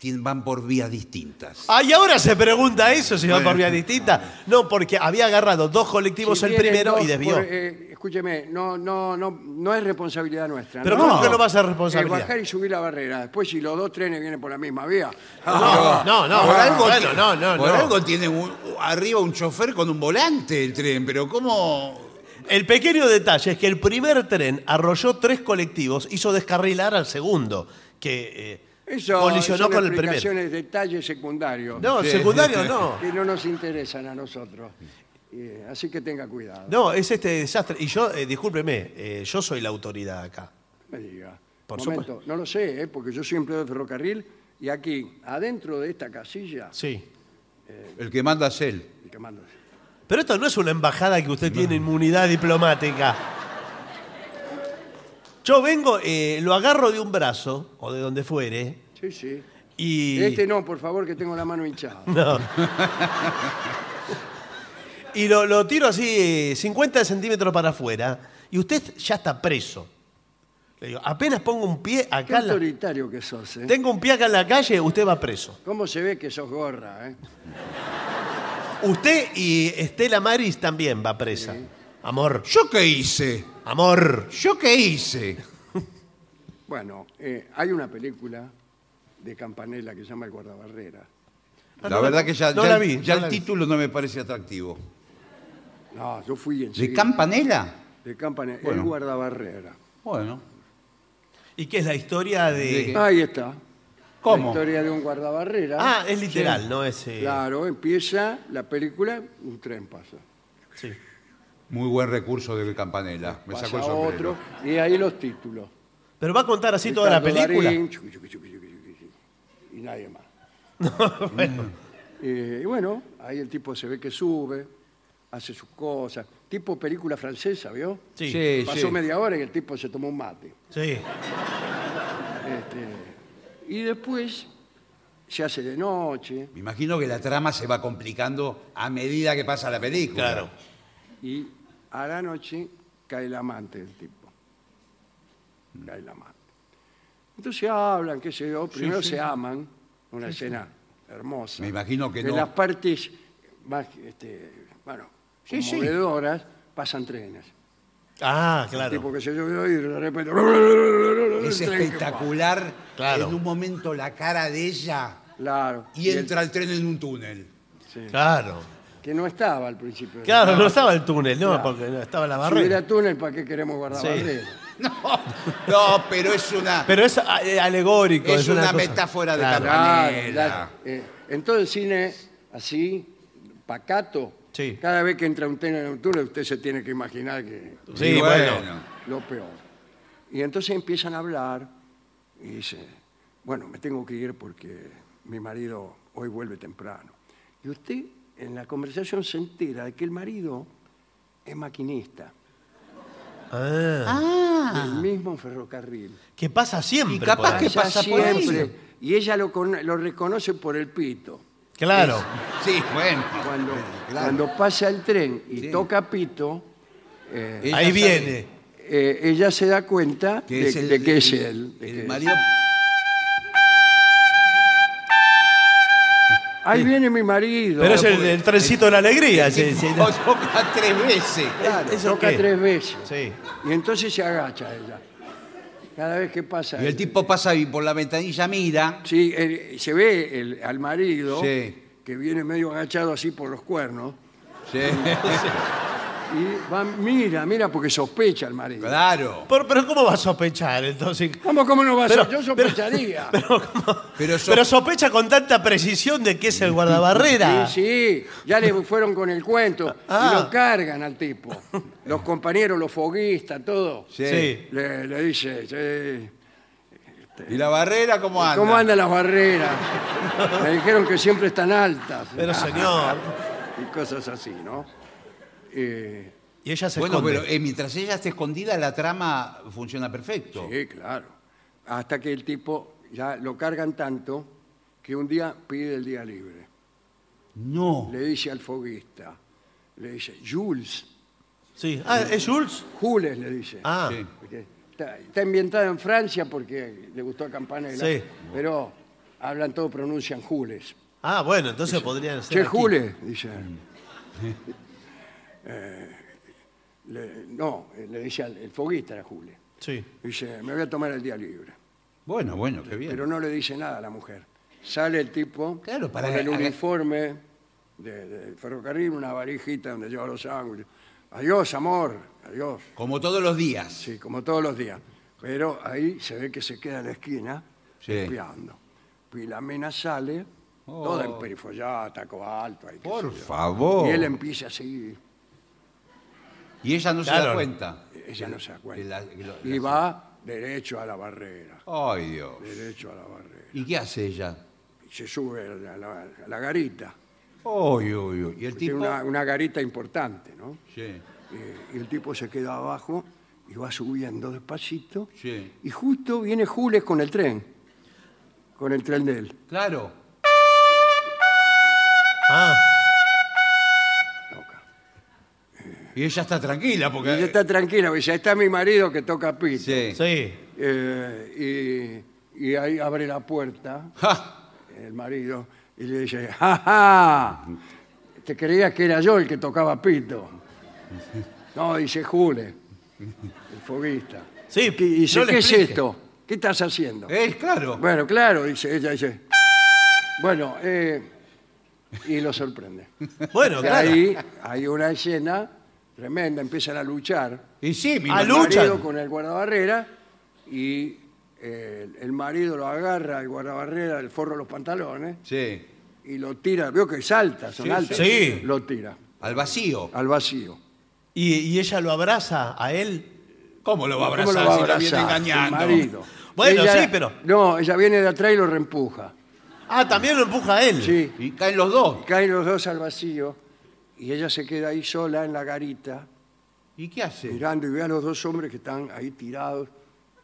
Speaker 3: tien- van por vías distintas.
Speaker 2: Ah, y ahora se pregunta eso, si va por vía distinta. No, porque había agarrado dos colectivos
Speaker 1: Si
Speaker 2: el
Speaker 1: vienen
Speaker 2: primero
Speaker 1: dos
Speaker 2: y desvió.
Speaker 1: por- eh, escúcheme, no, no, no, no es responsabilidad nuestra.
Speaker 2: Pero
Speaker 1: ¿no?
Speaker 2: ¿cómo que no va a ser
Speaker 1: Eh,
Speaker 2: responsabilidad?
Speaker 1: bajar y subir la barrera. Después, si los dos trenes vienen por la misma vía.
Speaker 2: Ah, No, no, no.
Speaker 3: por algo,
Speaker 2: bueno,
Speaker 3: ti-
Speaker 2: no, no,
Speaker 3: por
Speaker 2: no.
Speaker 3: algo tiene un- arriba un chofer con un volante el tren, pero ¿cómo?
Speaker 2: El pequeño detalle es que el primer tren arrolló tres colectivos, hizo descarrilar al segundo, que eh,
Speaker 1: Eso
Speaker 2: colisionó
Speaker 1: son
Speaker 2: con el primero.
Speaker 1: explicaciones, detalles secundarios
Speaker 2: No,
Speaker 3: Sí.
Speaker 2: secundario no.
Speaker 1: que no nos interesan a nosotros. Eh, así que tenga cuidado.
Speaker 2: No, es este desastre. Y yo, eh, discúlpeme, eh, yo soy la autoridad acá.
Speaker 1: Me diga.
Speaker 2: Por
Speaker 1: Momento, No lo sé, ¿eh? porque yo soy empleado de ferrocarril y aquí, adentro de esta casilla,
Speaker 2: Sí.
Speaker 3: El que manda es él.
Speaker 1: el que manda-
Speaker 2: Pero esto no es una embajada que usted tiene inmunidad diplomática. Yo vengo, eh, lo agarro de un brazo, o de donde fuere,
Speaker 1: Sí, sí.
Speaker 2: y,
Speaker 1: Este no, por favor, que tengo la mano hinchada.
Speaker 2: y lo, lo tiro así eh, 50 centímetros para afuera, y usted ya está preso. Le digo, apenas pongo un pie
Speaker 1: Qué
Speaker 2: acá, en la-
Speaker 1: autoritario que sos, ¿eh?
Speaker 2: tengo un pie acá en la calle, usted va preso.
Speaker 1: ¿Cómo se ve que sos gorra, eh?
Speaker 2: Usted y Estela Maris también va presa. Amor,
Speaker 3: ¿Yo qué hice?
Speaker 2: amor.
Speaker 3: ¿Yo qué hice?
Speaker 1: Bueno, eh, hay una película de Campanella que se llama El guardabarrera.
Speaker 2: Ah,
Speaker 3: La
Speaker 2: no
Speaker 3: verdad
Speaker 2: la-
Speaker 3: que ya,
Speaker 2: no
Speaker 3: ya-
Speaker 2: la vi, no
Speaker 3: ya el
Speaker 2: la vi.
Speaker 3: título no me parece atractivo.
Speaker 1: No, yo fui en
Speaker 3: ¿De Campanela?
Speaker 1: De Campanella,
Speaker 3: Bueno.
Speaker 1: El guardabarrera.
Speaker 3: Bueno.
Speaker 2: ¿Y qué es la historia
Speaker 3: ¿De
Speaker 2: de...?
Speaker 3: qué?
Speaker 1: Ahí está. La
Speaker 3: ¿Cómo?
Speaker 1: historia de un guardabarrera.
Speaker 2: Ah, es literal, no es... eh,
Speaker 1: Claro, empieza la película, un tren pasa.
Speaker 2: sí.
Speaker 3: Muy buen recurso de Campanela. Me sacó
Speaker 1: Pasa
Speaker 3: el sombrero.
Speaker 1: otro, y ahí los títulos.
Speaker 2: Pero va a contar así toda la
Speaker 1: Ricardo
Speaker 2: película.
Speaker 1: Darín, chucu, chucu, chucu, chucu, chucu, chucu, y nadie
Speaker 2: [laughs]
Speaker 1: más. Eh, y bueno, ahí el tipo se ve que sube, hace sus cosas. Tipo película francesa, ¿vio?
Speaker 2: Sí, sí.
Speaker 3: Sí,
Speaker 1: Pasó
Speaker 3: sí.
Speaker 1: media hora y el tipo se tomó un mate. Este, y después se hace de noche
Speaker 3: Me imagino que la trama se va complicando a medida que pasa la película.
Speaker 2: claro.
Speaker 1: y a la noche cae el amante del tipo. Cae el amante. Entonces hablan, qué sé yo, primero se aman, una escena hermosa.
Speaker 3: Me imagino que
Speaker 1: de
Speaker 3: no.
Speaker 1: las partes más, este, bueno,
Speaker 3: Sí, sí.
Speaker 1: conmovedoras, pasan trenes.
Speaker 2: Ah,
Speaker 1: Tipo
Speaker 2: claro.
Speaker 1: que se yo y de repente...
Speaker 3: Es
Speaker 1: el tren que
Speaker 3: espectacular
Speaker 2: Claro.
Speaker 3: en un momento la cara de ella
Speaker 1: pasa. Claro.
Speaker 3: y entra el tren en un túnel. [laughs]
Speaker 1: sí,
Speaker 2: Claro.
Speaker 1: que no estaba al principio.
Speaker 2: Claro, no estaba el túnel, no,
Speaker 1: Claro.
Speaker 2: porque no estaba la
Speaker 1: Si hubiera
Speaker 2: barrera.
Speaker 1: túnel, ¿para qué queremos guardar
Speaker 2: Sí.
Speaker 1: barreras?
Speaker 3: No, no, pero es una.
Speaker 2: Pero es a- eh, alegórico.
Speaker 3: Es
Speaker 2: Es,
Speaker 3: una
Speaker 2: cosa-
Speaker 3: metáfora de
Speaker 2: Claro.
Speaker 3: la-
Speaker 1: Claro,
Speaker 3: Manera.
Speaker 1: ya, eh, en todo el cine así, pacato,
Speaker 2: Sí.
Speaker 1: cada vez que entra un tren en un túnel, usted se tiene que imaginar que
Speaker 2: Sí,
Speaker 3: Y
Speaker 2: bueno.
Speaker 1: lo peor. Y entonces empiezan a hablar y dice, bueno, me tengo que ir porque mi marido hoy vuelve temprano. Y usted en la conversación se entera de que el marido es maquinista,
Speaker 2: Ah,
Speaker 1: del mismo ferrocarril.
Speaker 2: que pasa siempre.
Speaker 3: Y capaz
Speaker 2: por ahí.
Speaker 3: que- pasa por ahí?
Speaker 1: Y ella lo, con- lo reconoce por el pito.
Speaker 2: Claro.
Speaker 3: Sí, bueno.
Speaker 1: Cuando,
Speaker 3: Claro.
Speaker 1: cuando pasa el tren y
Speaker 3: Sí.
Speaker 1: toca pito,
Speaker 3: Ella
Speaker 2: Ahí
Speaker 3: sabe
Speaker 2: viene.
Speaker 1: eh, ella se da cuenta
Speaker 3: que
Speaker 1: de,
Speaker 3: es el,
Speaker 1: de que es él. de
Speaker 3: el
Speaker 1: que es-
Speaker 3: marido.
Speaker 1: Ahí viene mi marido.
Speaker 2: Pero es el, el trencito de la alegría. Sí, sí.
Speaker 3: Lo toca tres veces.
Speaker 1: Claro,
Speaker 2: ¿eso
Speaker 1: toca
Speaker 2: qué?
Speaker 1: tres veces.
Speaker 2: Sí.
Speaker 1: Y entonces se agacha ella. Cada vez que pasa.
Speaker 3: Y el tipo pasa y por la ventanilla mira.
Speaker 1: Sí, el- se ve el- al marido
Speaker 3: Sí.
Speaker 1: que viene medio agachado así por los cuernos.
Speaker 3: Sí.
Speaker 1: Y va, mira, mira, porque sospecha el marido.
Speaker 3: Claro.
Speaker 2: Pero, pero ¿cómo va a sospechar entonces? [laughs]
Speaker 1: ¿Cómo, cómo no va a
Speaker 2: Pero-
Speaker 1: ser? Yo sospecharía.
Speaker 2: Pero, ¿cómo?
Speaker 3: Pero so-
Speaker 2: Pero sospecha con tanta precisión de que es el guardabarrera.
Speaker 1: Sí, sí, ya le fueron con el cuento.
Speaker 2: Ah.
Speaker 1: Y lo cargan al tipo. Los compañeros, los foguistas, todo.
Speaker 3: Sí.
Speaker 2: Sí.
Speaker 1: Le, le dice, "Sí,
Speaker 3: ¿Y la barrera cómo anda?
Speaker 1: ¿cómo andan las barreras? Me dijeron que siempre están altas.
Speaker 2: Pero señor.
Speaker 1: Y cosas así, ¿no? Eh,
Speaker 2: Y ella se
Speaker 3: Bueno,
Speaker 2: esconde.
Speaker 3: pero eh, mientras ella esté escondida, la trama funciona perfecto.
Speaker 1: sí, claro. Hasta que el tipo ya lo cargan tanto que un día pide el día libre.
Speaker 3: No.
Speaker 1: Le dice al foguista, le dice, Jules,
Speaker 2: Sí. Ah, ¿es Jules?
Speaker 1: Jules le dice.
Speaker 2: Ah.
Speaker 3: Sí.
Speaker 1: Porque Está, está ambientada en Francia porque le gustó a Campanella,
Speaker 2: Sí.
Speaker 1: pero hablan todo, pronuncian Jules.
Speaker 2: Ah, bueno, entonces podrían ser.
Speaker 1: Che,
Speaker 2: aquí.
Speaker 1: Jules, dice.
Speaker 3: Mm.
Speaker 1: Eh, le- no, eh, le dice al el foguista era Jules.
Speaker 2: Sí.
Speaker 1: Dice, me voy a tomar el día libre.
Speaker 3: Bueno, bueno, qué bien.
Speaker 1: Pero no le dice nada a la mujer. Sale el tipo
Speaker 3: Claro, para
Speaker 1: con el
Speaker 3: que haga-
Speaker 1: uniforme de- del ferrocarril, una varijita donde lleva los sándwiches. Adiós, amor, adiós.
Speaker 3: Como todos los días.
Speaker 1: Sí, como todos los días. Pero ahí se ve que se queda en la esquina
Speaker 3: Sí.
Speaker 1: espiando. Y la mina sale,
Speaker 3: Oh.
Speaker 1: toda emperifollada, taco alto. ahí, qué
Speaker 3: Por
Speaker 1: sé yo.
Speaker 3: favor.
Speaker 1: Y él empieza así,
Speaker 3: Y ella no se
Speaker 2: Claro.
Speaker 3: da cuenta.
Speaker 1: ella no se acuerda.
Speaker 3: Que la- que lo-
Speaker 1: y
Speaker 3: la-
Speaker 1: va derecho a la barrera,
Speaker 3: Ay, Dios.
Speaker 1: derecho a la barrera.
Speaker 3: ¿Y qué hace ella?
Speaker 1: Y se sube a la, a la- a la garita.
Speaker 3: Ay, ay, ay. Y
Speaker 1: Tiene
Speaker 3: el tipo.
Speaker 1: una, una garita importante, ¿no?
Speaker 3: Sí.
Speaker 1: Eh, y el tipo se queda abajo y va subiendo despacito.
Speaker 3: Sí.
Speaker 1: Y justo viene Jules con el tren, con el tren de él.
Speaker 3: Claro.
Speaker 2: Ah.
Speaker 1: Loca.
Speaker 3: Y ella está tranquila porque.
Speaker 1: Ella está tranquila, dice, ahí está mi marido que toca pito.
Speaker 3: Sí.
Speaker 2: Sí.
Speaker 1: Eh, y, y ahí abre la puerta
Speaker 3: Ja.
Speaker 1: el marido y le dice, ¡ja, ja! Te creías que era yo el que tocaba pito. No, dice Jule, el foguista.
Speaker 2: Sí,
Speaker 1: Y dice,
Speaker 2: no le
Speaker 1: ¿qué es
Speaker 2: explique.
Speaker 1: esto? ¿Qué estás haciendo?
Speaker 3: Es claro.
Speaker 1: Bueno, claro, dice ella, dice. Bueno, eh, y lo
Speaker 2: [laughs]
Speaker 1: sorprende.
Speaker 2: Bueno, claro.
Speaker 1: Ahí hay una escena tremenda, empiezan a luchar.
Speaker 3: Y sí, mi
Speaker 2: Ah,
Speaker 1: el
Speaker 2: luchan.
Speaker 1: marido con el guardabarrera y eh, el, marido lo agarra al guardabarrera del forro de los pantalones
Speaker 3: Sí.
Speaker 1: y lo tira, veo que salta, son
Speaker 3: Sí,
Speaker 1: altas,
Speaker 2: sí.
Speaker 1: lo tira
Speaker 3: Al vacío.
Speaker 1: al vacío.
Speaker 2: Y, y ella lo abraza a él.
Speaker 3: ¿Cómo lo va a
Speaker 1: ¿Cómo
Speaker 3: abrazar
Speaker 1: lo va a
Speaker 3: si la viene
Speaker 1: abrazar?
Speaker 3: engañando?
Speaker 1: El marido.
Speaker 2: Bueno, sí, pero-
Speaker 1: No, ella viene de atrás y lo reempuja.
Speaker 2: Ah, también lo empuja a él.
Speaker 1: Sí,
Speaker 3: Y caen los dos.
Speaker 1: caen los dos al vacío y ella se queda ahí sola en la garita
Speaker 3: ¿Y qué hace?
Speaker 1: mirando y ve a los dos hombres que están ahí tirados,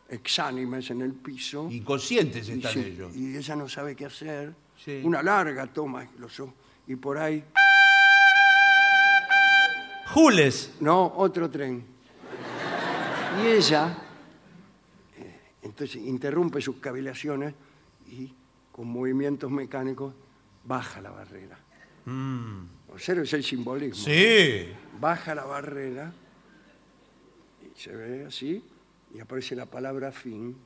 Speaker 1: exánimes en el piso.
Speaker 3: Inconscientes
Speaker 1: Y,
Speaker 3: están
Speaker 1: sí,
Speaker 3: ellos.
Speaker 1: y ella no sabe qué hacer.
Speaker 3: Sí.
Speaker 1: Una larga toma, los ojos, y por ahí,
Speaker 2: Jules.
Speaker 1: no, otro tren. Y ella, eh, entonces, interrumpe sus cavilaciones y con movimientos mecánicos baja la barrera.
Speaker 3: Mm.
Speaker 1: Observe ese simbolismo.
Speaker 2: Sí.
Speaker 1: Baja la barrera, y se ve así, y aparece la palabra fin.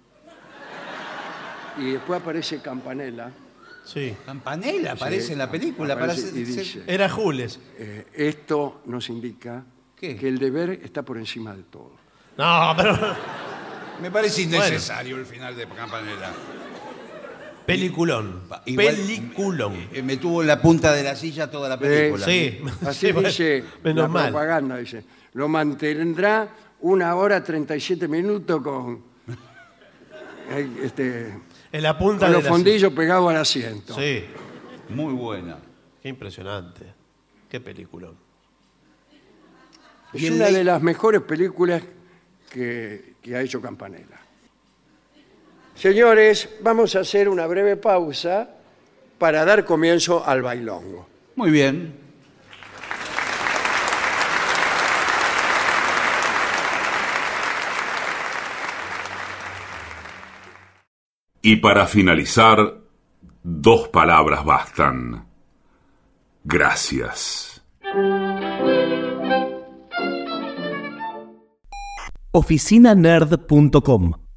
Speaker 1: Y después aparece campanela.
Speaker 2: Sí.
Speaker 3: Campanella aparece en la película.
Speaker 1: aparece
Speaker 3: parece-
Speaker 1: y dice,
Speaker 2: Era Jules.
Speaker 1: Eh, esto nos indica
Speaker 3: ¿Qué?
Speaker 1: que el deber está por encima de todo.
Speaker 2: No, pero. [laughs]
Speaker 3: Me parece innecesario el final de Campanella.
Speaker 2: Peliculón.
Speaker 3: Igual-
Speaker 2: Peliculón.
Speaker 3: Eh, Me tuvo en la punta de la silla toda la película.
Speaker 2: [laughs] Sí.
Speaker 1: Así
Speaker 2: Sí, bueno,
Speaker 1: dice
Speaker 2: Menos
Speaker 1: la
Speaker 2: mal.
Speaker 1: propaganda, dice. Lo mantendrá una hora 37 minutos con, eh, este,
Speaker 2: En la punta
Speaker 1: con
Speaker 2: de
Speaker 1: los
Speaker 2: la-
Speaker 1: fondillos pegados al asiento.
Speaker 2: Sí.
Speaker 3: Muy buena.
Speaker 2: Qué impresionante. Qué peliculón.
Speaker 1: Es
Speaker 3: Bien
Speaker 1: una
Speaker 3: ley-
Speaker 1: de las mejores películas que, que ha hecho Campanella. Señores, vamos a hacer una breve pausa para dar comienzo al bailongo.
Speaker 3: Muy bien.
Speaker 4: Y para finalizar, dos palabras bastan. Gracias.
Speaker 5: oficinanerd.com.